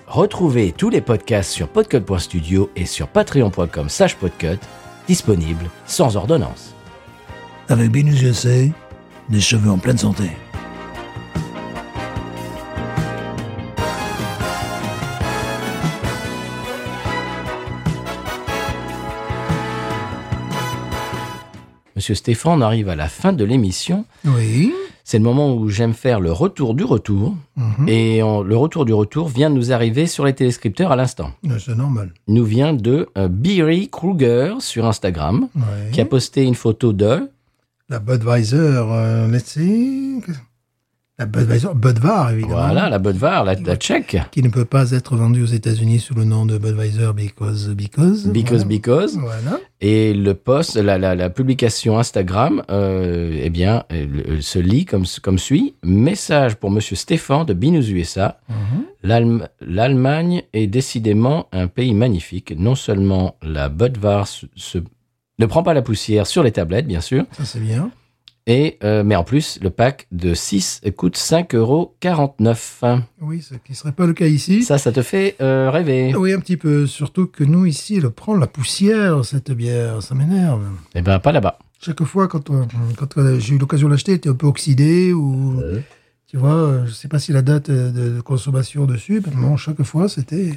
Speaker 1: Retrouvez tous les podcasts sur podcut.studio et sur patreon.com slash podcut, disponibles sans ordonnance.
Speaker 2: Avec Benus USA, des cheveux en pleine santé.
Speaker 1: Monsieur Stéphane, on arrive à la fin de l'émission.
Speaker 2: Oui.
Speaker 1: C'est le moment où j'aime faire le retour du retour.
Speaker 2: Mhm.
Speaker 1: Et on- le retour du retour vient de nous arriver sur les téléscripteurs à l'instant.
Speaker 2: Ouais, C'est normal.
Speaker 1: Il Nous vient de euh, Beery Kruger sur Instagram,
Speaker 2: Ouais.
Speaker 1: qui a posté une photo de...
Speaker 2: La Budweiser, euh, let's see. La Budweiser, Budvar, évidemment.
Speaker 1: Voilà, la Budvar, la, la tchèque.
Speaker 2: Qui ne peut pas être vendue aux États-Unis sous le nom de Budweiser because, because.
Speaker 1: Because,
Speaker 2: voilà.
Speaker 1: because.
Speaker 2: Voilà.
Speaker 1: Et le post, la, la, la publication Instagram, euh, eh bien, elle- elle se lit comme, comme suit. Message pour Monsieur Stéphane de Binous USA.
Speaker 2: Mhm.
Speaker 1: L'Allem- L'Allemagne est décidément un pays magnifique. Non seulement la Budvar se- se- ne prend pas la poussière sur les tablettes, bien sûr,
Speaker 2: Ça, c'est bien.
Speaker 1: et, euh, mais en plus, le pack de 6 coûte 5,49 euros.
Speaker 2: Oui, ce qui serait pas le cas ici.
Speaker 1: Ça, ça te fait euh, rêver.
Speaker 2: Oui, un petit peu. Surtout que nous, ici, elle prend la poussière, cette bière. Ça m'énerve.
Speaker 1: Eh ben, pas là-bas.
Speaker 2: Chaque fois, quand, on- quand euh, j'ai eu l'occasion de l'acheter, elle était un peu oxydée ou. Tu vois, euh, je sais pas si la date euh, de de consommation dessus, mais bon, chaque fois, c'était.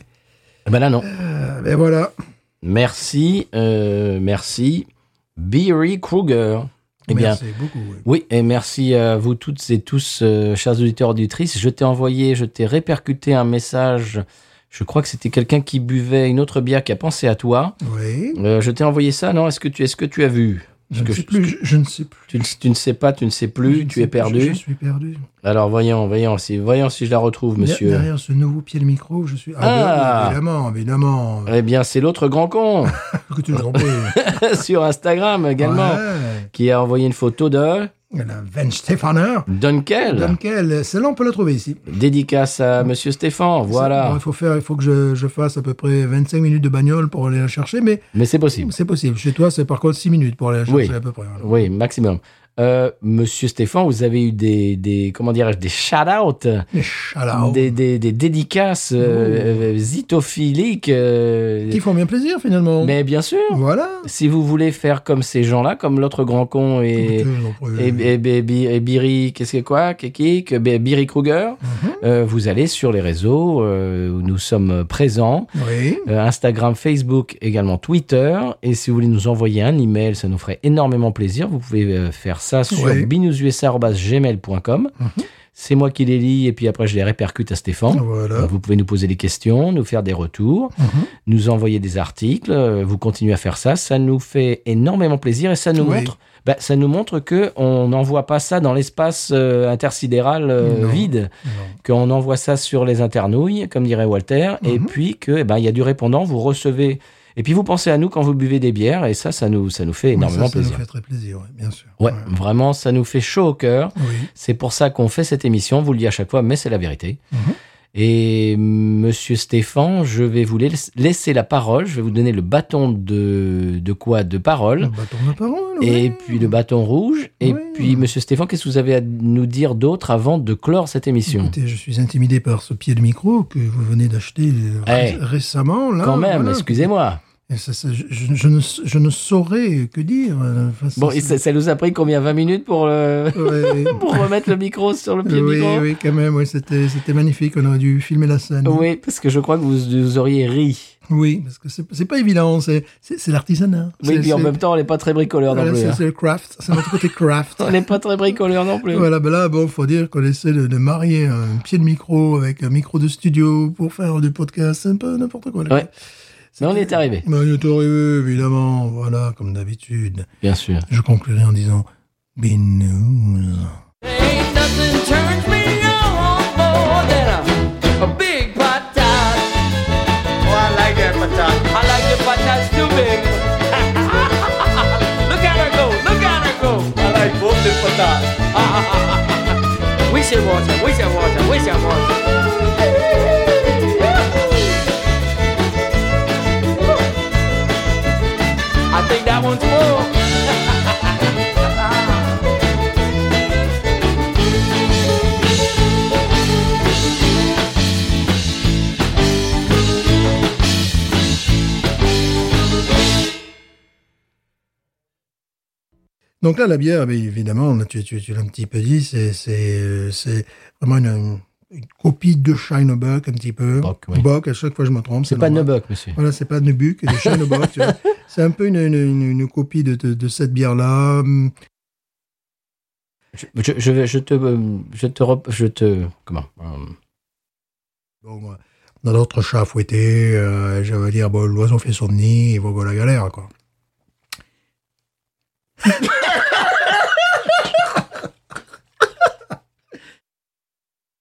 Speaker 1: Eh ben là, non.
Speaker 2: Euh, ben voilà.
Speaker 1: Merci, euh, merci, Beery Kruger. Eh bien,
Speaker 2: Merci beaucoup. oui.
Speaker 1: oui, et merci à vous toutes et tous, euh, chers auditeurs auditrices. Je t'ai envoyé, je t'ai répercuté un message. Je crois que c'était quelqu'un qui buvait une autre bière qui a pensé à toi.
Speaker 2: Oui.
Speaker 1: Euh, je t'ai envoyé ça, non Est-ce que tu, est-ce que tu as vu Parce
Speaker 2: Je ne
Speaker 1: que
Speaker 2: sais plus. Je, je ne sais plus.
Speaker 1: Tu, ne- tu ne sais pas, tu ne sais plus,
Speaker 2: Je ne
Speaker 1: tu
Speaker 2: sais
Speaker 1: es
Speaker 2: plus,
Speaker 1: perdu.
Speaker 2: Je, je suis perdu.
Speaker 1: Alors voyons, voyons si, voyons si je la retrouve, monsieur.
Speaker 2: Derrière ce nouveau pied de micro, je suis.
Speaker 1: Ah.
Speaker 2: oui, évidemment, évidemment.
Speaker 1: Eh bien, c'est l'autre grand con
Speaker 2: Que tu le trompais.
Speaker 1: sur Instagram également
Speaker 2: Ouais.
Speaker 1: qui a envoyé une photo de
Speaker 2: La Van Stefaner.
Speaker 1: Dunkel.
Speaker 2: Dunkel, celle-là, on peut la trouver ici.
Speaker 1: Dédicace à Monsieur Stéphane,
Speaker 2: Bon,
Speaker 1: voilà.
Speaker 2: il faut faire, il faut que je, je fasse à peu près 25 minutes de bagnole pour aller la chercher, mais
Speaker 1: Mais c'est possible.
Speaker 2: c'est possible. Chez toi, c'est par contre 6 minutes pour aller la chercher
Speaker 1: Oui.
Speaker 2: à peu près. voilà.
Speaker 1: Oui, maximum. Euh, Monsieur Stéphane, vous avez eu des, des comment dirais-je, des shout-outs,
Speaker 2: Mais chalao.
Speaker 1: des, des, des dédicaces euh, euh, zitophiliques. euh,
Speaker 2: Qui font bien plaisir finalement.
Speaker 1: mais bien sûr,
Speaker 2: Voilà.
Speaker 1: si vous voulez faire comme ces gens-là, comme l'autre grand con et...
Speaker 2: Écoutez, j'en prie.
Speaker 1: Et, et, et- et- et Biri, qu'est-ce que quoi Kiki que- Bi- Biri Kruger.
Speaker 2: Mhm.
Speaker 1: Euh, vous allez sur les réseaux euh, où nous sommes présents.
Speaker 2: Oui.
Speaker 1: Euh, Instagram, Facebook, également Twitter. Et si vous voulez nous envoyer un email, ça nous ferait énormément plaisir. Vous pouvez euh, faire ça sur
Speaker 2: Oui. Mhm.
Speaker 1: binoususa.gmail.com. C'est moi qui les lis et puis après je les répercute à Stéphane. Euh,
Speaker 2: Voilà. Mhm.
Speaker 1: Vous pouvez nous poser des questions, nous faire des retours, nous envoyer des articles. euh, Vous continuez à faire ça, ça nous fait énormément plaisir et ça nous
Speaker 2: Oui.
Speaker 1: montre, bah, ça nous montre que on n'envoie pas ça dans l'espace euh, intersidéral euh,
Speaker 2: Non.
Speaker 1: vide, qu'on envoie ça sur les internouilles, comme dirait Walter, et
Speaker 2: Mhm.
Speaker 1: puis que eh ben il y a du répondant, vous recevez. Et puis vous pensez à nous quand vous buvez des bières et ça, ça nous, ça nous fait
Speaker 2: Mais
Speaker 1: énormément
Speaker 2: ça, ça
Speaker 1: plaisir.
Speaker 2: nous fait très plaisir, ouais, bien sûr.
Speaker 1: Ouais, vraiment, ça nous fait chaud au cœur.
Speaker 2: Oui.
Speaker 1: C'est pour ça qu'on fait cette émission, on vous le dit à chaque fois, mais c'est la vérité.
Speaker 2: Mhm.
Speaker 1: Et monsieur Stéphane, je vais vous laiss- laisser la parole, je vais vous donner le bâton de, de quoi De parole,
Speaker 2: Le bâton de parole.
Speaker 1: et
Speaker 2: ouais.
Speaker 1: puis le bâton rouge. Et
Speaker 2: Ouais.
Speaker 1: puis monsieur Stéphane, qu'est-ce que vous avez à nous dire d'autre avant de clore cette émission
Speaker 2: Écoutez, je suis intimidé par ce pied de micro que vous venez d'acheter euh,
Speaker 1: Eh.
Speaker 2: récemment. Là,
Speaker 1: Quand même,
Speaker 2: ah, voilà.
Speaker 1: excusez-moi.
Speaker 2: Et ça, ça, je, je- je ne, je ne saurais que dire. Enfin, ça,
Speaker 1: Bon,
Speaker 2: ça-
Speaker 1: et ça, ça nous a pris combien 20 minutes pour, le...
Speaker 2: Ouais.
Speaker 1: pour remettre le micro sur le pied
Speaker 2: oui,
Speaker 1: micro
Speaker 2: oui, quand même, oui, c'était, c'était magnifique. On aurait dû filmer la scène.
Speaker 1: Oui, parce que je crois que vous, vous auriez ri.
Speaker 2: Oui, parce que c'est, c'est pas évident. C'est, c'est, c'est l'artisanat.
Speaker 1: Oui,
Speaker 2: c'est,
Speaker 1: puis en
Speaker 2: c'est-
Speaker 1: même temps, on n'est pas très bricoleur
Speaker 2: voilà,
Speaker 1: non plus.
Speaker 2: c'est,
Speaker 1: hein.
Speaker 2: c'est le craft. C'est notre côté craft.
Speaker 1: On n'est pas très bricoleur non plus.
Speaker 2: Voilà, ben là, bon, faut dire qu'on essaie de, de marier un pied de micro avec un micro de studio pour faire du podcast, c'est un peu n'importe quoi. là.
Speaker 1: Ouais. Mais on y est arrivé.
Speaker 2: Ben, il est arrivé, évidemment, voilà, comme d'habitude.
Speaker 1: Bien sûr.
Speaker 2: Je conclurai en disant Binous.
Speaker 5: Ain't nothing turns me on more than a, a big patat. Oh, I like that patat. I like the patats too big. look at her go, look at her go. I like both the patats. we should watch her, we should watch her, we should watch her. I think that one's full.
Speaker 2: Donc là, la bière, ben, évidemment, là, tu, tu, tu l'as un petit peu dit, c'est, c'est, euh, c'est vraiment une, une copie de Shinebuck, un petit peu.
Speaker 1: Bock, oui.
Speaker 2: Bock, à chaque fois, je me trompe.
Speaker 1: C'est pas
Speaker 2: normal.
Speaker 1: Nubuck, monsieur.
Speaker 2: Voilà, c'est pas Nebuc, de Shinebuck. tu vois. c'est un peu une, une, une- une copie de, de, de cette bière-là. Hum,
Speaker 1: Je, je- je vais- je te. euh, Je te. rep- Je te comment euh,
Speaker 2: Bon, moi, dans d'autres chats fouettés, euh, je veux dire, bon, l'oiseau fait son nid, et voilà la galère, quoi.